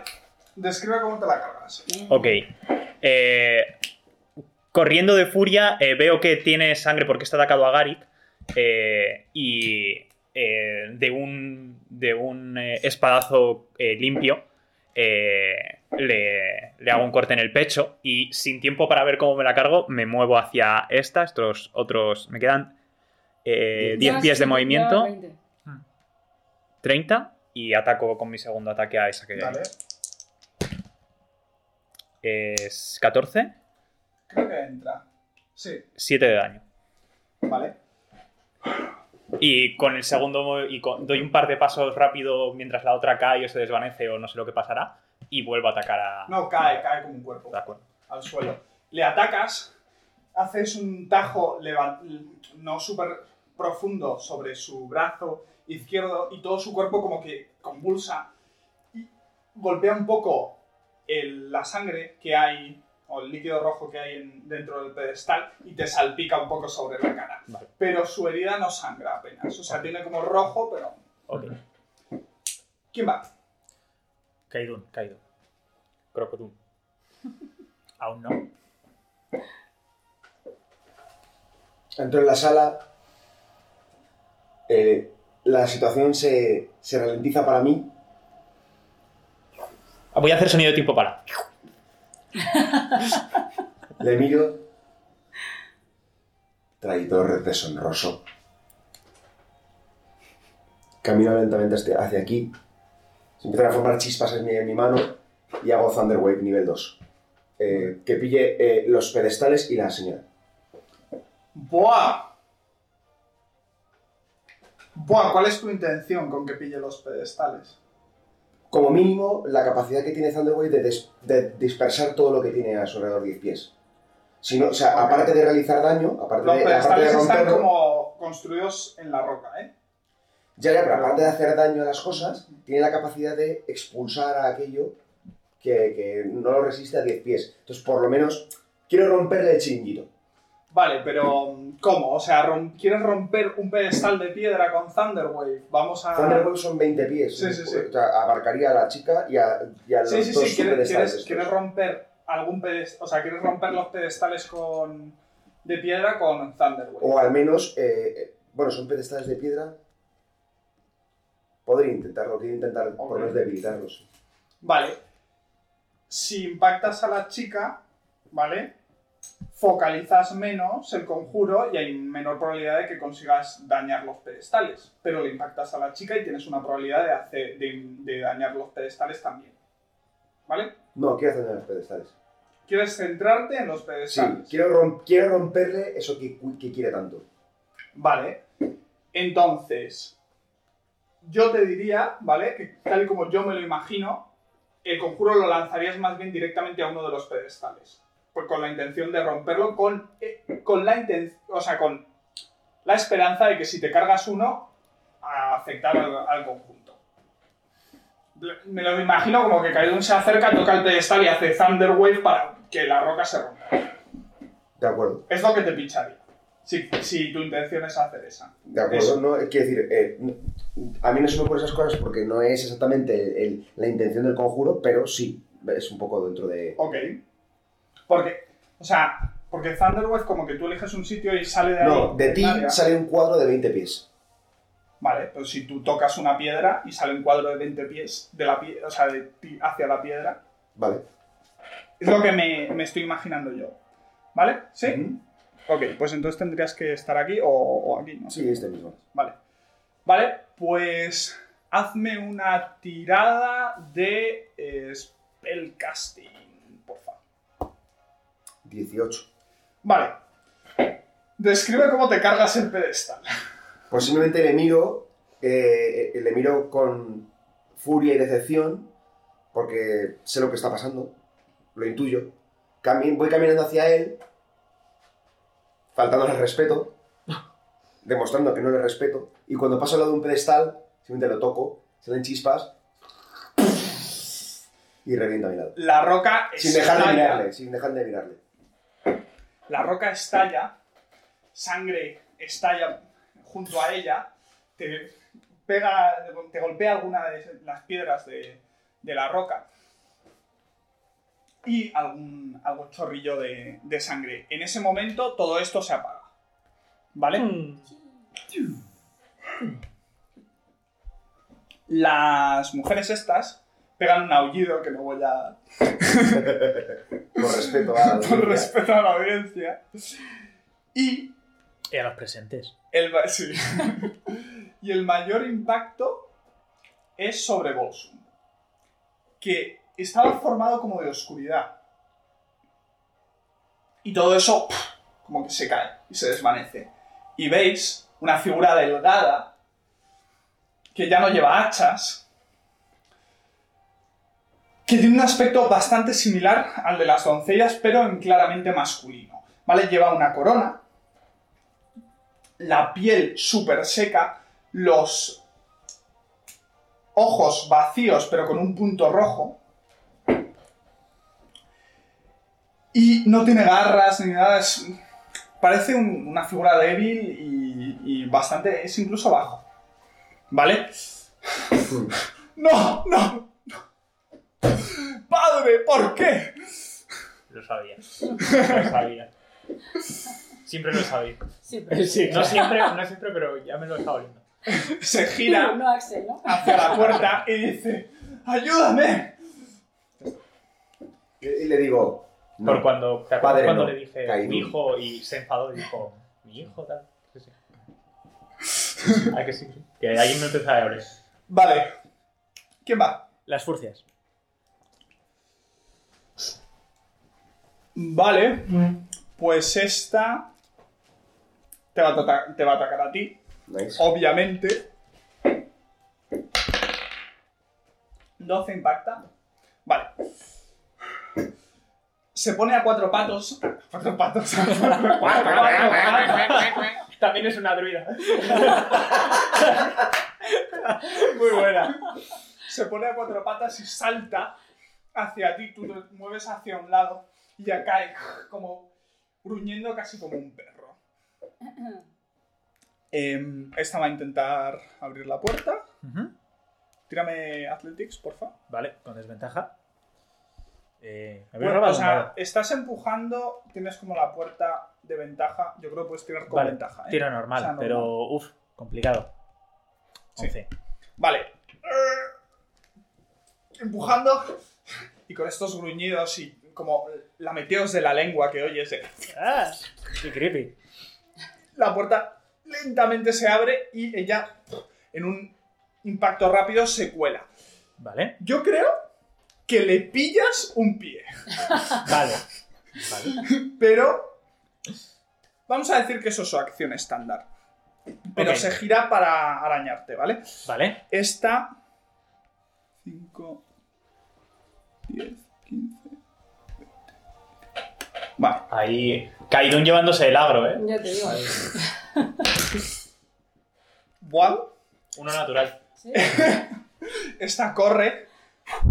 Describe cómo te la cargas.
Ok. Eh, corriendo de furia, eh, veo que tiene sangre porque está atacado a Garik. eh, y eh, de un, de un eh, espadazo eh, limpio eh, le, le hago un corte en el pecho. Y sin tiempo para ver cómo me la cargo, me muevo hacia esta. Estos otros me quedan eh, 10
Ya,
pies
Ah, sí,
de
ya,
movimiento,
20.
30. Y ataco con mi segundo ataque a esa que
Vale.
es 14,
Creo que entra. Sí,
7 de daño.
vale.
Y con el segundo mov- y con- doy un par de pasos rápido mientras la otra cae o se desvanece o no sé lo que pasará y vuelvo a atacar a.
No, cae, cae como un cuerpo.
De acuerdo.
al suelo. Le atacas, haces un tajo leva- no súper profundo sobre su brazo izquierdo y todo su cuerpo como que convulsa y golpea un poco el- la sangre que hay o el líquido rojo que hay en- dentro del pedestal y te salpica un poco sobre la cara.
Vale.
Pero su herida no sangra apenas, o sea, tiene como rojo, pero...
Ok.
¿Quién va?
Kaidun.
Caído. Crocodum.
Aún no.
Entro en la sala. eh, la situación se, se ralentiza para mí.
Ah, Voy a hacer sonido de tipo para.
Le miro. Traidor deshonroso. Camino lentamente hacia hacia aquí. Se empiezan a formar chispas en mi, en mi mano y hago Thunder Wave nivel 2. Eh, que pille eh, los pedestales y la señora.
¡Buah! Buah, ¿cuál es tu intención con que pille los pedestales?
Como mínimo, la capacidad que tiene Thunder Wave de, des- de dispersar todo lo que tiene a su alrededor 10 pies. Si no, o sea,
Ok.
aparte de realizar daño, aparte
Los
de, aparte de
pedestales están
romperlo,
como construidos en la roca, ¿eh?
Ya, ya, pero aparte de hacer daño a las cosas, tiene la capacidad de expulsar a aquello que, que no lo resiste a 10 pies. Entonces, por lo menos, quiero romperle el chiringuito.
Vale, pero mm, ¿cómo? O sea, rom- ¿quieres romper un pedestal de piedra con Thunderwave? Vamos a...
Thunderbolt son 20 pies.
Ah. Sí, sí, sí.
O sea, abarcaría a la chica y a, y a los
Sí, sí,
dos
sí, ¿quieres,
pedestales
quieres,
estos.
quieres romper algún pedestal... O sea, ¿quieres romper los pedestales con... de piedra con Thunderwave?
O al menos, eh, eh, bueno, son pedestales de piedra. Podría intentarlo, quiero intentar por
Ok.
lo menos debilitarlos.
Vale. Si impactas a la chica, ¿vale? Focalizas menos el conjuro y hay menor probabilidad de que consigas dañar los pedestales. Pero le impactas a la chica y tienes una probabilidad de, hacer, de, de dañar los pedestales también. ¿Vale?
No, quiero hacer los pedestales.
Quieres centrarte en los
Sí,
pedestales.
quiero, rom- quiero romperle eso que, cu- que quiere tanto.
Vale. Entonces, yo te diría, ¿vale? Que tal y como yo me lo imagino, el conjuro lo lanzarías más bien directamente a uno de los pedestales. Pues con la intención de romperlo, con, eh, con la inten- o sea, con la esperanza de que si te cargas uno, a afectar al, al conjunto. Me lo imagino como que Kaidun se acerca, toca el pedestal y hace Thunder Wave para que la roca se rompa.
De acuerdo.
Es lo que te pincharía. Si, si tu intención es hacer esa.
De acuerdo,
Eso.
no, eh, quiero decir, eh, n- a mí no se me ocurren esas cosas porque no es exactamente el- el- la intención del conjuro, pero sí, es un poco dentro de...
Ok. Porque, o sea, porque Thunderwave como que tú eliges un sitio y sale de ahí.
No, de
un
ti
área.
sale un cuadro de 20 pies.
Vale, pero si tú tocas una piedra y sale un cuadro de 20 pies de la pie- o sea, de ti hacia la piedra,
Vale.
es lo que me, me estoy imaginando yo. ¿Vale? ¿Sí?
Ujú.
Ok, pues entonces tendrías que estar aquí o, o aquí, no sé.
Sí, este mismo.
Vale. Vale, pues hazme una tirada de eh, spellcasting, por favor.
18.
Vale. Describe cómo te cargas el pedestal.
Pues simplemente le miro, eh, eh, le miro con furia y decepción, porque sé lo que está pasando, lo intuyo. Cami- voy caminando hacia él, faltándole el respeto, demostrando que no le respeto, y cuando paso al lado de un pedestal, simplemente lo toco, se ven chispas, y revienta a mi lado.
La roca
Sin dejar de
estalla.
mirarle, sin dejar de mirarle.
La roca estalla, sangre estalla junto a ella, te pega, te golpea alguna de las piedras de, de la roca y algún, algún chorrillo de, de sangre. En ese momento todo esto se apaga, ¿vale? Las mujeres estas pegan un aullido que no voy a
Por respeto a
por respeto a la audiencia. Y
Y a los presentes.
el, ma- sí. y el mayor impacto es sobre Bolsum, que estaba formado como de oscuridad. Y todo eso ¡puf! como que se cae y se desvanece. Y veis una figura delgada que ya no lleva hachas, que tiene un aspecto bastante similar al de las doncellas, pero en claramente masculino. ¿Vale? Lleva una corona la piel súper seca, los ojos vacíos pero con un punto rojo. Y no tiene garras ni nada, es- parece un- una figura débil y, y bastante, es incluso bajo. ¿Vale? No, no, no. Padre, ¿por qué?
Lo sabía. Lo sabía. Siempre lo sabía.
Sí, pero-
No siempre, no siempre, pero ya me lo estaba oliendo.
Se gira
No, Axel, ¿no?
hacia la puerta y dice, ayúdame.
Y y le digo, no,
Por cuando, ¿te acuerdas
Padre,
cuando
no.
le dije
Caído.
mi hijo y se enfadó y dijo, mi hijo tal. Sí, sí. Ah, que sí. Que ahí me empezó a abrir.
Vale. ¿Quién va?
Las furcias.
Vale, pues esta te va, a ataca- te va a atacar a ti,
nice.
obviamente. 12 impacta. Vale. Se pone a cuatro patos. Cuatro patos. Cuatro, cuatro patos.
También es una druida.
Muy buena. Se pone a cuatro patas y salta hacia ti. Tú te mueves hacia un lado y ya cae como gruñendo casi como un perro. Em, esta va a intentar abrir la puerta. Tírame Athletics, porfa.
Vale, con desventaja. Eh, me habéis
Bueno,
robado
o
un
sea,
dado.
estás empujando, tienes como la puerta de ventaja. Yo creo que puedes tirar con
Vale,
ventaja. ¿eh?
Tiro
O
normal,
sea, normal.
pero uff, complicado.
Sí.
11.
Vale. Empujando. Y con estos gruñidos y como lameteos de la lengua que oyes. eh,
¡Ah! ¡Qué creepy!
La puerta lentamente se abre y ella, en un impacto rápido, se cuela.
Vale,
Yo creo que le pillas un pie.
vale. vale.
Pero. Vamos a decir que eso es su acción estándar. Pero
Ok.
se gira para arañarte, ¿vale?
Vale,
Esta. 5, 10, 15. Vale.
Ahí. Caidón llevándose el agro, ¿eh?
Yo te digo.
Buah,
Uno natural.
Sí.
esta corre,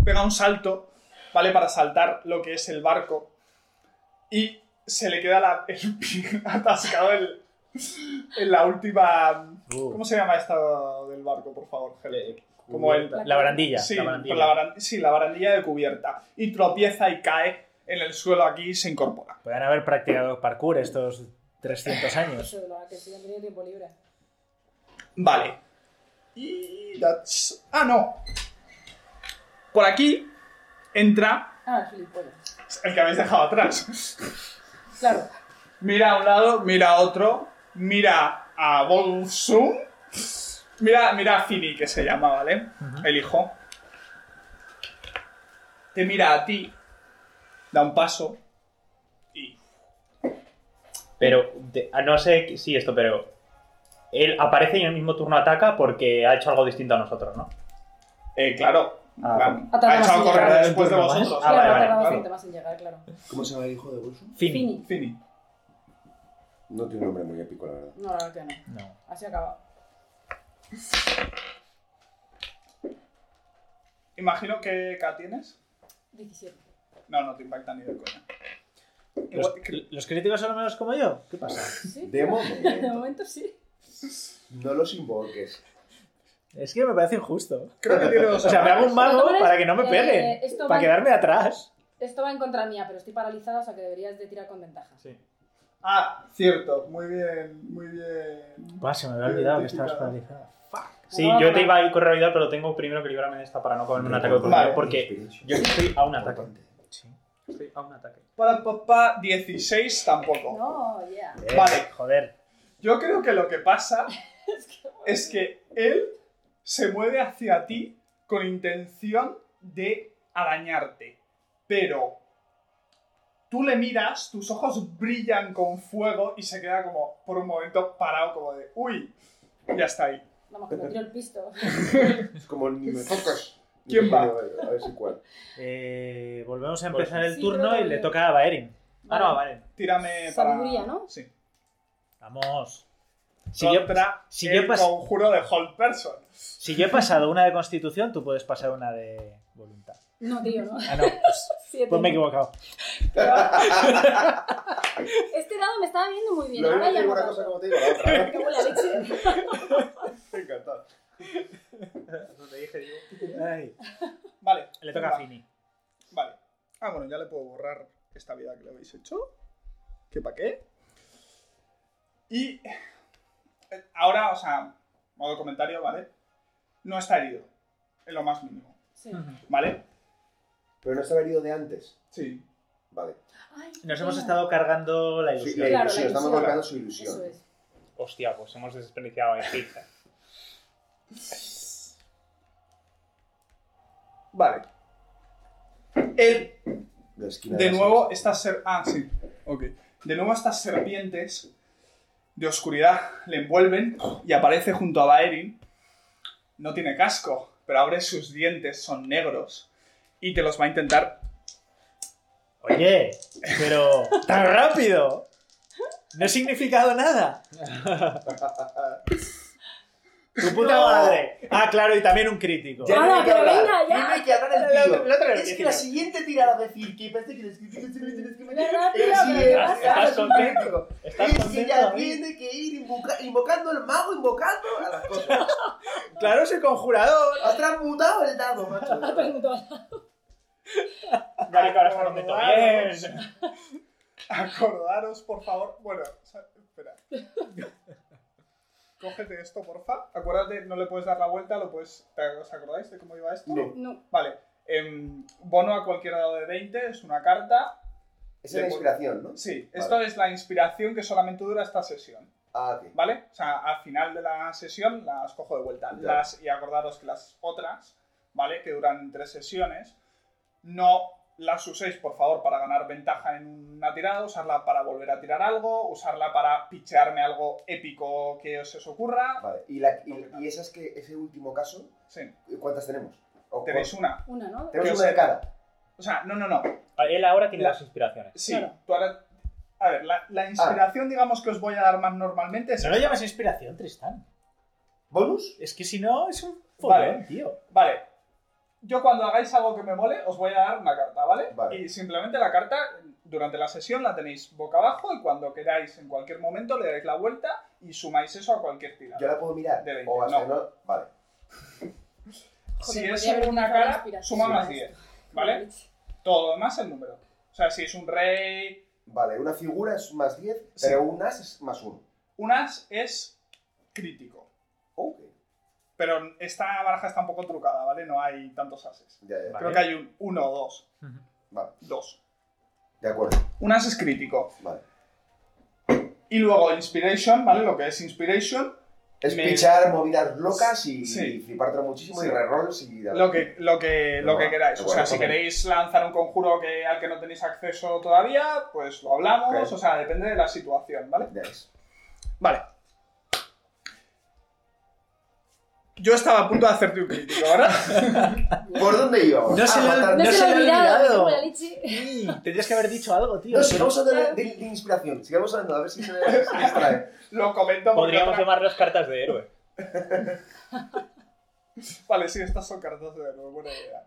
pega un salto, ¿vale? Para saltar lo que es el barco. Y se le queda la- el pie atascado en, en la última.
Uh.
¿Cómo se llama esta del barco, por favor, Helen? Como el.
Eh, la barandilla.
sí,
la
con
barandilla.
la baran- sí, la barandilla de cubierta. Y tropieza y cae en el suelo aquí y se incorpora.
Pueden haber practicado parkour estos 300 años.
Eso de lo que sí, han tenido tiempo libre.
Vale. Y. that's- Ah, no. Por aquí entra
Ah, el gilipollas.
el que habéis dejado atrás.
Claro.
Ah,
Mira a un lado, mira a otro, mira a Bolsum. Mira, mira a Fini, que se llama, ¿vale? El hijo. Te mira a ti, da un paso y.
Pero de- ah, no sé si esto, pero. Él aparece y en el mismo turno ataca porque ha hecho algo distinto a nosotros, ¿no?
Eh, claro.
Ah,
claro.
ha tardado
ha echado a
más en
correr
llegar.
después de
Ah, vale,
vosotros. ¿eh?
Ah, vale,
claro, ha
vale,
tardado
claro.
bastante más en llegar, claro.
¿Cómo se llama el hijo de Bolson?
Fini.
Fini.
Fini.
No tiene un nombre muy épico, la verdad.
No, la verdad que no.
No.
Así acaba.
Imagino que K tienes.
17.
No, no te impacta ni de coña.
¿Los,
Igual que-
los críticos son menos como yo? ¿Qué pasa?
Sí.
De
De
momento,
momento sí.
no los invoques.
Es que me parece injusto.
Creo que tiene
O
dos
sea, me hago
armas.
un mago
Pero,
para que no me
eh,
peguen.
esto
Para
va-
quedarme atrás.
Esto va en contra mía, pero estoy paralizada, o sea que deberías de tirar con ventaja.
Ah, cierto. Muy bien, muy bien.
Buah, se me
Identificado.
había olvidado que estabas paralizado.
Sí, yo te iba a ir con realidad, pero tengo primero que librarme de esta para no comerme un ataque de oportunidad,
Vale.
porque yo estoy a un ataque.
Importante.
Sí.
Estoy a un ataque.
Para papá 16 tampoco.
No, ya.
Vale.
Eh, Joder.
Yo creo que lo que pasa es que él se mueve hacia ti con intención de arañarte. Pero tú le miras, tus ojos brillan con fuego y se queda como por un momento parado, como de uy, ya está ahí.
Vamos, que me tiro el pisto.
Es como ni me tocas.
¿Quién va?
A ver si cuál.
Eh, volvemos a
Pues
empezar el
Sí,
turno
creo
y
que-
le toca a Baerin. Ah, no, a Baerin.
Tírame para.
Sabiduría, ¿no?
Sí.
Vamos. Si yo,
Contra
si
el
yo pas-
conjuro de Hold Person.
si yo he pasado una de constitución, tú puedes pasar una de voluntad.
No, tío, no.
Ah, no. Pues,
Siete.
pues me he equivocado.
Este dado me estaba viendo muy bien.
Lo mismo
Ahora
te
ya
digo una
no tanto.
cosa como te digo la otra.
Me huele a leche.
Encantado.
Ay.
Vale.
Le toca a
Va.
Fini.
Vale. Ah, bueno, ya le puedo borrar esta vida que le habéis hecho. ¿Qué pa' qué? Y eh, ahora, o sea, modo comentario, ¿vale? No está herido, en lo más mínimo,
Sí.
Hmm.
¿vale?
Pero no se ha venido de antes.
Sí.
Vale.
Ay, qué
Nos hemos
pena.
estado cargando la
Sí,
ilusión.
la
Claro,
ilusión,
la
estamos
ilusión.
golpeando su
Eso
ilusión.
es.
Hostia, pues hemos desperdiciado a Egipto.
Vale. Él
La esquina
De
la
nuevo,
silla.
estas ser... ah, sí. ok. De nuevo, estas serpientes de oscuridad le envuelven y aparece junto a Baerin. No tiene casco, pero abre sus dientes, son negros. Y te los va a intentar.
Oye, pero tan rápido. No he significado nada. Tu puta madre. Ah, claro, y también un crítico.
Ya. Ahora,
tiene que
pero
hablar.
venga, ya.
Tiene que hablar
La-
el
la-
tío.
la otra vez
es que
decía.
la siguiente tirada decir que parece que les críticos se les tienes que meter.
Venga, tío,
Él sí
pero
es-
¿estás-
ahora
estás
es un
contento?
crítico.
¿Estás
Él sí
contento,
ya
David?
tiene que ir invoca- invocando al mago, invocando a las cosas.
Claro, soy conjurador.
Ha transmutado el dado, macho.
Vale, que ahora está contento. Bien.
Acordaros, por favor. Bueno, o sea, espera. Cógete esto, porfa. Acuérdate, no le puedes dar la vuelta, lo puedes. ¿te- ¿Os acordáis de cómo iba esto?
No.
Vale. em, bono a cualquier dado de 20, es una carta.
Esa es la inspiración, ¿no?
Sí, esto es la inspiración que solamente dura esta sesión,
Ah, ok.
¿vale? O sea, al final de la sesión las cojo de vuelta.
Ya.
Las, y acordaros que las otras, ¿vale? Que duran tres sesiones, no las uséis, por favor, para ganar ventaja en una tirada, usarla para volver a tirar algo, usarla para pichearme algo épico que os, os ocurra.
Vale. Y, la, y, y esas que, ese último caso,
Sí,
¿cuántas tenemos? ¿O cu-
tenéis una.
Una, ¿no?
tenemos
que
una de
os-
cada.
O sea, no, no, no.
Él ahora tiene
La-
las inspiraciones.
Sí,
Claro.
tú ahora... A ver, la, la inspiración, digamos, que os voy a dar más normalmente es...
No lo llamas inspiración, Tristán.
¿Bonus?
Es que si no, es un follón,
Vale.
tío.
Vale. Yo cuando hagáis algo que me mole, os voy a dar una carta, ¿vale?
Vale.
Y simplemente la carta, durante la sesión, la tenéis boca abajo y cuando queráis, en cualquier momento, le dais la vuelta y sumáis eso a cualquier tirada.
Yo la puedo mirar.
De 20,
o hasta
no.
que no. Vale.
si
Joder, pues
es
podría haber
una
utilizado la
cara,
inspiración
suma
para
más
esto.
10, ¿vale? Todo lo demás el número. O sea, si es un rey...
Vale, una figura es más 10,
Sí.
pero un as es más 1.
Un as es crítico.
Ok.
Pero esta baraja está un poco trucada, ¿vale? No hay tantos ases.
Ya, ya.
Vale.
Creo que hay un 1 o 2.
Vale.
2.
De acuerdo.
Un as es crítico.
Vale.
Y luego Inspiration, ¿vale? Lo que es Inspiration
Es
Me-
pichar movidas locas y,
Sí.
y flipártelo muchísimo
Sí.
y rerolls y...
Lo que, lo que, lo que
Venga,
queráis. O
bueno,
sea, si
ok.
queréis lanzar un conjuro que, al que no tenéis acceso todavía, pues lo hablamos.
Ok.
O sea, depende de la situación, ¿vale?
Ya es.
Vale. Yo estaba a punto de hacerte un crítico, ¿verdad?
¿Por dónde íbamos? Ah,
No se le-
faltar-
No,
No
se lo he olvidado. me huele a leche.
Mm, Tendrías que haber dicho algo, tío.
No, sigamos hablando de, de, de inspiración. Sigamos hablando, a ver si se, se distrae.
lo comento porque
Podríamos
otra-
llamarlas cartas de héroe.
Vale, sí, estas son cartas de nuevo, buena idea.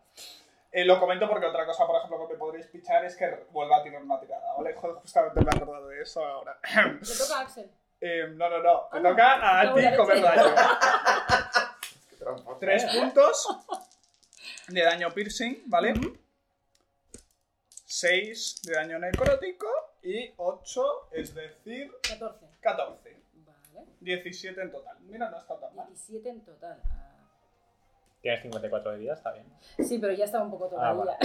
Eh, lo comento porque otra cosa, por ejemplo, que me podréis pichar es que vuelva a tirar una tirada, ¿vale? Joder, justamente me he acordado de eso ahora.
Le toca a Axel.
Eh, no, no, no. Te
Ah, no.
toca a
No,
ti
la
comer
leche.
daño. Tres puntos de daño piercing, ¿vale? Seis de daño necrótico y ocho, es decir,
14.
14.
Vale.
17 en total. Mira, no está tan mal.
17 en total. Ah.
Tienes 54 de vida, está bien.
Sí, pero ya estaba un poco todavía.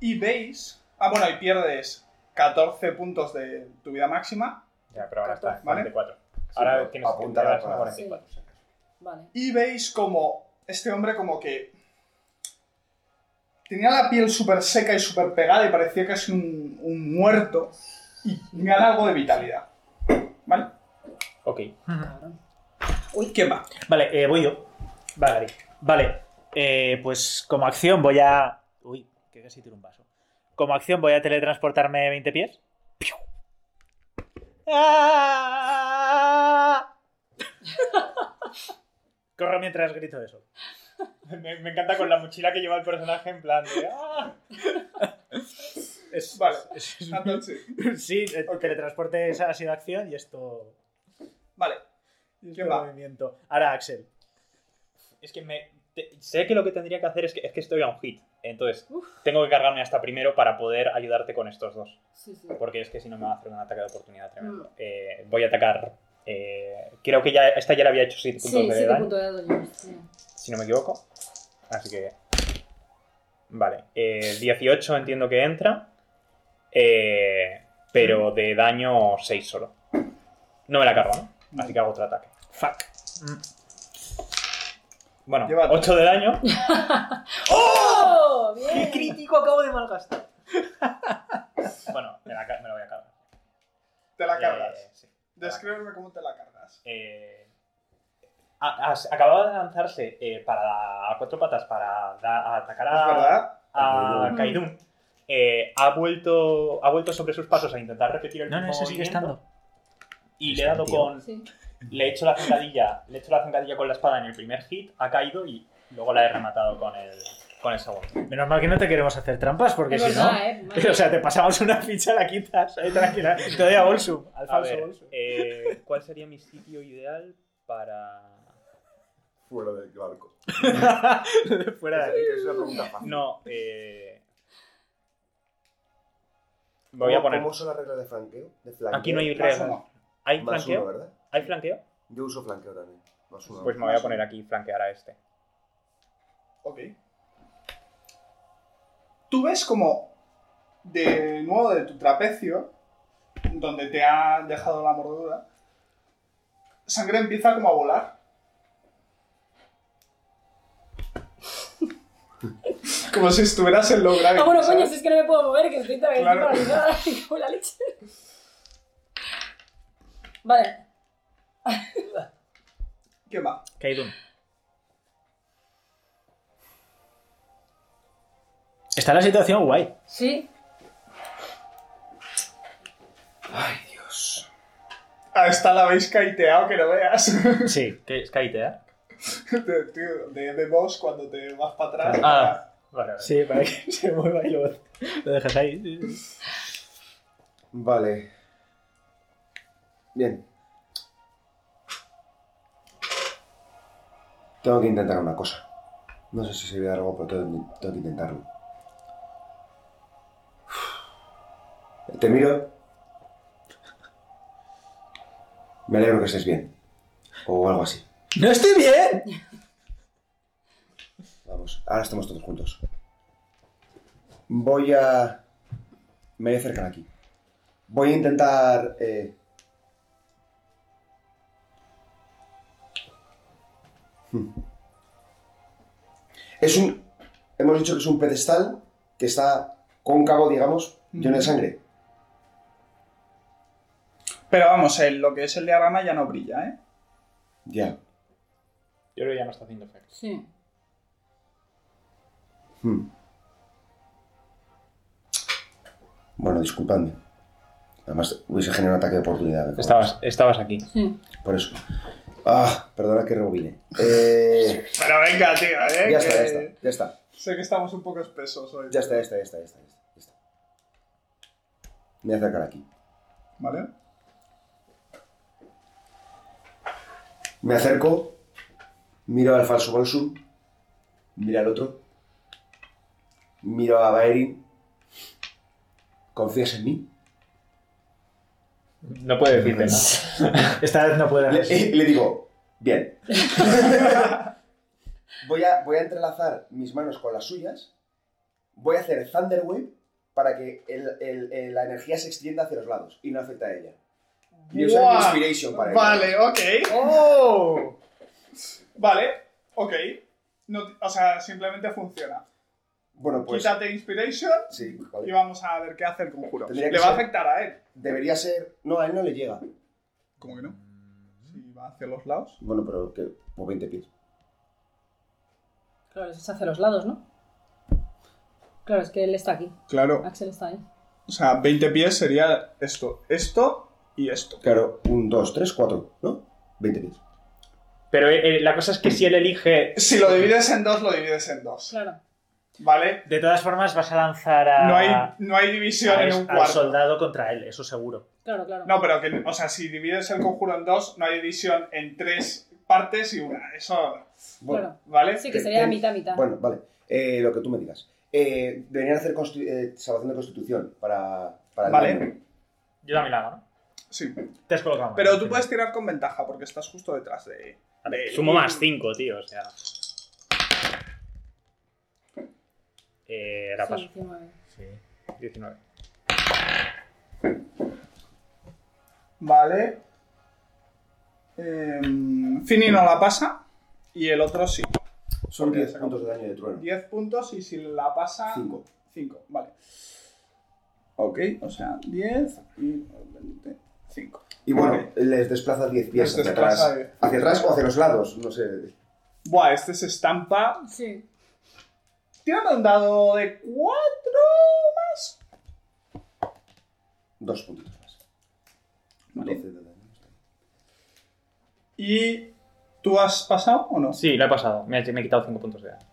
Y veis. Ah, bueno, y pierdes 14 puntos de tu vida máxima.
Ya, pero ahora está en
Vale.
44. Ahora
pero
tienes que
apuntar
apuntar a
a-
44.
Vale.
Y veis como este hombre, como que. Tenía la piel súper seca y súper pegada y parecía casi un, un muerto. Y gana algo de vitalidad. ¿Vale?
Ok.
Cabrón.
Uy, ¿qué más?
Vale, eh, voy yo. Vale, Gary. Vale, eh, pues como acción voy a. Uy, que casi tiro un vaso. Como acción voy a teletransportarme 20 pies. ¡Piu! ¡Ah! Corro mientras grito eso.
Me, encanta con la mochila que lleva el personaje en plan
¡ah! Es-
Vale.
es- es-
Entonces,
sí, el teletransporte es- ha sido acción y esto.
vale.
y
¿Qué
esto
va?
movimiento. Ahora Axel.
Es que me. te- sé que lo que tendría que hacer es que, es que estoy a un hit. Entonces,
Uf.
tengo que cargarme hasta primero para poder ayudarte con estos dos.
Sí, sí.
Porque es que si no me va a hacer un ataque de oportunidad tremendo. Eh, voy a atacar. eh, creo que ya esta ya la había hecho 7 puntos
Sí,
de
7
daño,
puntos de daño. sí.
si no me equivoco. Así que. Vale. eh, 18 entiendo que entra. eh, pero de daño 6 solo. No me la cargo, ¿no? Así que hago otro ataque.
Fuck.
Bueno,
Lleva-
8 de daño.
¡Oh! ¡Bien!
crítico acabo de malgastar!
Bueno, me, la, ca- me la voy a cargar.
Te la
Eh,
cargas.
sí.
Descríbeme cómo te la cargas.
Eh, a- a- acababa de lanzarse eh, para, a cuatro patas para da- a atacar
Ah,
¿Es
a,
verdad?
a Kaidun. Eh, ha, vuelto, ha vuelto sobre sus pasos a intentar repetir el
No, no,
mismo
eso sigue
movimiento
estando.
Y le he dado
Tío.
con.
Sí.
Le he hecho la zancadilla. Le he hecho la zancadilla con la espada en el primer hit, ha caído y luego la he rematado con el, con el segundo.
Menos mal que no te queremos hacer trampas porque
Es
si no.
verdad, ¿eh? Madre.
O sea, te pasamos una ficha, la quitas, ahí tranquila. Te doy a Bolsum, al
A
falso
ver,
Bolsum.
eh, ¿cuál sería mi sitio ideal para.
Fuera del barco.
Fuera de aquí.
Es una pregunta fácil.
No, eh. Voy a
¿Cómo-
poner.
¿Cómo son las reglas de flanqueo? De flanqueo?
Aquí no hay
Más
reglas.
uno.
¿Hay
Más uno,
flanqueo?
¿verdad?
¿Hay flanqueo?
Yo uso flanqueo también. Más uno.
Pues me voy a poner aquí flanquear a este.
Ok. Tú ves como de nuevo de tu trapecio, donde te ha dejado la mordedura, sangre empieza como a volar. como si estuvieras en lo grave.
Ah, bueno,
¿sabes?
coño, si es que no me puedo mover, que estoy todavía
Claro.
paralizada. Me cago en la leche. Vale,
¿Qué va?
Kaidun. Está la situación guay.
sí.
Ah, esta la habéis caiteado que no veas.
Sí.
¿Qué es
¿eh?
Kaitea?
de, tío, de, de boss cuando te vas para atrás.
Ah, vale. vale.
Sí, para que se mueva y lo, lo dejas ahí.
Vale. Bien. Tengo que intentar una cosa. No sé si se de algo, pero tengo, tengo que intentarlo. Te miro. Me alegro que estés bien. O algo así.
¡No estoy bien!
Vamos, ahora estamos todos juntos. Voy a... Me voy a acercar aquí. Voy a intentar... eh, hmm. Es un... Hemos dicho que es un pedestal que está cóncavo, digamos, lleno de sangre.
Pero vamos, el- lo que es el diagrama ya no brilla, ¿eh?
Ya.
Yo creo que ya no está haciendo efecto.
Sí.
Hmm. Bueno, disculpadme. Además, hubiese generado un ataque de oportunidad. me cago en
Estabas, estabas aquí.
Sí.
Por eso. Ah, perdona que rebobine. Eh,
Pero venga, tío, eh.
ya está,
que-
ya está, ya está.
Sé que estamos un poco espesos hoy.
Ya está, ya está, ya está, ya está. ya está. Me voy a acercar aquí.
¿Vale?
Me acerco, miro al falso Bolsum, miro al otro, miro a Baerin. ¿Confías en mí?
No puede decirte nada.
Esta vez no puede
Le, eh, le digo, bien. voy, a, voy a entrelazar mis manos con las suyas. Voy a hacer Thunder Wave para que el- el- el- la energía se extienda hacia los lados y no afecte a ella. Y usar
Buah.
Inspiration para ello.
Vale, ok.
¡Oh!
Vale, ok. No ti- o sea, simplemente funciona.
Bueno, pues
Quítate Inspiration
sí,
y
vale.
vamos a ver qué hace el conjuro.
Tendría que
Le va a
ser-
afectar a él.
debería ser... No, a él no le llega.
¿Cómo que no? Si va hacia los lados.
Bueno, pero que... Por 20 pies.
Claro, eso se hace a los lados, ¿no? Claro, es que él está aquí.
Claro.
Axel está ahí.
O sea, 20 pies sería esto, esto y esto.
Claro, un, dos, tres, cuatro, ¿no? 20 pies.
Pero eh, eh, la cosa es que si él elige.
Si lo divides en dos, lo divides en dos.
Claro.
¿Vale?
De todas formas, vas a lanzar a.
No hay, no hay división
Ah, a-
en un
al
cuarto.
soldado contra él, eso seguro.
Claro, claro.
No, pero que, o sea, si divides el conjuro en dos, no hay división en tres partes y una. Eso,
Bueno,
¿vale?
Sí, que sería
eh,
mitad, mitad.
bueno, vale. Eh, lo que tú me digas. Eh, deberían hacer consti- eh, salvación de constitución para... para el
Vale.
daño.
Yo también la hago, ¿no?
Sí.
Te has colocado. mal.
Pero tú puedes tirar con ventaja porque estás justo detrás de.
A ver,
de-
Sumo más 5, tío. O sea. Eh, ahora
Son
paso.
19.
Sí.
19.
Vale. Eh, Fini no la pasa y el otro sí.
Son
Porque
10
se
puntos de daño de trueno.
10 puntos y si la pasa.
5.
5, vale. Ok, o sea, 10 y 20, 5.
Y bueno,
Ok.
les desplaza 10 pies
Les
hacia
desplaza
atrás.
de-
Hacia atrás o hacia los lados, no sé.
Buah, este se estampa.
Sí.
Tírame un dado de 4 más.
Dos puntitos más.
Vale.
12 de daño.
¿Y tú has pasado o no?
Sí, lo he pasado. Me, he- me he quitado 5 puntos de daño.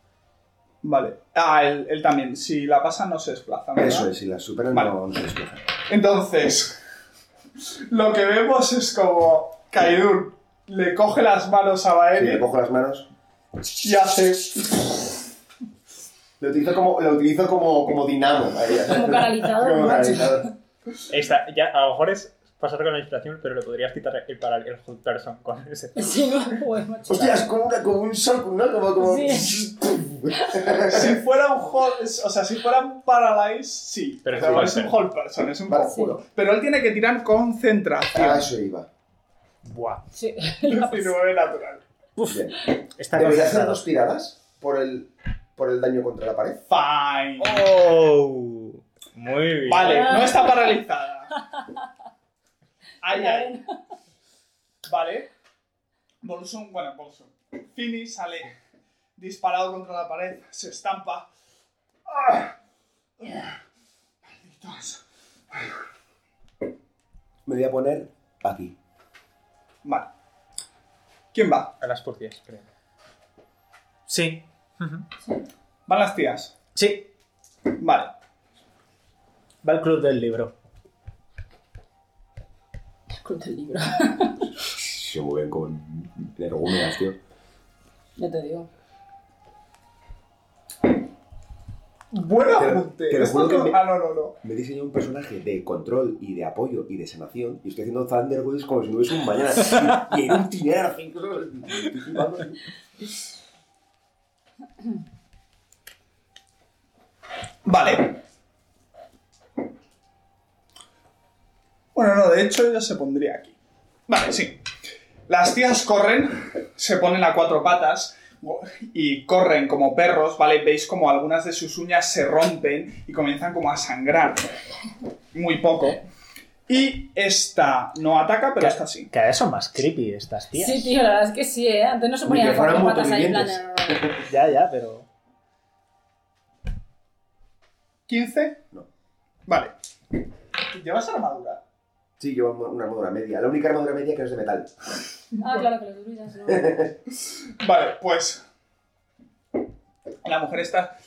Vale. Ah, él, él también. Si la pasa, no se desplaza. ¿verdad?
Eso es, si las superan
Vale.
no, no se desplaza.
Entonces, lo que vemos es como Kaidur le coge las manos a
Sí, le
Baeri
cojo las manos.
y hace.
Lo utilizo como, lo utilizo como, como dinamo. ahí,
Como canalizador,
Como
macho.
canalizador.
Esta, ya, a lo mejor es pasar con la inspiración, pero le podrías quitar el, para el hold person con ese.
Sí, no, joder, macho.
Hostias, como, una, como un shock, ¿no? Como, como...
Sí.
Si fuera un hold, o sea, si fuera un paralyze, sí.
Pero
Pero,
es un
es un
hold
hold person, es un
Vale.
conjuro. Pero él tiene que tirar concentración.
Ah, eso iba.
Buah.
Sí.
19 natural.
Bien.
Está
Debería hacer
concentrado.
dos tiradas por el, por el daño contra la pared.
Fine.
¡Oh! Muy bien.
Vale, no está paralizada. Ay, ay. Vale. Bolsón, bueno, Bolsón. Fini sale disparado contra la pared, se estampa. ¡Ah! ¡Ah! Malditos.
Me voy a poner aquí.
Vale. ¿Quién va?
A las furcias, creo.
Sí. Ujú.
Van las tías.
Sí.
Vale.
Va al club del libro.
Cruz del libro.
Se mueven con energúmenas, tío.
Ya te digo.
Bueno,
Te lo-
apunte.
te lo
Esto
juro que
no-
me-
Ah, no, no, no.
Me he diseñado un personaje de control y de apoyo y de sanación y estoy haciendo Thunder Waves como si no hubiese un mañana. y en un tiner. Estoy flipando, tío.
Vale. Bueno, no, de hecho ella se pondría aquí. Vale, sí. Las tías corren, se ponen a cuatro patas y corren como perros, ¿vale? Veis como algunas de sus uñas se rompen y comienzan como a sangrar. Muy poco. Y esta no ataca, pero esta sí.
Cada vez son más creepy estas tías.
Sí, tío, la verdad es que sí, ¿eh? Antes no se
Ni
ponían
que fueran
cuatro patas ahí en plan.
motovivientes.
Ya, ya, pero.
15.
No.
Vale. ¿Llevas armadura?
Sí, lleva una una armadura media. La única armadura media que no es de metal.
Ah, claro que los druidas no. Pero
Vale, pues. La mujer esta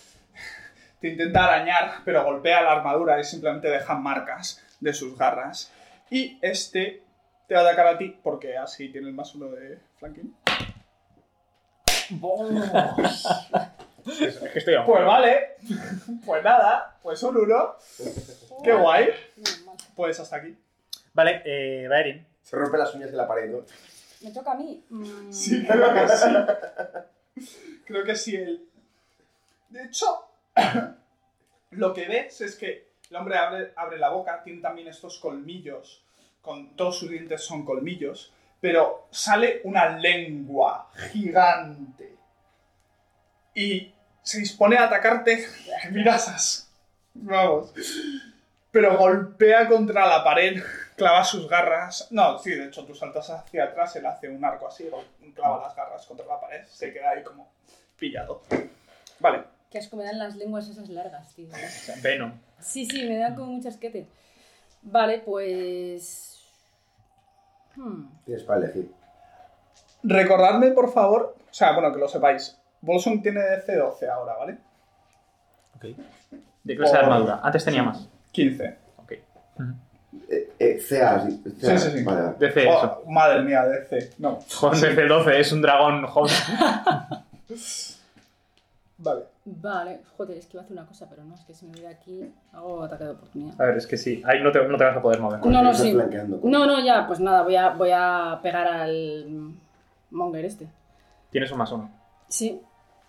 te intenta arañar, pero golpea la armadura y simplemente deja marcas de sus garras. Y este te va a atacar a ti, porque así tiene el más uno de flanking.
Es que estoy a un
Pues vale, pues nada, pues un uno. Qué guay. Pues hasta aquí.
Vale, eh, va Erin.
Se rompe las uñas de la pared, ¿no?
Me toca a mí. Mm,
Sí, creo que sí. Creo que sí. El... De hecho, lo que ves es que el hombre abre, abre la boca, tiene también estos colmillos, con todos sus dientes son colmillos, pero sale una lengua gigante. Y se dispone a atacarte. Mirasas. Vamos. Pero golpea contra la pared, clava sus garras. No, sí, de hecho tú saltas hacia atrás, él hace un arco así, gol- clava las garras contra la pared, se queda ahí como pillado. Vale.
Que asco me dan las lenguas esas largas, tío.
Venom.
Sí, sí, me dan como mucho asquete. Vale, pues. Hmm.
Tienes para elegir.
Recordadme, por favor, o sea, bueno, que lo sepáis. Bolson tiene C12 ahora, ¿vale?
De clase de
Por-
armadura. Antes tenía más.
15.
Ok.
Eh, eh, CA, sí, CA.
Sí, sí, sí.
Vale, vale.
DC eso.
Oh, madre mía, DC. No.
Joder, DC12 es un dragón. Joder.
Vale.
Vale, joder, es que iba a hacer una cosa, pero no, es que si me voy de aquí hago ataque de oportunidad.
A ver, es que sí. Ahí no te, no te vas a poder mover.
No, no,
Estás
sí.
flanqueando.
No, no, ya, pues nada, voy a, voy a pegar al mm, monger este.
Tienes un más uno.
Sí,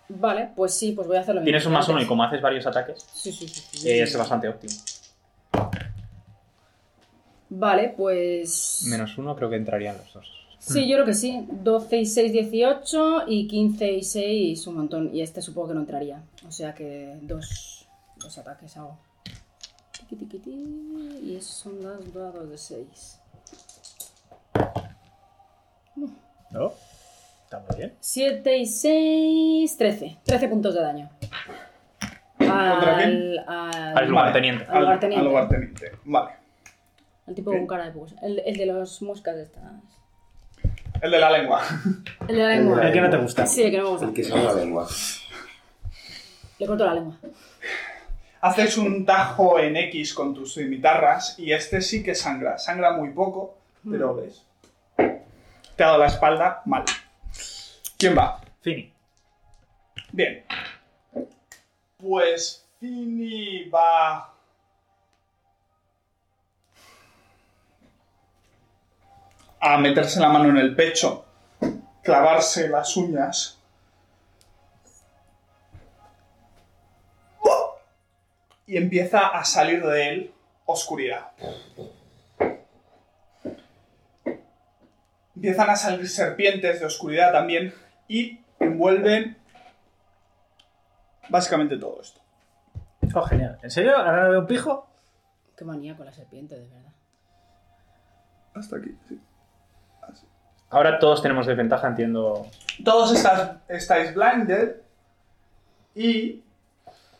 vale, pues sí, pues voy a hacerlo mismo.
Tienes un más uno y
antes.
como haces varios ataques,
Sí, sí, sí. sí.
eh, es bastante óptimo.
Vale, pues...
Menos uno creo que entrarían los dos.
Sí, yo creo que sí. 12 y 6, 18 y 15 y 6, un montón. Y este supongo que no entraría. O sea que dos, dos ataques hago. Tiqui, tiqui, ti. Y esos son dos dados de 6.
¿No? Está muy bien.
7 y 6, 13. 13 puntos de daño.
¿Contra
Al,
quién?
al,
Al lugarteniente.
Al lugarteniente.
Al lugarteniente. Vale.
al tipo con cara de pus. El, el de los moscas estas.
El de la lengua.
El de la
El de
lengua.
la-
El que no te gusta.
Sí, el que no me gusta.
El que se llama la lengua.
Le corto la lengua.
Haces un tajo en X con tus cimitarras y este sí que sangra. Sangra muy poco, pero ves. Te ha dado la espalda mal. ¿Quién va?
Fini.
Bien. Pues Fini va. a meterse la mano en el pecho, clavarse las uñas. Y empieza a salir de él oscuridad. Empiezan a salir serpientes de oscuridad también y envuelven básicamente todo esto.
Oh, genial. ¿En serio? ¿Ahora no veo un pijo?
Qué manía con la serpiente, de verdad.
Hasta aquí.
Ahora todos tenemos desventaja, entiendo.
Todos estás- estáis blinded y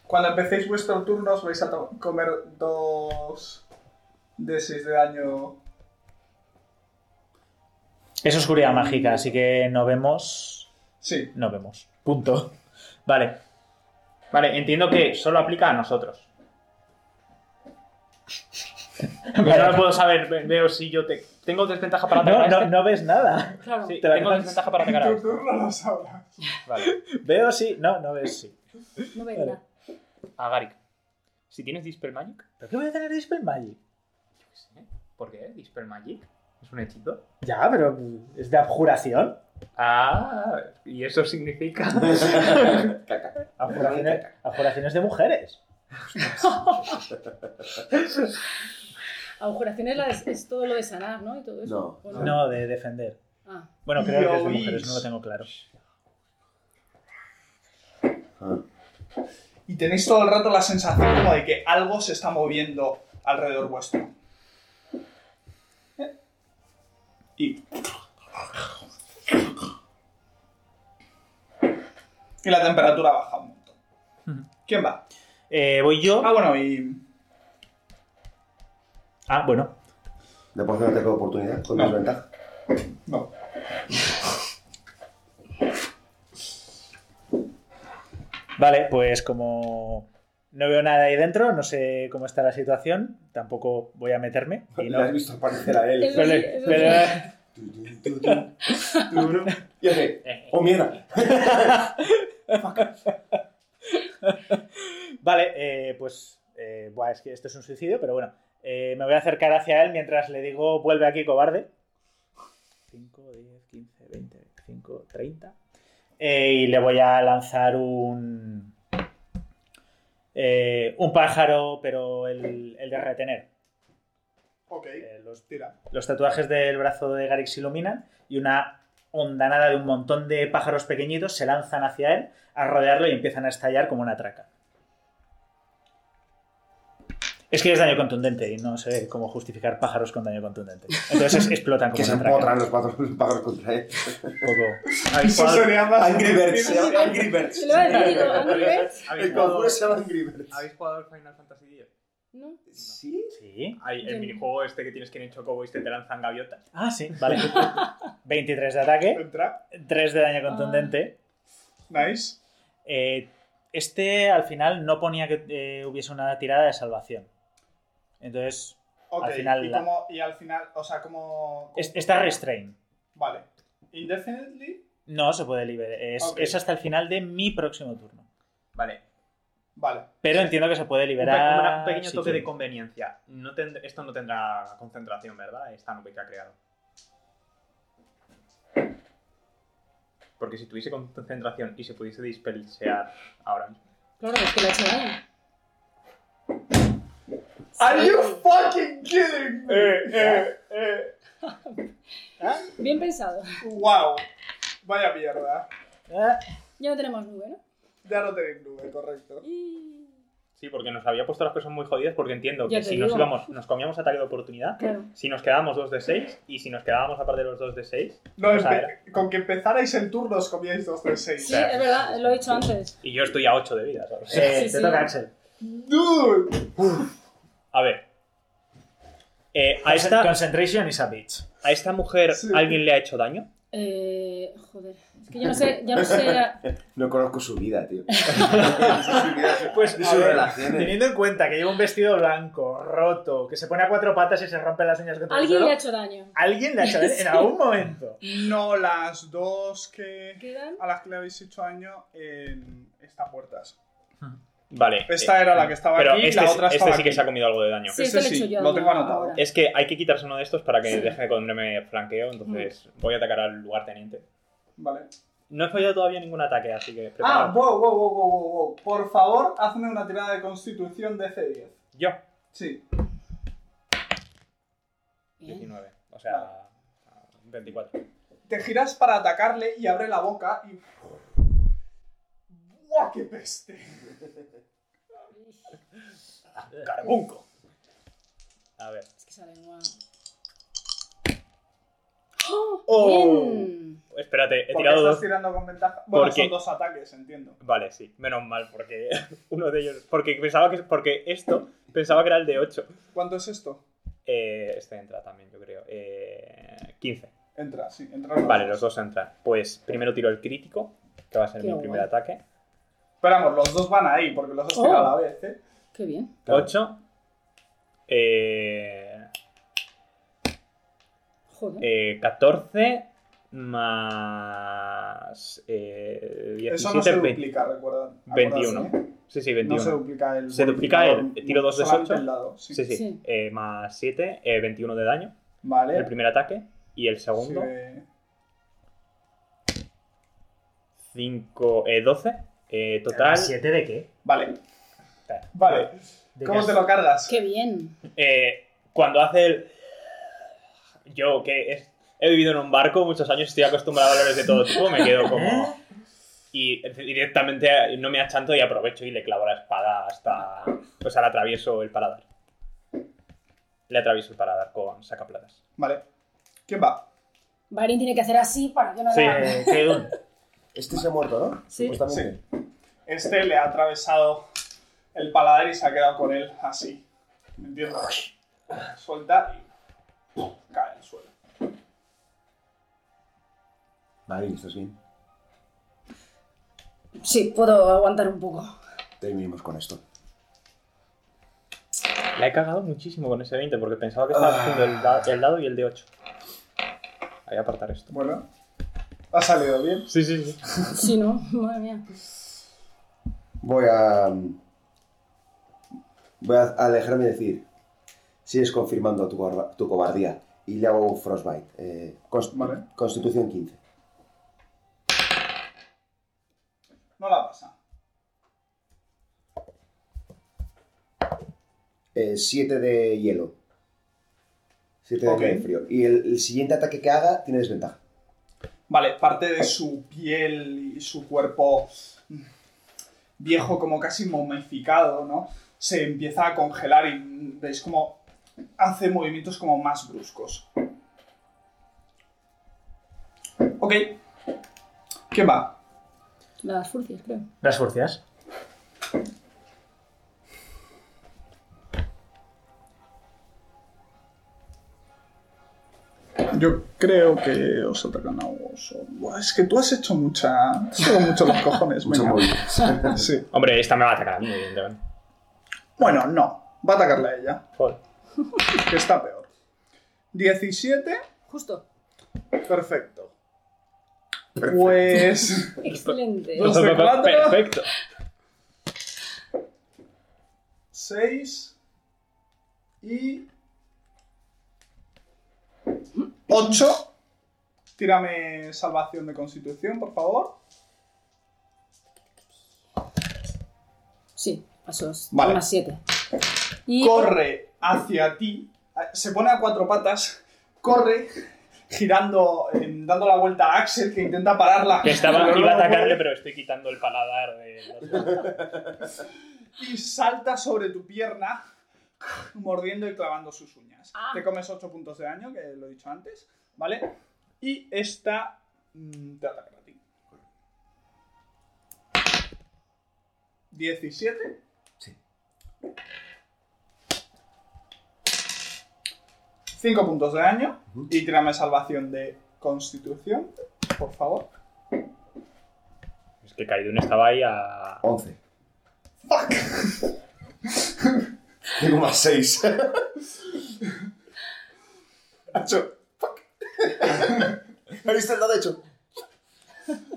cuando empecéis vuestro turno os vais a to- comer dos de 6 de daño.
Es oscuridad mágica, así que no vemos.
Sí,
No vemos. Punto. Vale.
Vale, entiendo que solo aplica a nosotros. Pero no
Vale.
lo puedo saber, ve- veo si yo te... tengo desventaja para atacar
No,
a
no,
este.
no ves nada.
Claro.
Sí,
Te la
tengo
comes.
desventaja para atacar a
tu
este.
turno lo sabrás.
Vale.
Veo sí. No, no ves sí.
No veo
Vale.
nada.
A Garik. Si tienes Dispel Magic,
¿Pero qué voy a tener Dispel Magic?
yo qué sé. ¿Por qué? ¿Dispel Magic? ¿Es un hechizo?
Ya, pero es de abjuración.
Ah, y eso significa.
Caca.
Abjuraciones, abjuraciones de mujeres.
Abjuración es, la de- es todo lo de sanar, ¿no? Y todo eso.
No,
¿O
No, de defender.
Ah,
Bueno, creo que es de
Dios.
mujeres, no lo tengo claro.
Ah.
Y tenéis todo el rato la sensación como de que algo se está moviendo alrededor vuestro. Y. Y la temperatura baja un montón. ¿Quién va?
Eh, voy yo.
Ah, bueno, y.
Ah, bueno.
¿Le puedo hacer un ataque de oportunidad con
No.
desventaja?
No.
Vale, pues como no veo nada ahí dentro, no sé cómo está la situación, tampoco voy a meterme. y
Le
no-
has visto aparecer a él.
Pero le- pero le-
Tu, tu, tu, tu, tu, Y hace,
eh,
¡oh mierda!
Vale, eh, pues eh, buah, es que esto es un suicidio, pero bueno. Eh, me voy a acercar hacia él mientras le digo, vuelve aquí, cobarde. 5, 10, 15, 20, 25, 30. Eh, y le voy a lanzar un... eh, un pájaro, pero el, el de retener.
Ok,
Eh, los
tira.
los tatuajes del brazo de Garrick se iluminan y una ondanada de un montón de pájaros pequeñitos se lanzan hacia él, a rodearlo y empiezan a estallar como una traca. Es que es daño contundente y no sé cómo justificar pájaros con daño contundente. Entonces explotan como
Que se
una traca.
empotran los cuatro pájaros contra él.
Un poco-
Eso sería más
Angry Birds, se llama Angry
Se
Birds.
lo he dicho, Angry Birds.
El conjuro se llama Angry Birds.
¿Habéis jugado al Final Fantasy X?
¿No?
¿Sí?
Sí.
Hay el
Yo no.
minijuego este que tienes que ir en Chocobo y te lanzan gaviotas.
Ah, sí, vale. 23 de ataque,
Entra.
3 de daño contundente.
Nice.
Eh, este al final no ponía que eh, hubiese una tirada de salvación. Entonces,
Ok.
Al final
y,
la-
como, y al final, o sea, como.
es- está restrain.
Vale. Indefinitely.
No se puede liberar. Es,
Ok.
es hasta el final de mi próximo turno.
Vale.
Vale.
Pero entiendo que se puede
Un, pe-
liberar.
una- un pequeño
si
toque de
quieres.
conveniencia. No tend- esto no tendrá concentración, ¿verdad? Esta nube que ha creado. Porque si tuviese concentración y se pudiese dispelsear ahora mismo.
Claro, es que lo ha hecho daño.
Are you fucking kidding me?
Eh,
Bien pensado.
Wow. Vaya mierda.
Ah,
Ya no tenemos nube, ¿no?
Ya no tenéis nube, correcto.
Y-
Sí, porque nos había puesto las cosas muy jodidas porque entiendo
Ya
que
te
si nos
digo.
íbamos, nos comíamos ataque de oportunidad,
Claro.
si nos quedábamos 2 de 6 y si nos quedábamos aparte de los 2 de 6
No,
O sea,
empe- con que empezarais el turno os comíais 2 de 6.
Sí, es verdad, lo he dicho antes.
y yo estoy a 8 de vida. ¿sabes?
eh,
Sí,
te
sí.
toca Axel.
Dude.
A ver. Eh, a,
Concent-
esta,
Concentration is a bitch.
¿A esta mujer
Sí.
alguien le ha hecho daño?
Eh, joder, es que yo no sé, ya no sé. ya-
No conozco su vida, tío. su vida,
Pues,
ni
a
sus
ver,
relaciones.
Teniendo en cuenta que lleva un vestido blanco, roto, que se pone a cuatro patas y se rompe las uñas contra
Alguien
el
le ha
suelo.
hecho daño.
Alguien le ha hecho daño en algún momento.
No las dos que.
¿Quedan?
a las que le habéis hecho daño en estas puertas.
Vale.
Pues
Esta era la que estaba
Pero
aquí y
este,
la
es-
otra
este
estaba
sí que
eh,
aquí.
se ha comido algo de daño.
Ese
Sí, esto lo he hecho
sí,
yo.
lo tengo anotado.
ahora.
Es que hay que quitarse uno de estos para que
Sí.
deje de ponerme flanqueo, entonces voy a atacar al lugarteniente.
Vale.
No he fallado todavía ningún ataque, así que
Ah,
preparado.
wow, wow, wow, wow, wow, wow. Por favor, hazme una tirada de constitución de C10.
Yo,
Sí.
19, o sea, 24.
Te giras para atacarle y abre la boca y. ¡Buah, qué peste!
¡Carbunco! A ver,
Es que sale guau. ¡Bien!
espérate, he
¿Por qué
tirado
estás
dos.
tirando con ventaja? Bueno,
Porque-
son dos ataques, entiendo.
Vale, sí, menos mal, porque uno de ellos. Porque pensaba que. Porque esto pensaba que era el de 8.
¿Cuánto es esto?
este entra también, yo creo. Eh, 15.
Entra, sí, entra. los
Vale,
dos.
los dos entran. Pues primero tiro el crítico, que va a ser
Qué
mi
guay.
primer ataque.
Esperamos, los dos van ahí porque los has
Oh.
tirado a la vez, ¿eh?
¡Qué bien!
Claro.
8. Eh,
Joder.
eh, 14 más eh, 17,
Eso no se
20.
duplica, recuerda. acordaos,
21.
¿eh?
Sí, sí,
No
21.
se duplica el.
Se duplica el-
modificador,
tiro dos de
solamente
ocho.
el dado, sí.
Sí, sí.
Sí.
Eh, más 7, eh, 21 de daño.
Vale. eh,
El primer ataque. Y el segundo,
Sigue-
5, 12. eh, total,
¿Siete de qué?
Vale.
Vale.
Vale.
De
¿Cómo
que-
te lo cargas?
¡Qué bien!
Eh, cuando hace el. Yo, que es- he vivido en un barco muchos años, estoy acostumbrado a valores de todo tipo, me quedo como. Y directamente no me achanto y aprovecho y le clavo la espada hasta. O sea, le atravieso el paladar. Le atravieso el paladar con sacaplatas.
Vale. ¿Quién va?
Barin tiene que hacer así para que no
Sí,
haga-
eh, Keidun.
Este se ha muerto, ¿no?
Sí.
Supuestamente.
Este le ha atravesado el paladar y se ha quedado con él así. ¿Me entiendes? Suelta y Cae al suelo.
Vale, ¿estás bien?
Sí, puedo aguantar un poco.
Terminemos con esto.
La he cagado muchísimo con ese 20 porque pensaba que estaba haciendo el, da- el dado y el de 8. Voy a apartar esto.
Bueno, ha salido bien.
Sí, sí, sí.
Sí, ¿no? Madre mía.
Voy a.
mm,
Voy a alejarme y decir. Sigues confirmando tu, guarda- tu cobardía. Y le hago un frostbite. Eh, cons-
Vale.
Constitución 15.
No la pasa.
7 eh, de hielo. 7 de
Ok.
hielo frío. Y el, el siguiente ataque que haga tiene desventaja.
Vale, parte de su piel y su cuerpo mm, viejo, como casi momificado, ¿no? Se empieza a congelar y mm, veis como hace movimientos como más bruscos. Ok. ¿Quién va?
Las furcias, creo.
Las furcias.
Yo creo que os atacan a vos. Buah, Es que tú has hecho mucha. Has hecho mucho los cojones,
Mucho
venga.
móvil.
Sí.
Hombre, esta me va a atacar a mí, evidentemente.
Bueno, no. Va a atacarla a ella,
Joder.
que está peor. 17.
Justo.
Perfecto. Pues.
Excelente.
Dos de cuatro.
Perfecto.
6 y 8. Tírame salvación de constitución, por favor.
Sí, pasó.
Vale.
Más siete. Y...
Corre hacia ti, se pone a cuatro patas, corre girando, em, dando la vuelta a Axel que intenta pararla.
Que estaba,
Pero
iba a
no
atacarle,
puede,
pero estoy quitando el paladar de.
Y salta sobre tu pierna, mordiendo y clavando sus uñas.
Ah.
Te comes 8 puntos de daño, que lo he dicho antes, ¿vale? Y esta mm, te ataca a ti. 17.
Sí.
5 puntos de daño y tírame salvación de constitución, por favor.
Es que Kaidun estaba ahí a.
11.
¡Fuck!
Tengo más 6.
Macho,
¿Has visto el dado hecho?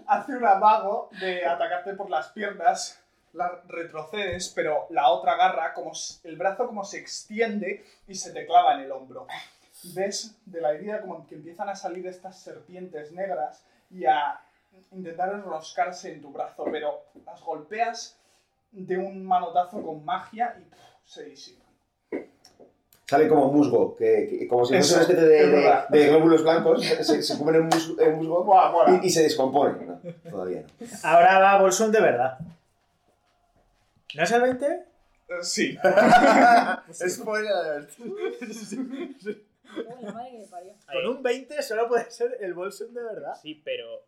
hace un amago de atacarte por las piernas, la retrocedes, pero la otra garra, como s- el brazo como se extiende y se te clava en el hombro. Ves de la herida como que empiezan a salir estas serpientes negras y a intentar enroscarse en tu brazo, pero las golpeas de un manotazo con magia y puf, se disipan.
Sale como musgo, que, que- como si
Eso,
fuese una especie de,
es
de,
verdad.
de glóbulos blancos, se, se comen en musgo, en musgo
Buah, mola.
y, y se descompone. No, todavía no.
Ahora va Bolsón de verdad. ¿No es el 20?
Eh, Sí,
Spoiler alert.
Uy, la madre que me parió.
Con un 20 solo puede ser el Bolsón de verdad.
Sí, pero.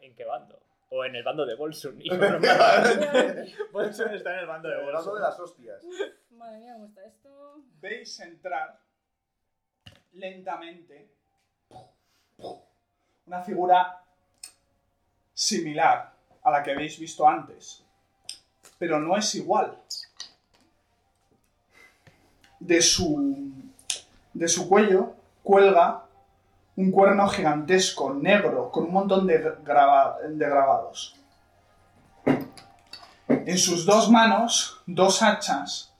¿En qué bando? O en el bando de Bolsun. Y-
Bolsón está en el bando de
Hablando
Bolsón.
de las hostias.
Madre mía, ¿cómo está esto?
veis entrar lentamente una figura similar a la que habéis visto antes, pero no es igual. De su, de su cuello cuelga un cuerno gigantesco, negro, con un montón de, grava- de grabados. En sus dos manos, dos hachas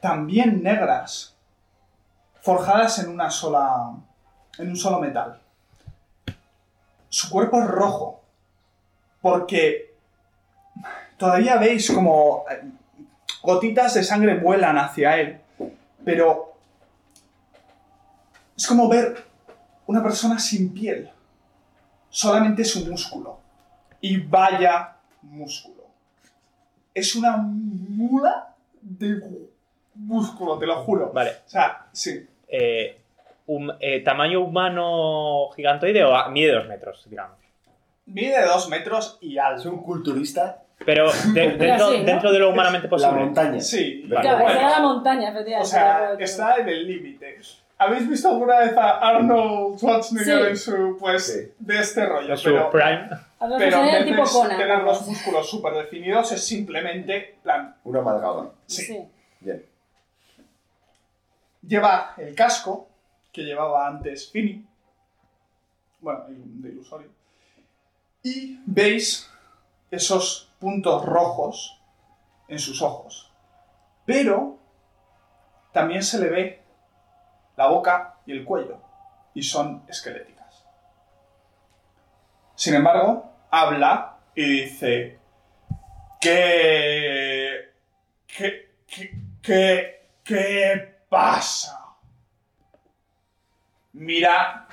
también negras, forjadas en una sola. en un solo metal. Su cuerpo es rojo, porque todavía veis como eh, gotitas de sangre vuelan hacia él, pero es como ver una persona sin piel, solamente su músculo. Y vaya músculo. Es una mula de músculo, te lo juro.
Vale.
O sea, sí.
eh, hum- eh, ¿Tamaño humano gigantoide o a- mide dos metros, digamos?
Mide dos metros y
Es
alto.
un culturista,
Pero de- dentro,
así, ¿no?
dentro de lo humanamente
la
posible.
montaña.
Sí,
Vale.
Claro,
bueno,
está en la montaña, efectivamente.
o sea, está en el límite. ¿Habéis visto alguna vez a Arnold Schwarzenegger
Sí.
en su, pues,
Sí.
de este rollo?
Su
Pero,
prime.
Algo que
pero
sea
en
tipo
vez de
Conan.
tener los
vamos.
músculos súper definidos, es simplemente, plan,
Una amalgama.
sí.
Sí.
Bien.
Lleva el casco que llevaba antes Fini, bueno, il- de ilusorio, y veis esos puntos rojos en sus ojos. Pero también se le ve la boca y el cuello, y son esqueléticas. Sin embargo, habla y dice que... que... que... que... ¿Qué pasa? Mira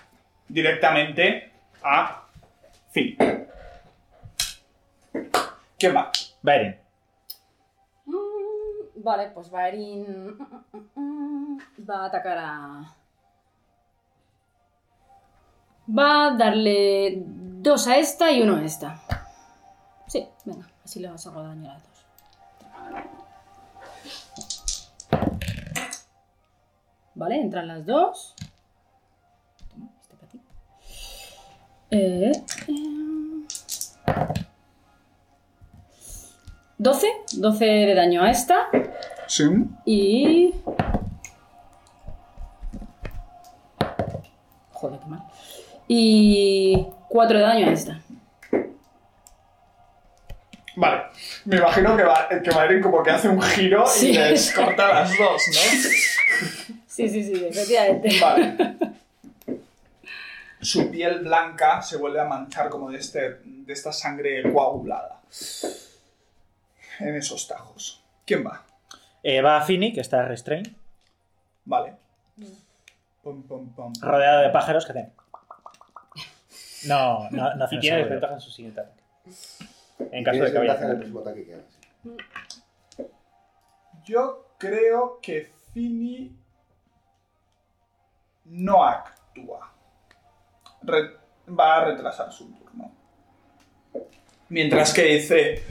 directamente a Fin. ¿Quién va?
Beren.
Mm, Vale, pues Barin mm, mm, mm, va a atacar a... Va a darle dos a esta y uno a esta. Sí, venga, así le vas a daño a las dos. Vale, entran las dos. Toma, este para ti. Eh, em, 12, 12 de daño a esta.
Sí.
Y. Joder, qué mal. Y. 4 de daño a esta.
Vale. Me imagino que, va, que Madrid como que hace un giro
Sí.
y les corta las dos,
Sí, sí, sí, efectivamente.
¿no? Vale. Su piel blanca se vuelve a manchar como de, este, de esta sangre coagulada. En esos tajos. ¿Quién va?
Eh, va a Fini, que está restrained,
Vale. Pum, pum, pum.
rodeado de pájaros que hacen. No, no, no hacen
Y tiene
eso,
desventaja en su siguiente ataque. En
Y
caso de
tienes
que vaya a
ventaja en el
hacer
próximo ataque que hagas.
Yo creo que Fini no actúa. Re- va a retrasar su turno. Mientras que dice,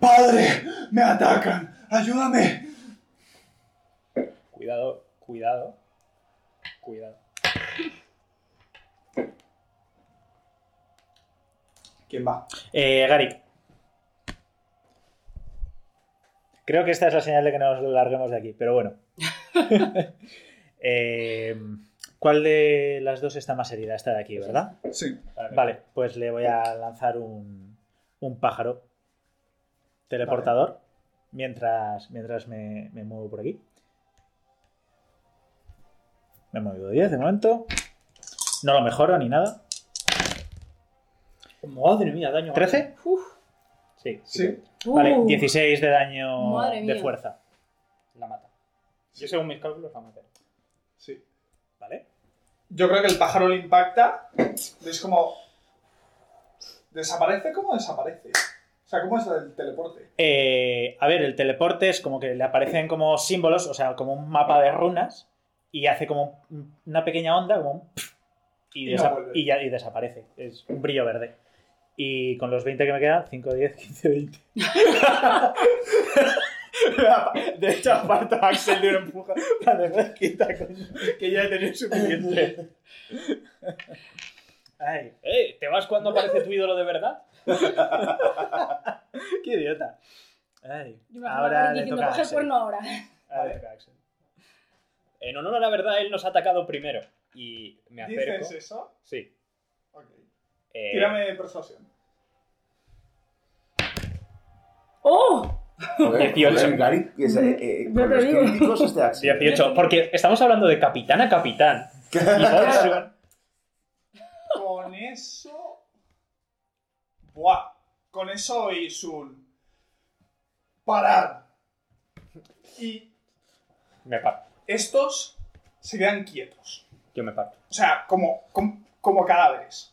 Padre, me atacan, ayúdame.
Cuidado, cuidado. Cuidado.
¿Quién va?
Eh, Garik. Creo que esta es la señal de que nos larguemos de aquí, pero bueno. Eh, ¿Cuál de las dos está más herida? Esta de aquí,
Pues
¿verdad?
Sí.
Vale, pues le voy a lanzar un, un pájaro teleportador mientras, mientras me, me muevo por aquí. Me he movido 10 de momento. No lo mejoro ni nada.
Oh, Madre mía, daño.
¿13?
Uf.
Sí.
Sí.
Vale,
Uh,
16 de daño
Madre
de
mía.
fuerza.
La mata. Yo según mis cálculos la maté.
sí.
¿Vale?
Yo creo que el pájaro le impacta. Es como... ¿Desaparece? ¿Cómo desaparece? O sea, ¿cómo es el teleporte?
Eh, a ver, el teleporte es como que le aparecen como símbolos, o sea, como un mapa de runas, y hace como un- una pequeña onda, como un y,
Y no
desa-
vuelve.
y ya- y desaparece. Es un brillo verde. Y con los 20 que me quedan, 5, 10, 15, 20. De hecho, aparto a Axel de un empuja. Vale, quita, coño, que ya he tenido suficiente. Ay,
Eh, ¿Te vas cuando aparece tu ídolo de verdad?
qué idiota. Ay,
yo me imaginaba
ahora le
diciendo,
toca a
coge el
Axel.
cuerno ahora.
Ahora le toca a Axel.
En honor a la verdad, él nos ha atacado primero. Y me acerco.
¿Dices eso?
Sí.
Ok.
Eh,
Tírame de persuasión.
¡Oh!
Joder,
18.
joder, Gary, que es, eh, eh,
Ya
con
te
los
digo.
críticos este Axel.
18. Porque estamos hablando de capitán a capitán. Y Bolsun-
Con eso. Buah. Con eso oís un. ¡Parad! Y
Me parto.
estos se quedan quietos.
Yo me parto.
O sea, como, como, como cadáveres.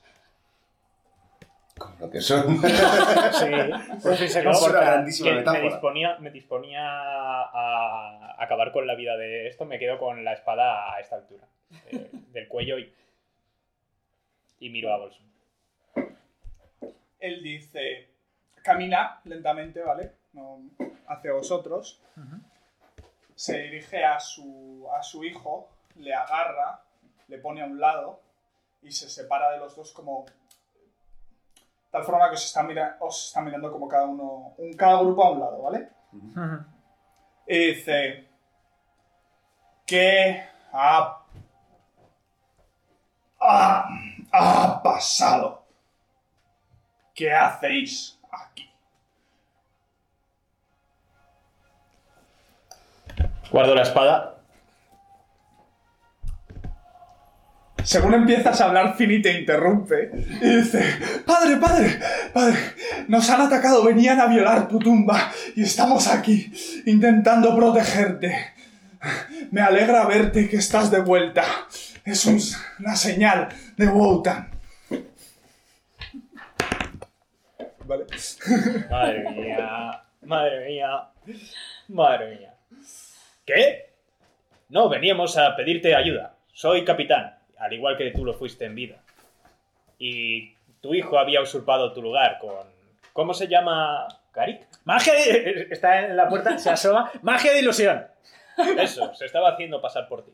Con Lo que son.
Sí, por fin se
Es una
comporta.
grandísima
Que me
metáfora.
disponía, me disponía a acabar con la vida de esto. Me quedo con la espada a esta altura. eh, del cuello y. Y miro a Bolson.
Él dice. Camina lentamente, ¿vale? No, hacia vosotros. Se dirige a su, a su hijo. le agarra, le pone a un lado y se separa de los dos como... Tal forma que os está, mira- os está mirando como cada uno, un, cada grupo a un lado, ¿vale? Y dice ¿Qué ha, ha, ha pasado? ¿Qué hacéis aquí?
Guardo la espada.
Según empiezas a hablar, Fini te interrumpe y dice, padre, padre, padre, nos han atacado, venían a violar tu tumba y estamos aquí intentando protegerte. Me alegra verte que estás de vuelta. Es un- una señal de Wotan. Vale.
Madre mía. Madre mía. Madre mía. ¿Qué? No, veníamos a pedirte ayuda. Soy capitán, al igual que tú lo fuiste en vida. Y tu hijo había usurpado tu lugar con... ¿Cómo se llama? ¿Karik?
Magia de... Está en la puerta, se asoma. Magia de ilusión.
Eso, se estaba haciendo pasar por ti.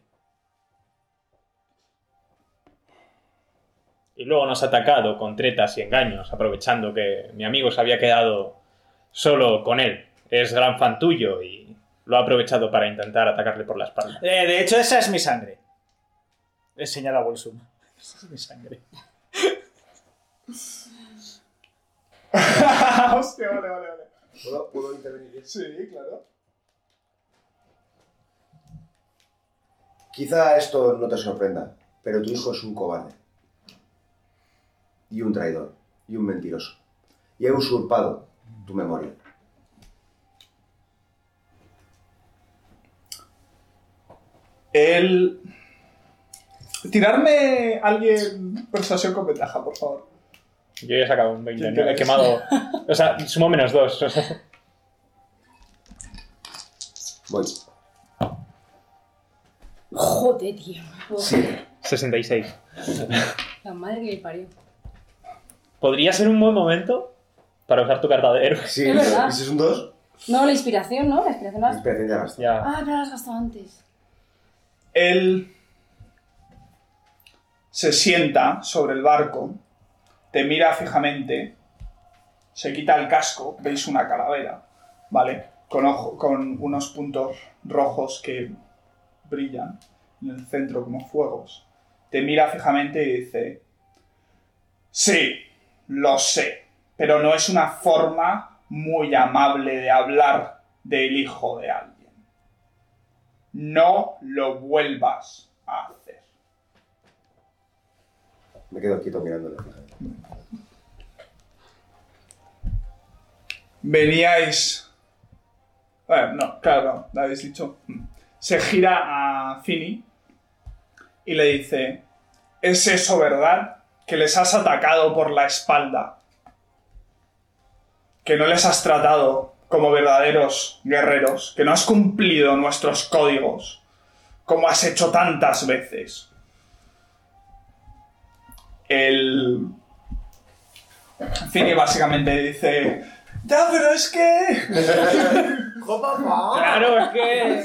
Y luego nos ha atacado con tretas y engaños, aprovechando que mi amigo se había quedado solo con él. Es gran fan tuyo y lo ha aprovechado para intentar atacarle por la espalda.
Eh, de hecho, esa es mi sangre. Le señala Bolsum. Esa es mi sangre.
Hostia, vale, vale, vale.
¿Puedo, puedo intervenir?
Sí, claro.
Quizá esto no te sorprenda, pero tu hijo es un cobarde. Y un traidor. Y un mentiroso. Y he usurpado tu memoria.
El... Tirarme alguien pues, persuasión con ventaja, por favor.
Yo ya he sacado un 20,
¿Quién
¿no? he
crees?
quemado... O sea, sumo menos dos.
Voy.
Joder, tío. Joder.
66.
La madre que me parió.
¿Podría ser un buen momento para usar tu carta de héroe?
Sí,
Es verdad.
¿y si es un 2?
No, la inspiración, ¿no? La inspiración la has...
Espera, ya gasta.
Ya.
Ah, no la has gastado antes.
Él se sienta sobre el barco, te mira fijamente, se quita el casco, veis una calavera, ¿vale? Con, ojo- con unos puntos rojos que brillan en el centro como fuegos. Te mira fijamente y dice, sí, lo sé, pero no es una forma muy amable de hablar del hijo de alguien no lo vuelvas a hacer.
Me quedo quieto mirándole. fíjate.
Veníais. Bueno, no, claro, lo habéis dicho. "Mm". Se gira a Fini y le dice: ¿Es eso verdad? Que les has atacado por la espalda. Que no les has tratado como verdaderos guerreros. Que no has cumplido nuestros códigos. Como has hecho tantas veces. El. Fini básicamente dice: Ya, pero es que.
Claro, es que...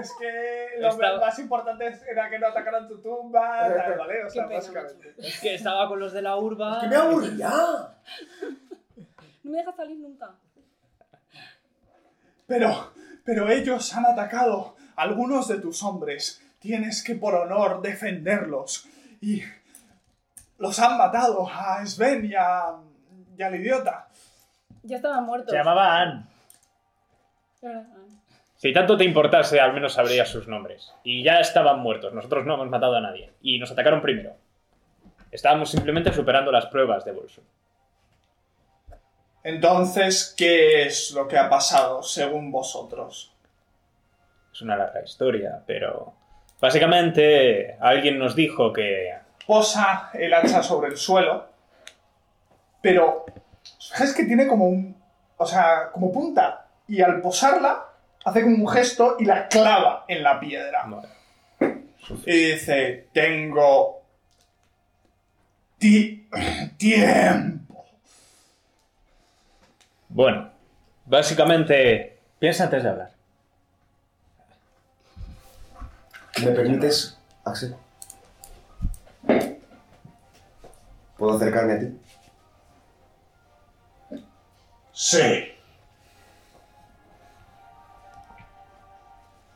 Es que
lo Estaba-
más importante era que no atacaran tu tumba, ¿vale? O
sea, Qué pena, básicamente.
Es que estaba con los de la urba.
aburría!
No me dejas salir nunca.
Pero, pero ellos han atacado a algunos de tus hombres. Tienes que, por honor, defenderlos. Y los han matado a Sven y, a, y al idiota.
Ya estaban muertos.
Se llamaba Ann.
Ah,
Si tanto te importase, al menos sabrías sus nombres. Y ya estaban muertos, nosotros no hemos matado a nadie. Y nos atacaron primero. Estábamos simplemente superando las pruebas de Bolsón.
Entonces, ¿qué es lo que ha pasado según vosotros?
Es una larga historia, pero... Básicamente, alguien nos dijo que...
posa el hacha sobre el suelo, pero es que tiene como un, o sea, como punta y al posarla hace como un gesto y la clava en la piedra
Bueno,
y dice, tengo ti- tiempo.
Bueno, básicamente
Piensa antes de hablar.
¿Me permites, Ah, Axel? ¿Puedo acercarme a ti?
Sí.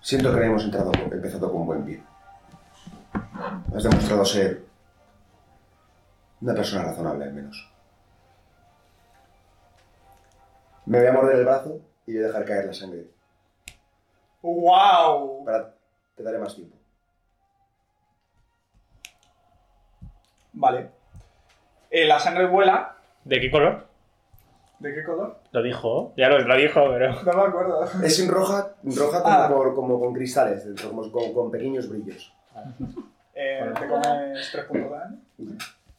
Siento que no hemos entrado, empezado con buen pie. Has demostrado ser una persona razonable, al menos. Me voy a morder el brazo y voy a dejar caer la sangre.
¡Wow!
Para... Te daré más tiempo.
Vale. Eh, la sangre vuela.
¿De qué color?
¿De qué color?
Lo dijo.
Ya lo, lo dijo, pero.
No me acuerdo.
Es roja, roja como,
Ah.
por- como con cristales, dentro, como con, con pequeños brillos.
Eh, te comes tres puntos de daño.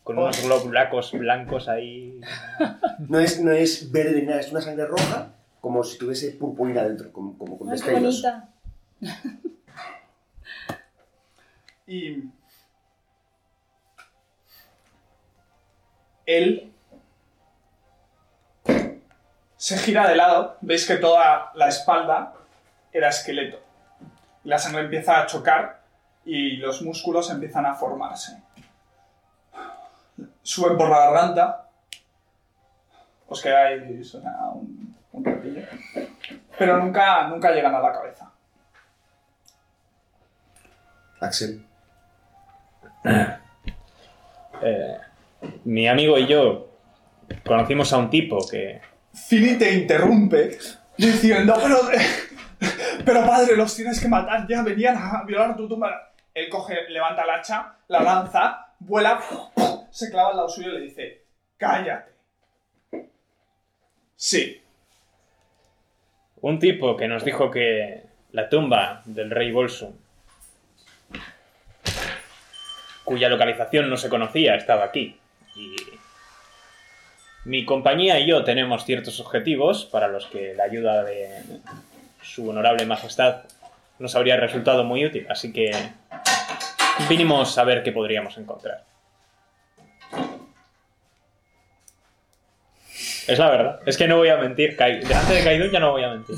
Con unos globulacos blancos ahí.
No es, no es verde ni nada, es una sangre roja como si tuviese purpurina dentro, como, como con
Ay, ah, qué
destellos.
bonita.
Y. Él. Se gira de lado. Veis que toda la espalda era esqueleto. La sangre empieza a chocar y los músculos empiezan a formarse. Suben por la garganta. Os quedáis una- un, un ratillo. Pero nunca, nunca llegan a la cabeza.
Axel,
Eh, mi amigo y yo conocimos a un tipo que.
Fini te interrumpe diciendo, pero, pero padre, los tienes que matar, ya venían a violar tu tumba. Él coge, levanta la hacha, la lanza, vuela, se clava al lado suyo y le dice, cállate. Sí,
Un tipo que nos dijo que la tumba del rey Bolsum, cuya localización no se conocía, estaba aquí. Y mi compañía y yo tenemos ciertos objetivos para los que la ayuda de su honorable majestad nos habría resultado muy útil. Así que vinimos a ver qué podríamos encontrar. Es la verdad. Es que no voy a mentir. Kai- Delante de Kaidun ya no voy a mentir.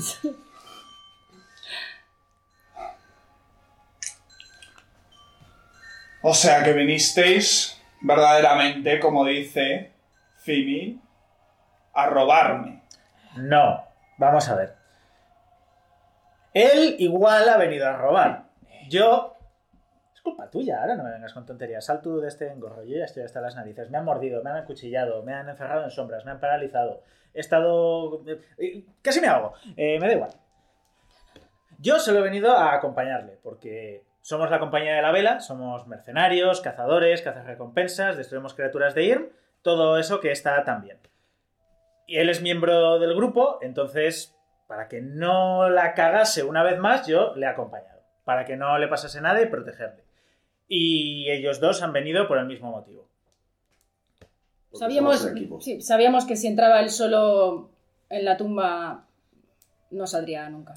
o sea que vinisteis verdaderamente, como dice Fini, a robarme.
No, vamos a ver. Él igual ha venido a robar. Yo. Es culpa tuya, ahora no me vengas con tonterías. Sal tú de este engorro. Yo ya estoy hasta las narices. Me han mordido, me han acuchillado, me han encerrado en sombras, me han paralizado. He estado. eh, Casi me hago. Eh, me da igual. Yo solo he venido a acompañarle, porque somos la compañía de la vela, somos mercenarios, cazadores, cazas recompensas, destruimos criaturas de Irm, todo eso que está tan bien. Y él es miembro del grupo, entonces, para que no la cagase una vez más, yo le he acompañado. Para que no le pasase nada y protegerle. Y ellos dos han venido por el mismo motivo.
porque
Sabíamos,
somos un equipo.
sí, sabíamos que si entraba él solo en la tumba no saldría nunca.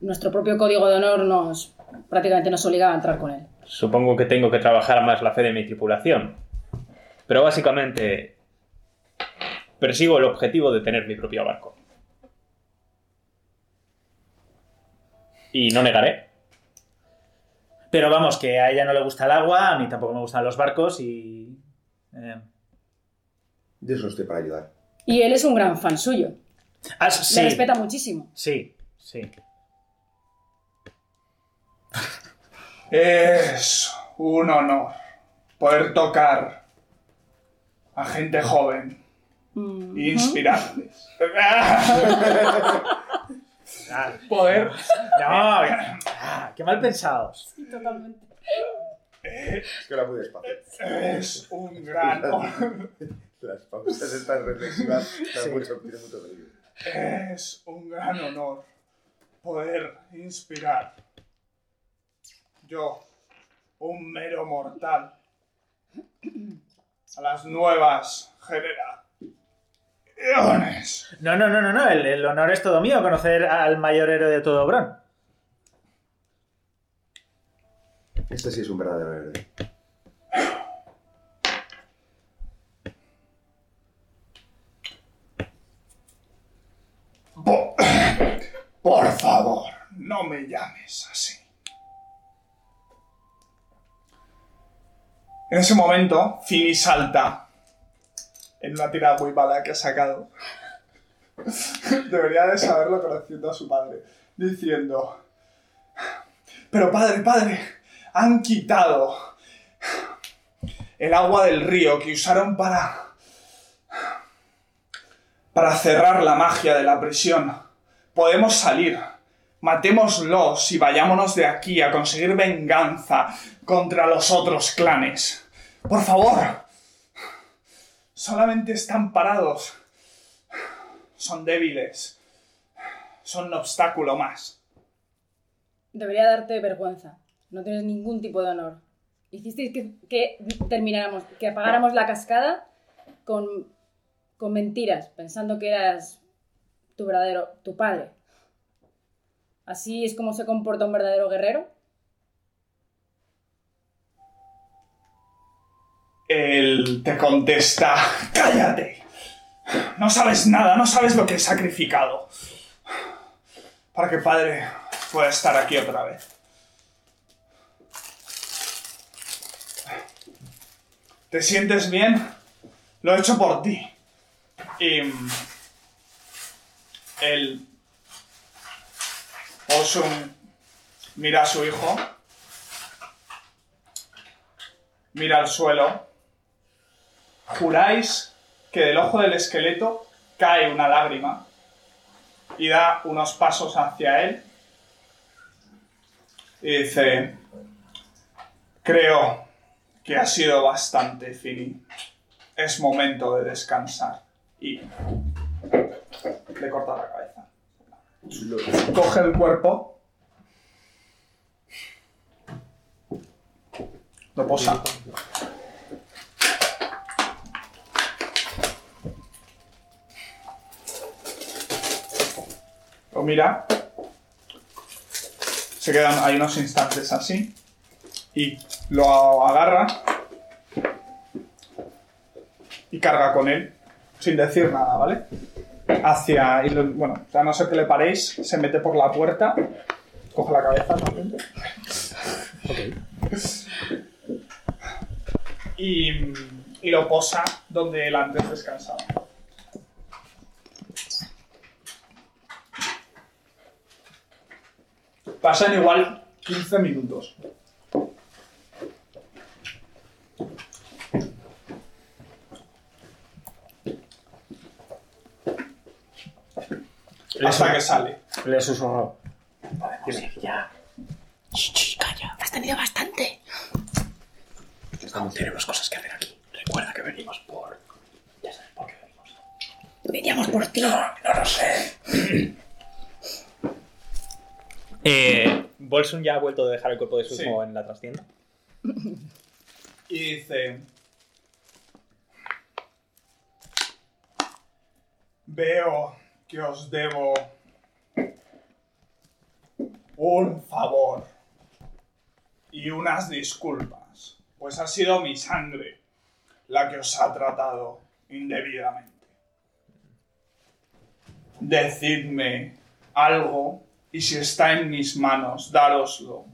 Nuestro propio código de honor nos prácticamente nos obligaba a entrar con él.
Supongo que tengo que trabajar más la fe de mi tripulación. Pero básicamente persigo el objetivo de tener mi propio barco. Y no negaré.
Pero vamos, que a ella no le gusta el agua, a mí tampoco me gustan los barcos y... eh,
de eso estoy para ayudar.
Y él es un gran fan suyo.
ah,
Le
sí,
respeta muchísimo.
sí, sí.
Es un honor poder tocar a gente joven
Mm,
y
ujú.
inspirarles.
Ah,
Poder.
no, ah, qué mal pensados.
Es que la muy despacio.
Es un gran honor.
Las pausas estas reflexivas dan
Sí.
mucho, tienen mucho peligro.
Es un gran honor poder inspirar. Yo, un mero mortal, a las nuevas generaciones.
No, no, no, no, no, el, el honor es todo mío, conocer al mayor héroe de todo Bron.
Este sí es un verdadero héroe.
Por favor, no me llames así. En ese momento, Fini salta en una tira muy mala que ha sacado. Debería de saberlo conociendo a su padre, diciendo... Pero padre, padre, han quitado el agua del río que usaron para... para cerrar la magia de la prisión. Podemos salir. Matémoslos y vayámonos de aquí a conseguir venganza contra los otros clanes. Por favor. Solamente están parados. Son débiles. Son un obstáculo más.
Debería darte vergüenza. No tienes ningún tipo de honor. Hicisteis que, que termináramos, que apagáramos la cascada con, con mentiras, pensando que eras tu verdadero, tu padre. ¿Así es como se comporta un verdadero guerrero?
Él te contesta, cállate. No sabes nada, no sabes lo que he sacrificado. Para que padre pueda estar aquí otra vez. ¿Te sientes bien? Lo he hecho por ti. Y... mm, Él... Osum mira a su hijo. Mira al suelo juráis que del ojo del esqueleto cae una lágrima y da unos pasos hacia él y dice, creo que ha sido bastante, Fini. Es momento de descansar. Y le corta la cabeza. Coge el cuerpo. Lo posa. Lo Pues mira. Se quedan hay unos instantes así. Y lo agarra. Y carga con él. Sin decir nada, ¿vale? Hacia. y lo- bueno, o sea, a no ser que le paréis, se mete por la puerta. Coge la cabeza realmente. Y, y lo posa donde él antes descansaba. Pasan igual 15 minutos. Hasta que sale.
Le susurro.
Aún tenemos cosas que hacer aquí. Recuerda que venimos por... Ya sabes por qué venimos.
Veníamos por ti.
No lo sé.
Eh, Bolsun ya ha vuelto a dejar el cuerpo de su
Sí.
hijo en la trastienda.
Y dice... Veo que os debo un favor y unas disculpas, pues ha sido mi sangre la que os ha tratado indebidamente. Decidme algo y si está en mis manos, dároslo.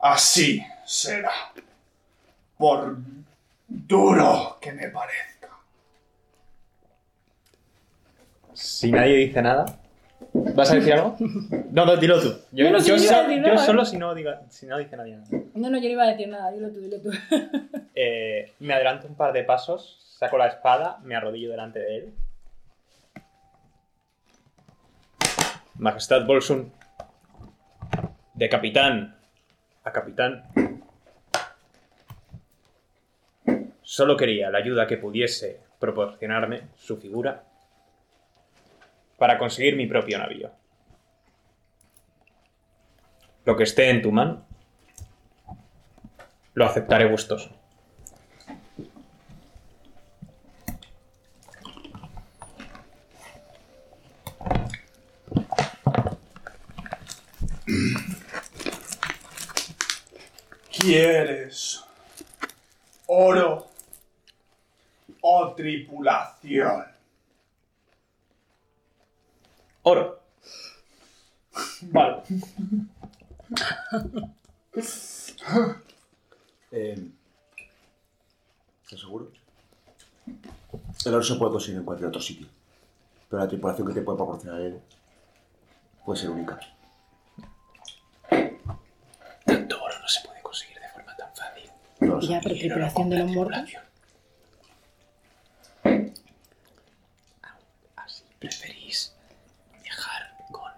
Así será. Por duro que me parezca.
Si nadie dice nada. ¿Vas a decir algo? No, no, dilo tú. Yo,
No, no, si
yo
no iba a
yo
decir nada, ¿eh?
solo si no, diga- si no dice nadie nada.
No, no, yo no iba a decir nada, dilo tú, dilo tú.
Eh, me adelanto un par de pasos, saco la espada, me arrodillo delante de él. Majestad Bolsun, de capitán a capitán, solo quería la ayuda que pudiese proporcionarme su figura para conseguir mi propio navío. Lo que esté en tu mano, lo aceptaré gustoso.
¿Quieres oro o tripulación?
Oro.
Vale.
Eh, ¿Estás seguro? El oro se puede conseguir en cualquier otro sitio. Pero la tripulación que te puede proporcionar él puede ser única.
Tanto oro no se puede conseguir de forma tan fácil.
No lo sé.
Ya, pero tripulación de los muertos.
Así preferís viajar con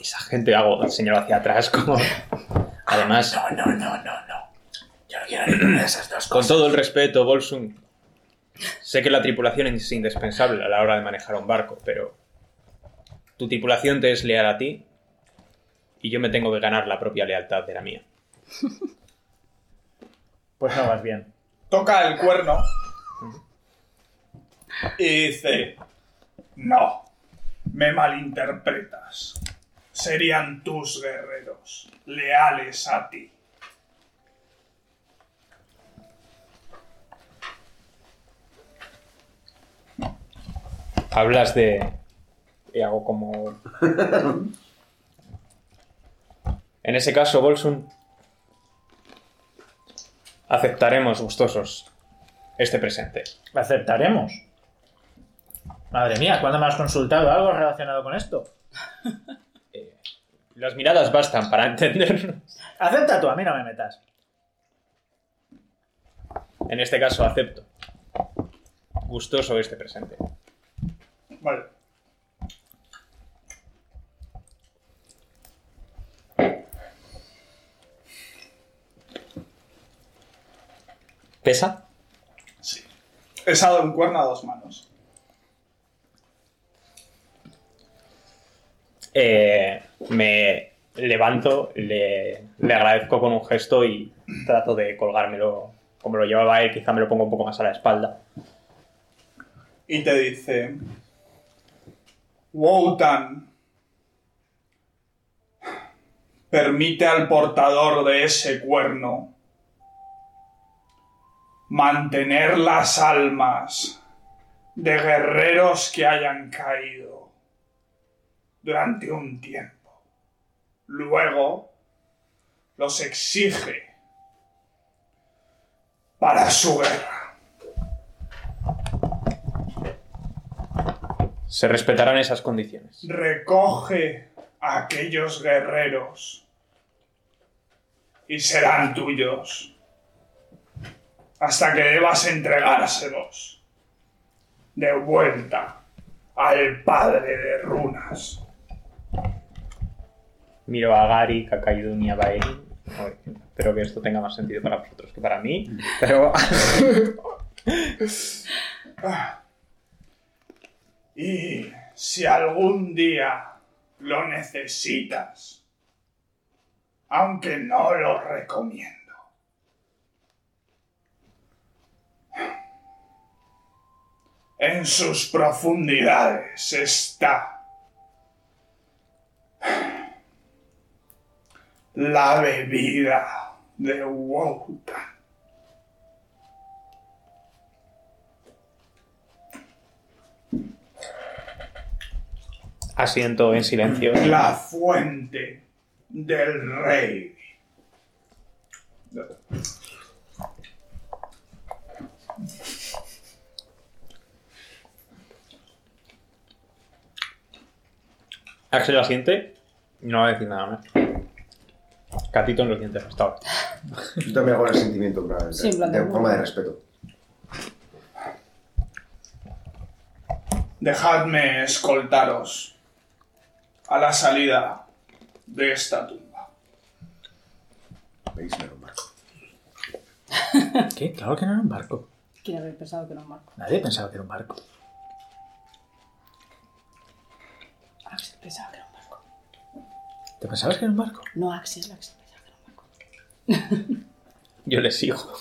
esa
Gente, hago señalo hacia atrás como... Además,
No, no, no, no, no. Yo no quiero ninguna de esas dos
con
cosas.
todo el respeto, Bolsung, sé que la tripulación es indispensable a la hora de manejar un barco, pero tu tripulación te es leal a ti y yo me tengo que ganar la propia lealtad de la mía.
Pues no, vas bien.
Toca el cuerno. Y dice: No, me malinterpretas. Serían tus guerreros, leales a ti.
Hablas de... Y hago como... En ese caso, Bolsun, aceptaremos gustosos este presente.
La aceptaremos. Madre mía, ¿cuándo me has consultado algo relacionado con esto?
Eh, Las miradas bastan para entendernos.
Acepta tú, a mí no me metas.
En este caso, acepto. Gustoso este presente.
Vale.
¿Pesa?
Sí. Es dado un cuerno a dos manos.
Eh, me levanto, le, le agradezco con un gesto y trato de colgármelo. Como lo llevaba él, quizá me lo pongo un poco más a la espalda.
Y te dice: Wotan, permite al portador de ese cuerno mantener las almas de guerreros que hayan caído durante un tiempo. Luego los exige para su guerra.
Se respetarán esas condiciones.
recoge a aquellos guerreros y serán tuyos hasta que debas entregárselos de vuelta al padre de runas.
Miro a Gary, que ha caído un Iabaeri. Oye, Espero que esto tenga más sentido para vosotros que para mí. Pero
Y si algún día lo necesitas, aunque no lo recomiendo, en sus profundidades está la bebida de Wotan.
asiento en silencio.
la fuente del rey.
Axel asiente. No va a decir nada más. Catito en los dientes hasta ahora.
Yo también hago el sentimiento una vez,
Sí, en plan de-
de forma de respeto.
Dejadme escoltaros a la salida de esta tumba.
Veis, me lo marco.
¿Qué? Claro que no era un barco.
Quiero haber pensado que no marco.
Nadie pensaba que era un barco.
Axel pensaba que era un barco.
¿Te pensabas que era un barco?
No, Axel, Axel pensaba que era un barco.
Yo le sigo.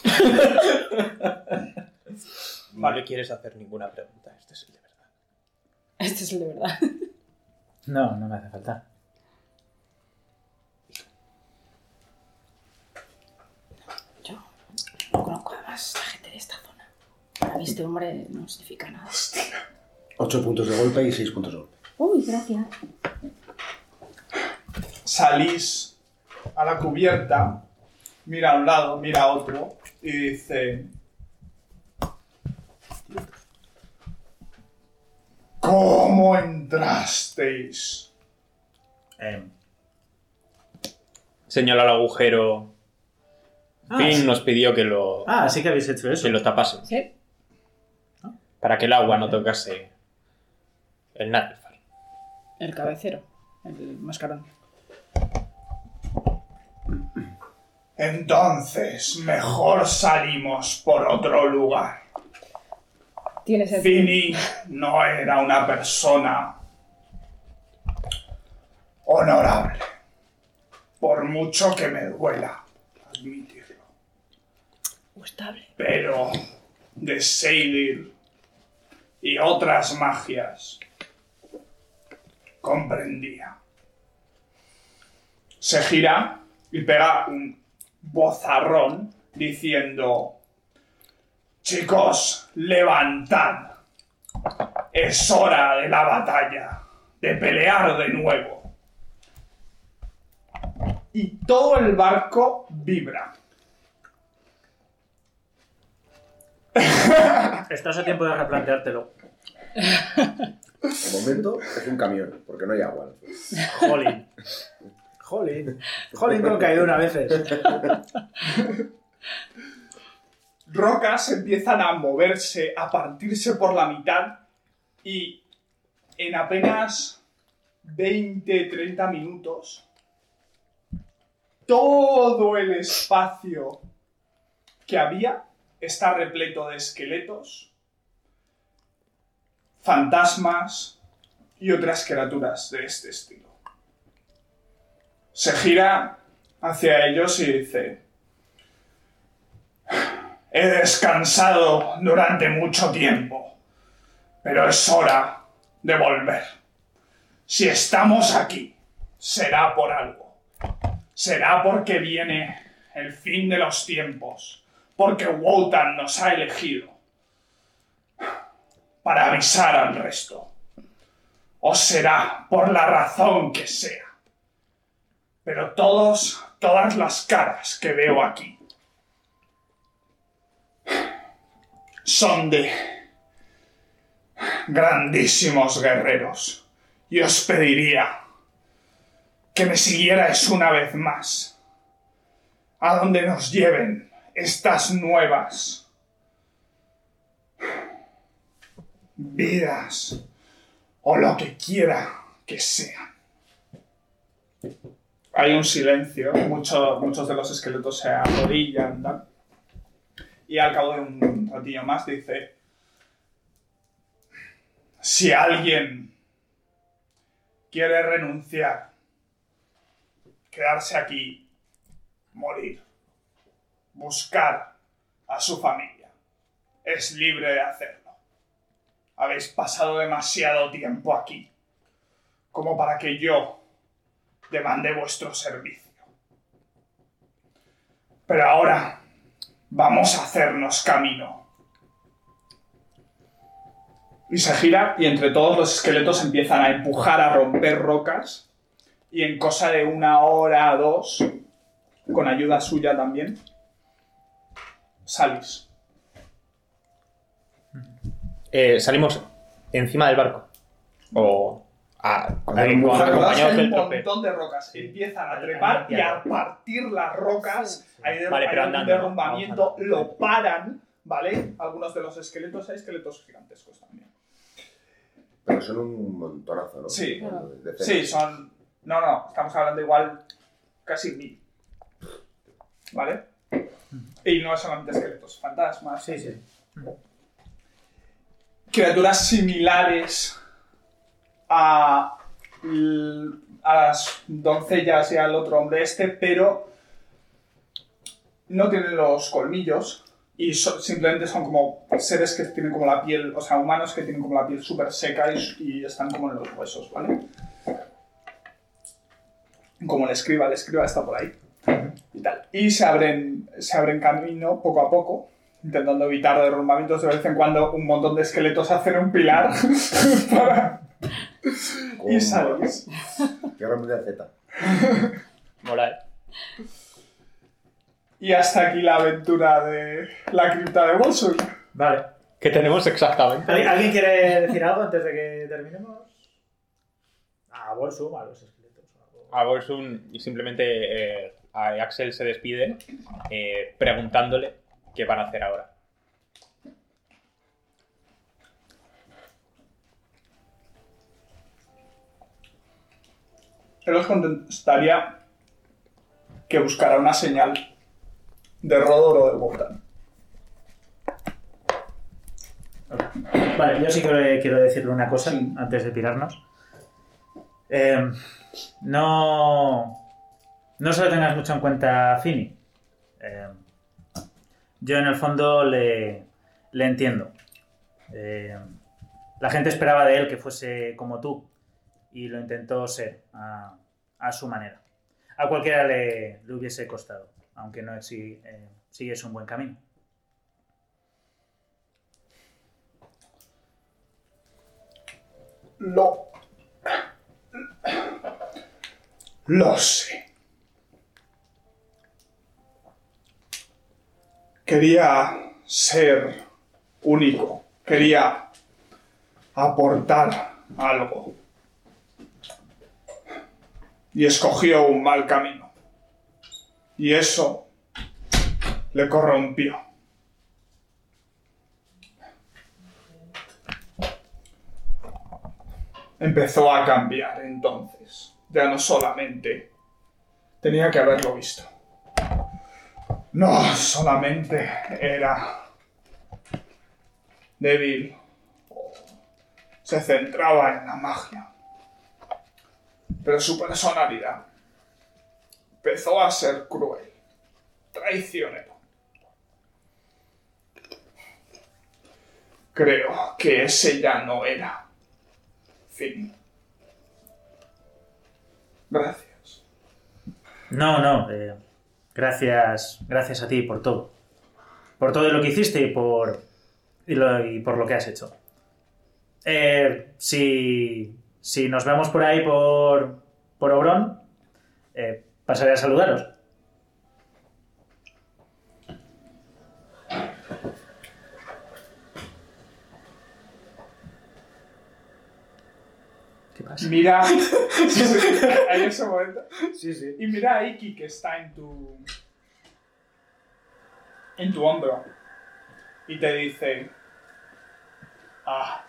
No le quieres hacer ninguna pregunta. Este es el de verdad.
Este es el de verdad.
No, no me hace falta.
Yo no conozco además la gente de esta zona. Para mí este hombre no significa nada.
8 puntos de golpe y 6 puntos de golpe.
Uy, gracias.
salís a la cubierta, mira a un lado, mira a otro y dice... ¿Cómo entrasteis?
Eh,
Em, señala el agujero.
Ah,
Finn
sí.
nos pidió que lo,
Ah, sí que habéis hecho eso.
que lo tapásemos.
Sí.
Para que el agua no tocase el Natifar.
El cabecero, el mascarón.
Entonces, mejor salimos por otro lugar.
Tiene sentido.
Fini no era una persona honorable. Por mucho que me duela admitirlo.
Gustable.
Pero de Seidir y otras magias comprendía. Se gira y pega un bozarrón diciendo, chicos, levantad. Es hora de la batalla, de pelear de nuevo. Y todo el barco vibra.
Estás a tiempo de replanteártelo.
De momento es un camión, porque no hay agua.
Jolín.
Jolín. Jolín con caída a veces.
rocas empiezan a moverse, a partirse por la mitad y en apenas 20-30 minutos todo el espacio que había está repleto de esqueletos, fantasmas y otras criaturas de este estilo. Se gira hacia ellos y dice, He descansado durante mucho tiempo, pero es hora de volver. Si estamos aquí, será por algo. Será porque viene el fin de los tiempos, porque Wotan nos ha elegido para avisar al resto. O será por la razón que sea. Pero todos, todas las caras que veo aquí son de grandísimos guerreros. Y os pediría que me siguierais una vez más a donde nos lleven estas nuevas vidas o lo que quiera que sea. Hay un silencio, mucho- muchos de los esqueletos se arrodillan, tal. Y al cabo de un ratillo más dice, si alguien quiere renunciar, quedarse aquí, morir, buscar a su familia, es libre de hacerlo. Habéis pasado demasiado tiempo aquí como para que yo demande vuestro servicio. Pero ahora Vamos a hacernos camino. Y se gira y entre todos los esqueletos empiezan a empujar, a romper rocas. Y en cosa de una hora o dos, con ayuda suya también, salís.
Eh, salimos encima del barco. O. A,
Os acordáis que
acompañados
hay
del
un
tropel.
montón de rocas. Empiezan a trepar y a partir las rocas. Hay, de-
Vale,
hay
pero
un
andando,
derrumbamiento,
vamos
lo paran, ¿vale? Algunos de los esqueletos, hay esqueletos gigantescos también.
Pero son un montonazo, ¿no?
Sí.
Bueno, de- de-
Sí, son. No, no, estamos hablando igual casi mil. ¿Vale? Y no solamente esqueletos, fantasmas.
Sí, sí.
Criaturas similares a, l- a las doncellas y al otro hombre este, pero no tienen los colmillos y so- simplemente son como seres que tienen como la piel, o sea, humanos que tienen como la piel súper seca y, s- y están como en los huesos, ¿vale? como el escriba, el escriba está por ahí. Y tal. Y se abren, se abren camino poco a poco, intentando evitar derrumbamientos. De vez en cuando un montón de esqueletos hacen un pilar para, Y salís.
Guerra Mundial Z.
eh.
Moral.
Y hasta aquí la aventura de la cripta de Bolsung.
Vale.
¿Qué tenemos exactamente?
¿Alguien, alguien quiere decir algo antes de que terminemos? A Bolsum, a los esqueletos. o algo.
A Bolsun y simplemente eh, a Axel se despide eh, preguntándole qué van a hacer ahora.
Él os contestaría que buscará una señal de Rodor o de Bogdan.
Vale, yo sí que le quiero decirle una cosa antes de pirarnos. Eh, no. No se lo tengas mucho en cuenta, Fini. Eh, yo en el fondo le, le entiendo. Eh, la gente esperaba de él que fuese como tú y lo intentó ser a, a su manera. A cualquiera le, le hubiese costado, aunque no exi- eh, sigues un buen camino.
Lo. Lo sé. Quería ser único. Quería aportar algo. Y escogió un mal camino. Y eso le corrompió. empezó a cambiar entonces. Ya no solamente tenía que haberlo visto. No solamente era débil. Se centraba en la magia. Pero su personalidad empezó a ser cruel, traicionero. Creo que ese ya no era Fin. Gracias.
No, no. eh, gracias, gracias a ti por todo. Por todo lo que hiciste y por, y lo, y por lo que has hecho. Eh, si, si nos vemos por ahí por, por Obrón, eh, pasaré a saludaros. ¿Qué pasa?
Mira. Ahí ese momento.
Sí, sí.
Y mira a Iki que está en tu. en tu hombro. Y te dice. Ah.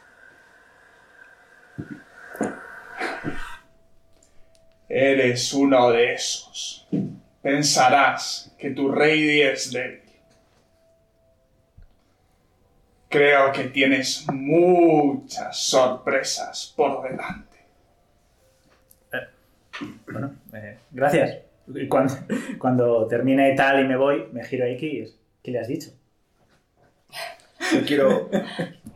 Eres uno de esos. Pensarás que tu rey es débil. Creo que tienes muchas sorpresas por delante.
Bueno, eh, gracias. Y cuando, cuando termine y tal y me voy, me giro a Iki y es, ¿qué le has dicho?
Yo quiero,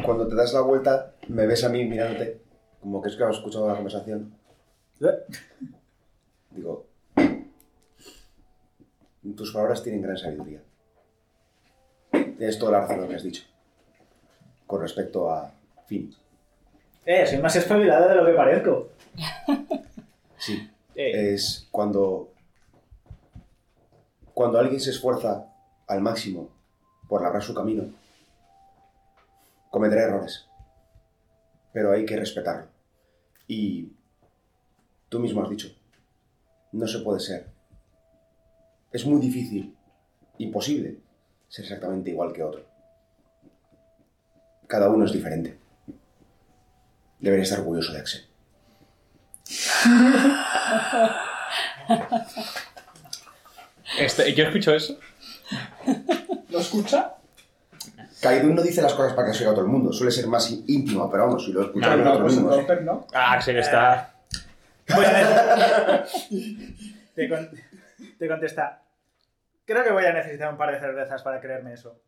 cuando te das la vuelta, me ves a mí mirándote, como que es que has escuchado la conversación. Digo, tus palabras tienen gran sabiduría. Tienes toda la razón en lo que has dicho. Con respecto a Finn.
Eh, soy más espabilada de lo que parezco.
Sí.
Eh,
Es cuando. Cuando alguien se esfuerza al máximo por labrar su camino, cometerá errores. Pero hay que respetarlo. Y. Tú mismo has dicho. No se puede ser. Es muy difícil. Imposible. Ser exactamente igual que otro. Cada uno es diferente. Debería estar orgulloso de Axel.
este- yo escucho eso.
¿Lo escucha?
Kaidun no dice las cosas para que se oiga todo el mundo, suele ser más í- íntimo, pero vamos, si lo escuchamos
no,
nosotros
pues
mismos.
entonces no.
Ah, Axel
Eh,
está.
Te, con- te contesta. Creo que voy a necesitar un par de cervezas para creerme eso.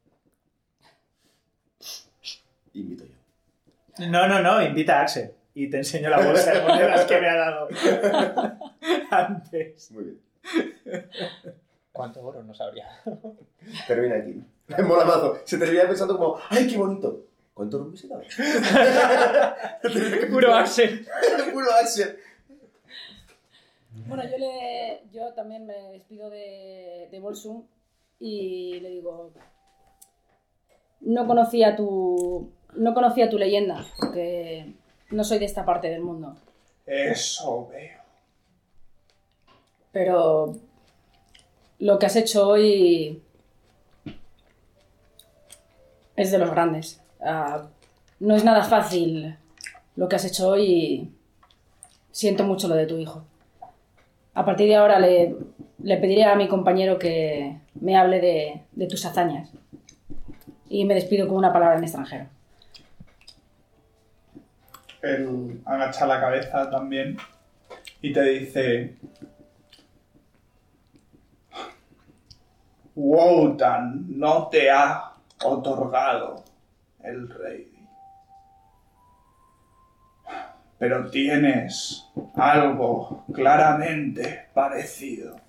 Invito yo.
No, no, no, invita a Axel. Y te enseño la bolsa de monedas que me ha dado antes.
Muy bien.
¿Cuánto oro? No sabría.
Termina aquí. Me mola mazo. Se termina pensando como, ¡ay, qué bonito! ¿Cuánto rum se daba?
Puro Axel.
Puro Axel.
Bueno, yo, le, yo también me despido de, de Bolsum y le digo, no conocía tu, no conocía tu leyenda, porque no soy de esta parte del mundo,
Eso veo.
pero lo que has hecho hoy es de los grandes. Ah, no es nada fácil lo que has hecho hoy y siento mucho lo de tu hijo. A partir de ahora le, le pediré a mi compañero que me hable de, de tus hazañas. Y me despido con una palabra en extranjero.
Él agacha la cabeza también y te dice... Wotan no te ha otorgado el rey. Pero tienes algo claramente parecido.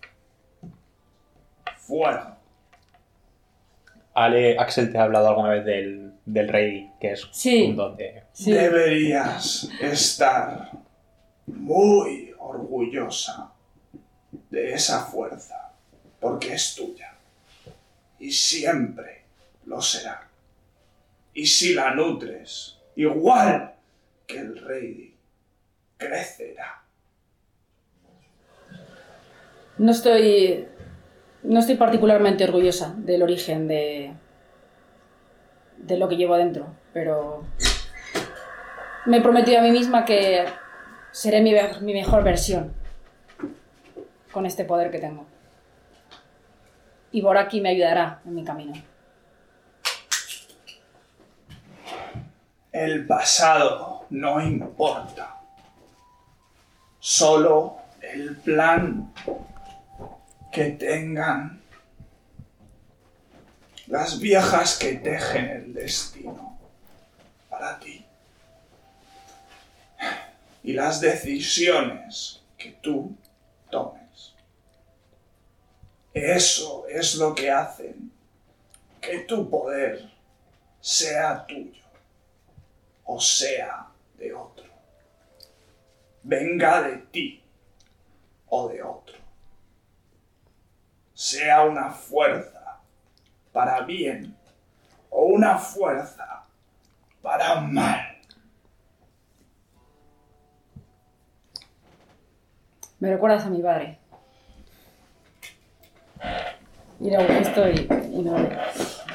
Fuego.
Ale, Axel te ha hablado alguna vez del, del Reidi, que es
Sí.
un don de-
Sí.
Deberías estar muy orgullosa de esa fuerza, porque es tuya. Y siempre lo será. Y si la nutres, igual que el rey, crecerá.
No estoy. No estoy particularmente orgullosa del origen de. de lo que llevo adentro, pero. Me he prometido a mí misma que seré mi, ve- mi mejor versión con este poder que tengo. Y Boraki me ayudará en mi camino.
El pasado no importa. Solo el plan que tengan las viejas que tejen el destino para ti. Y las decisiones que tú tomes. Eso es lo que hacen que tu poder sea tuyo o sea de otro. Venga de ti o de otro. Sea una fuerza para bien o una fuerza para mal.
Me recuerdas a mi padre. Y hago pues, esto y, y me voy.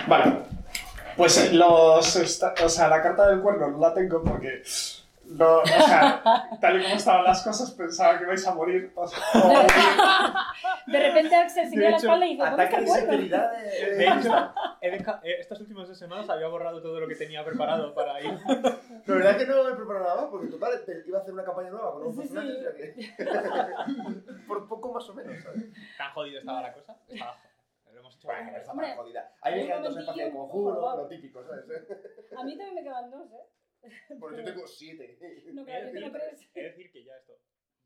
Vale. Pues los... esta- o sea, la carta del cuerno no la tengo porque... No, o sea, tal y como estaban las cosas pensaba que ibais a morir. o sea, o a morir.
De repente Axel se dio la espalda y dice: ¿Dónde está
Ataque
el
de
cuerno?".
sensibilidad.
De hecho, he deja- eh, estas últimas dos semanas había borrado todo lo que tenía preparado para ir.
La verdad es que no me he preparado nada más, porque total te- iba a hacer una campaña nueva con unos
Sí, sí.
personajes, o sea que... Por poco más o menos, ¿sabes?
Tan jodido estaba la cosa. Estaba- Lo hemos hecho.
Bueno, está
Hombre,
más jodida. Ahí me
un
quedan dos
momentillo,
espacios de
por
conjuro,
favor.
lo típico, ¿sabes?
A mí también me quedan dos, ¿eh?
Bueno, yo tengo siete.
No, claro, yo tengo tres.
He de decir que ya eh, esto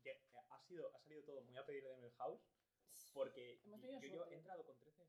que ha, sido, ha salido todo muy a pedir de House porque
Hemos
yo,
tenido
yo he
suerte.
entrado con 13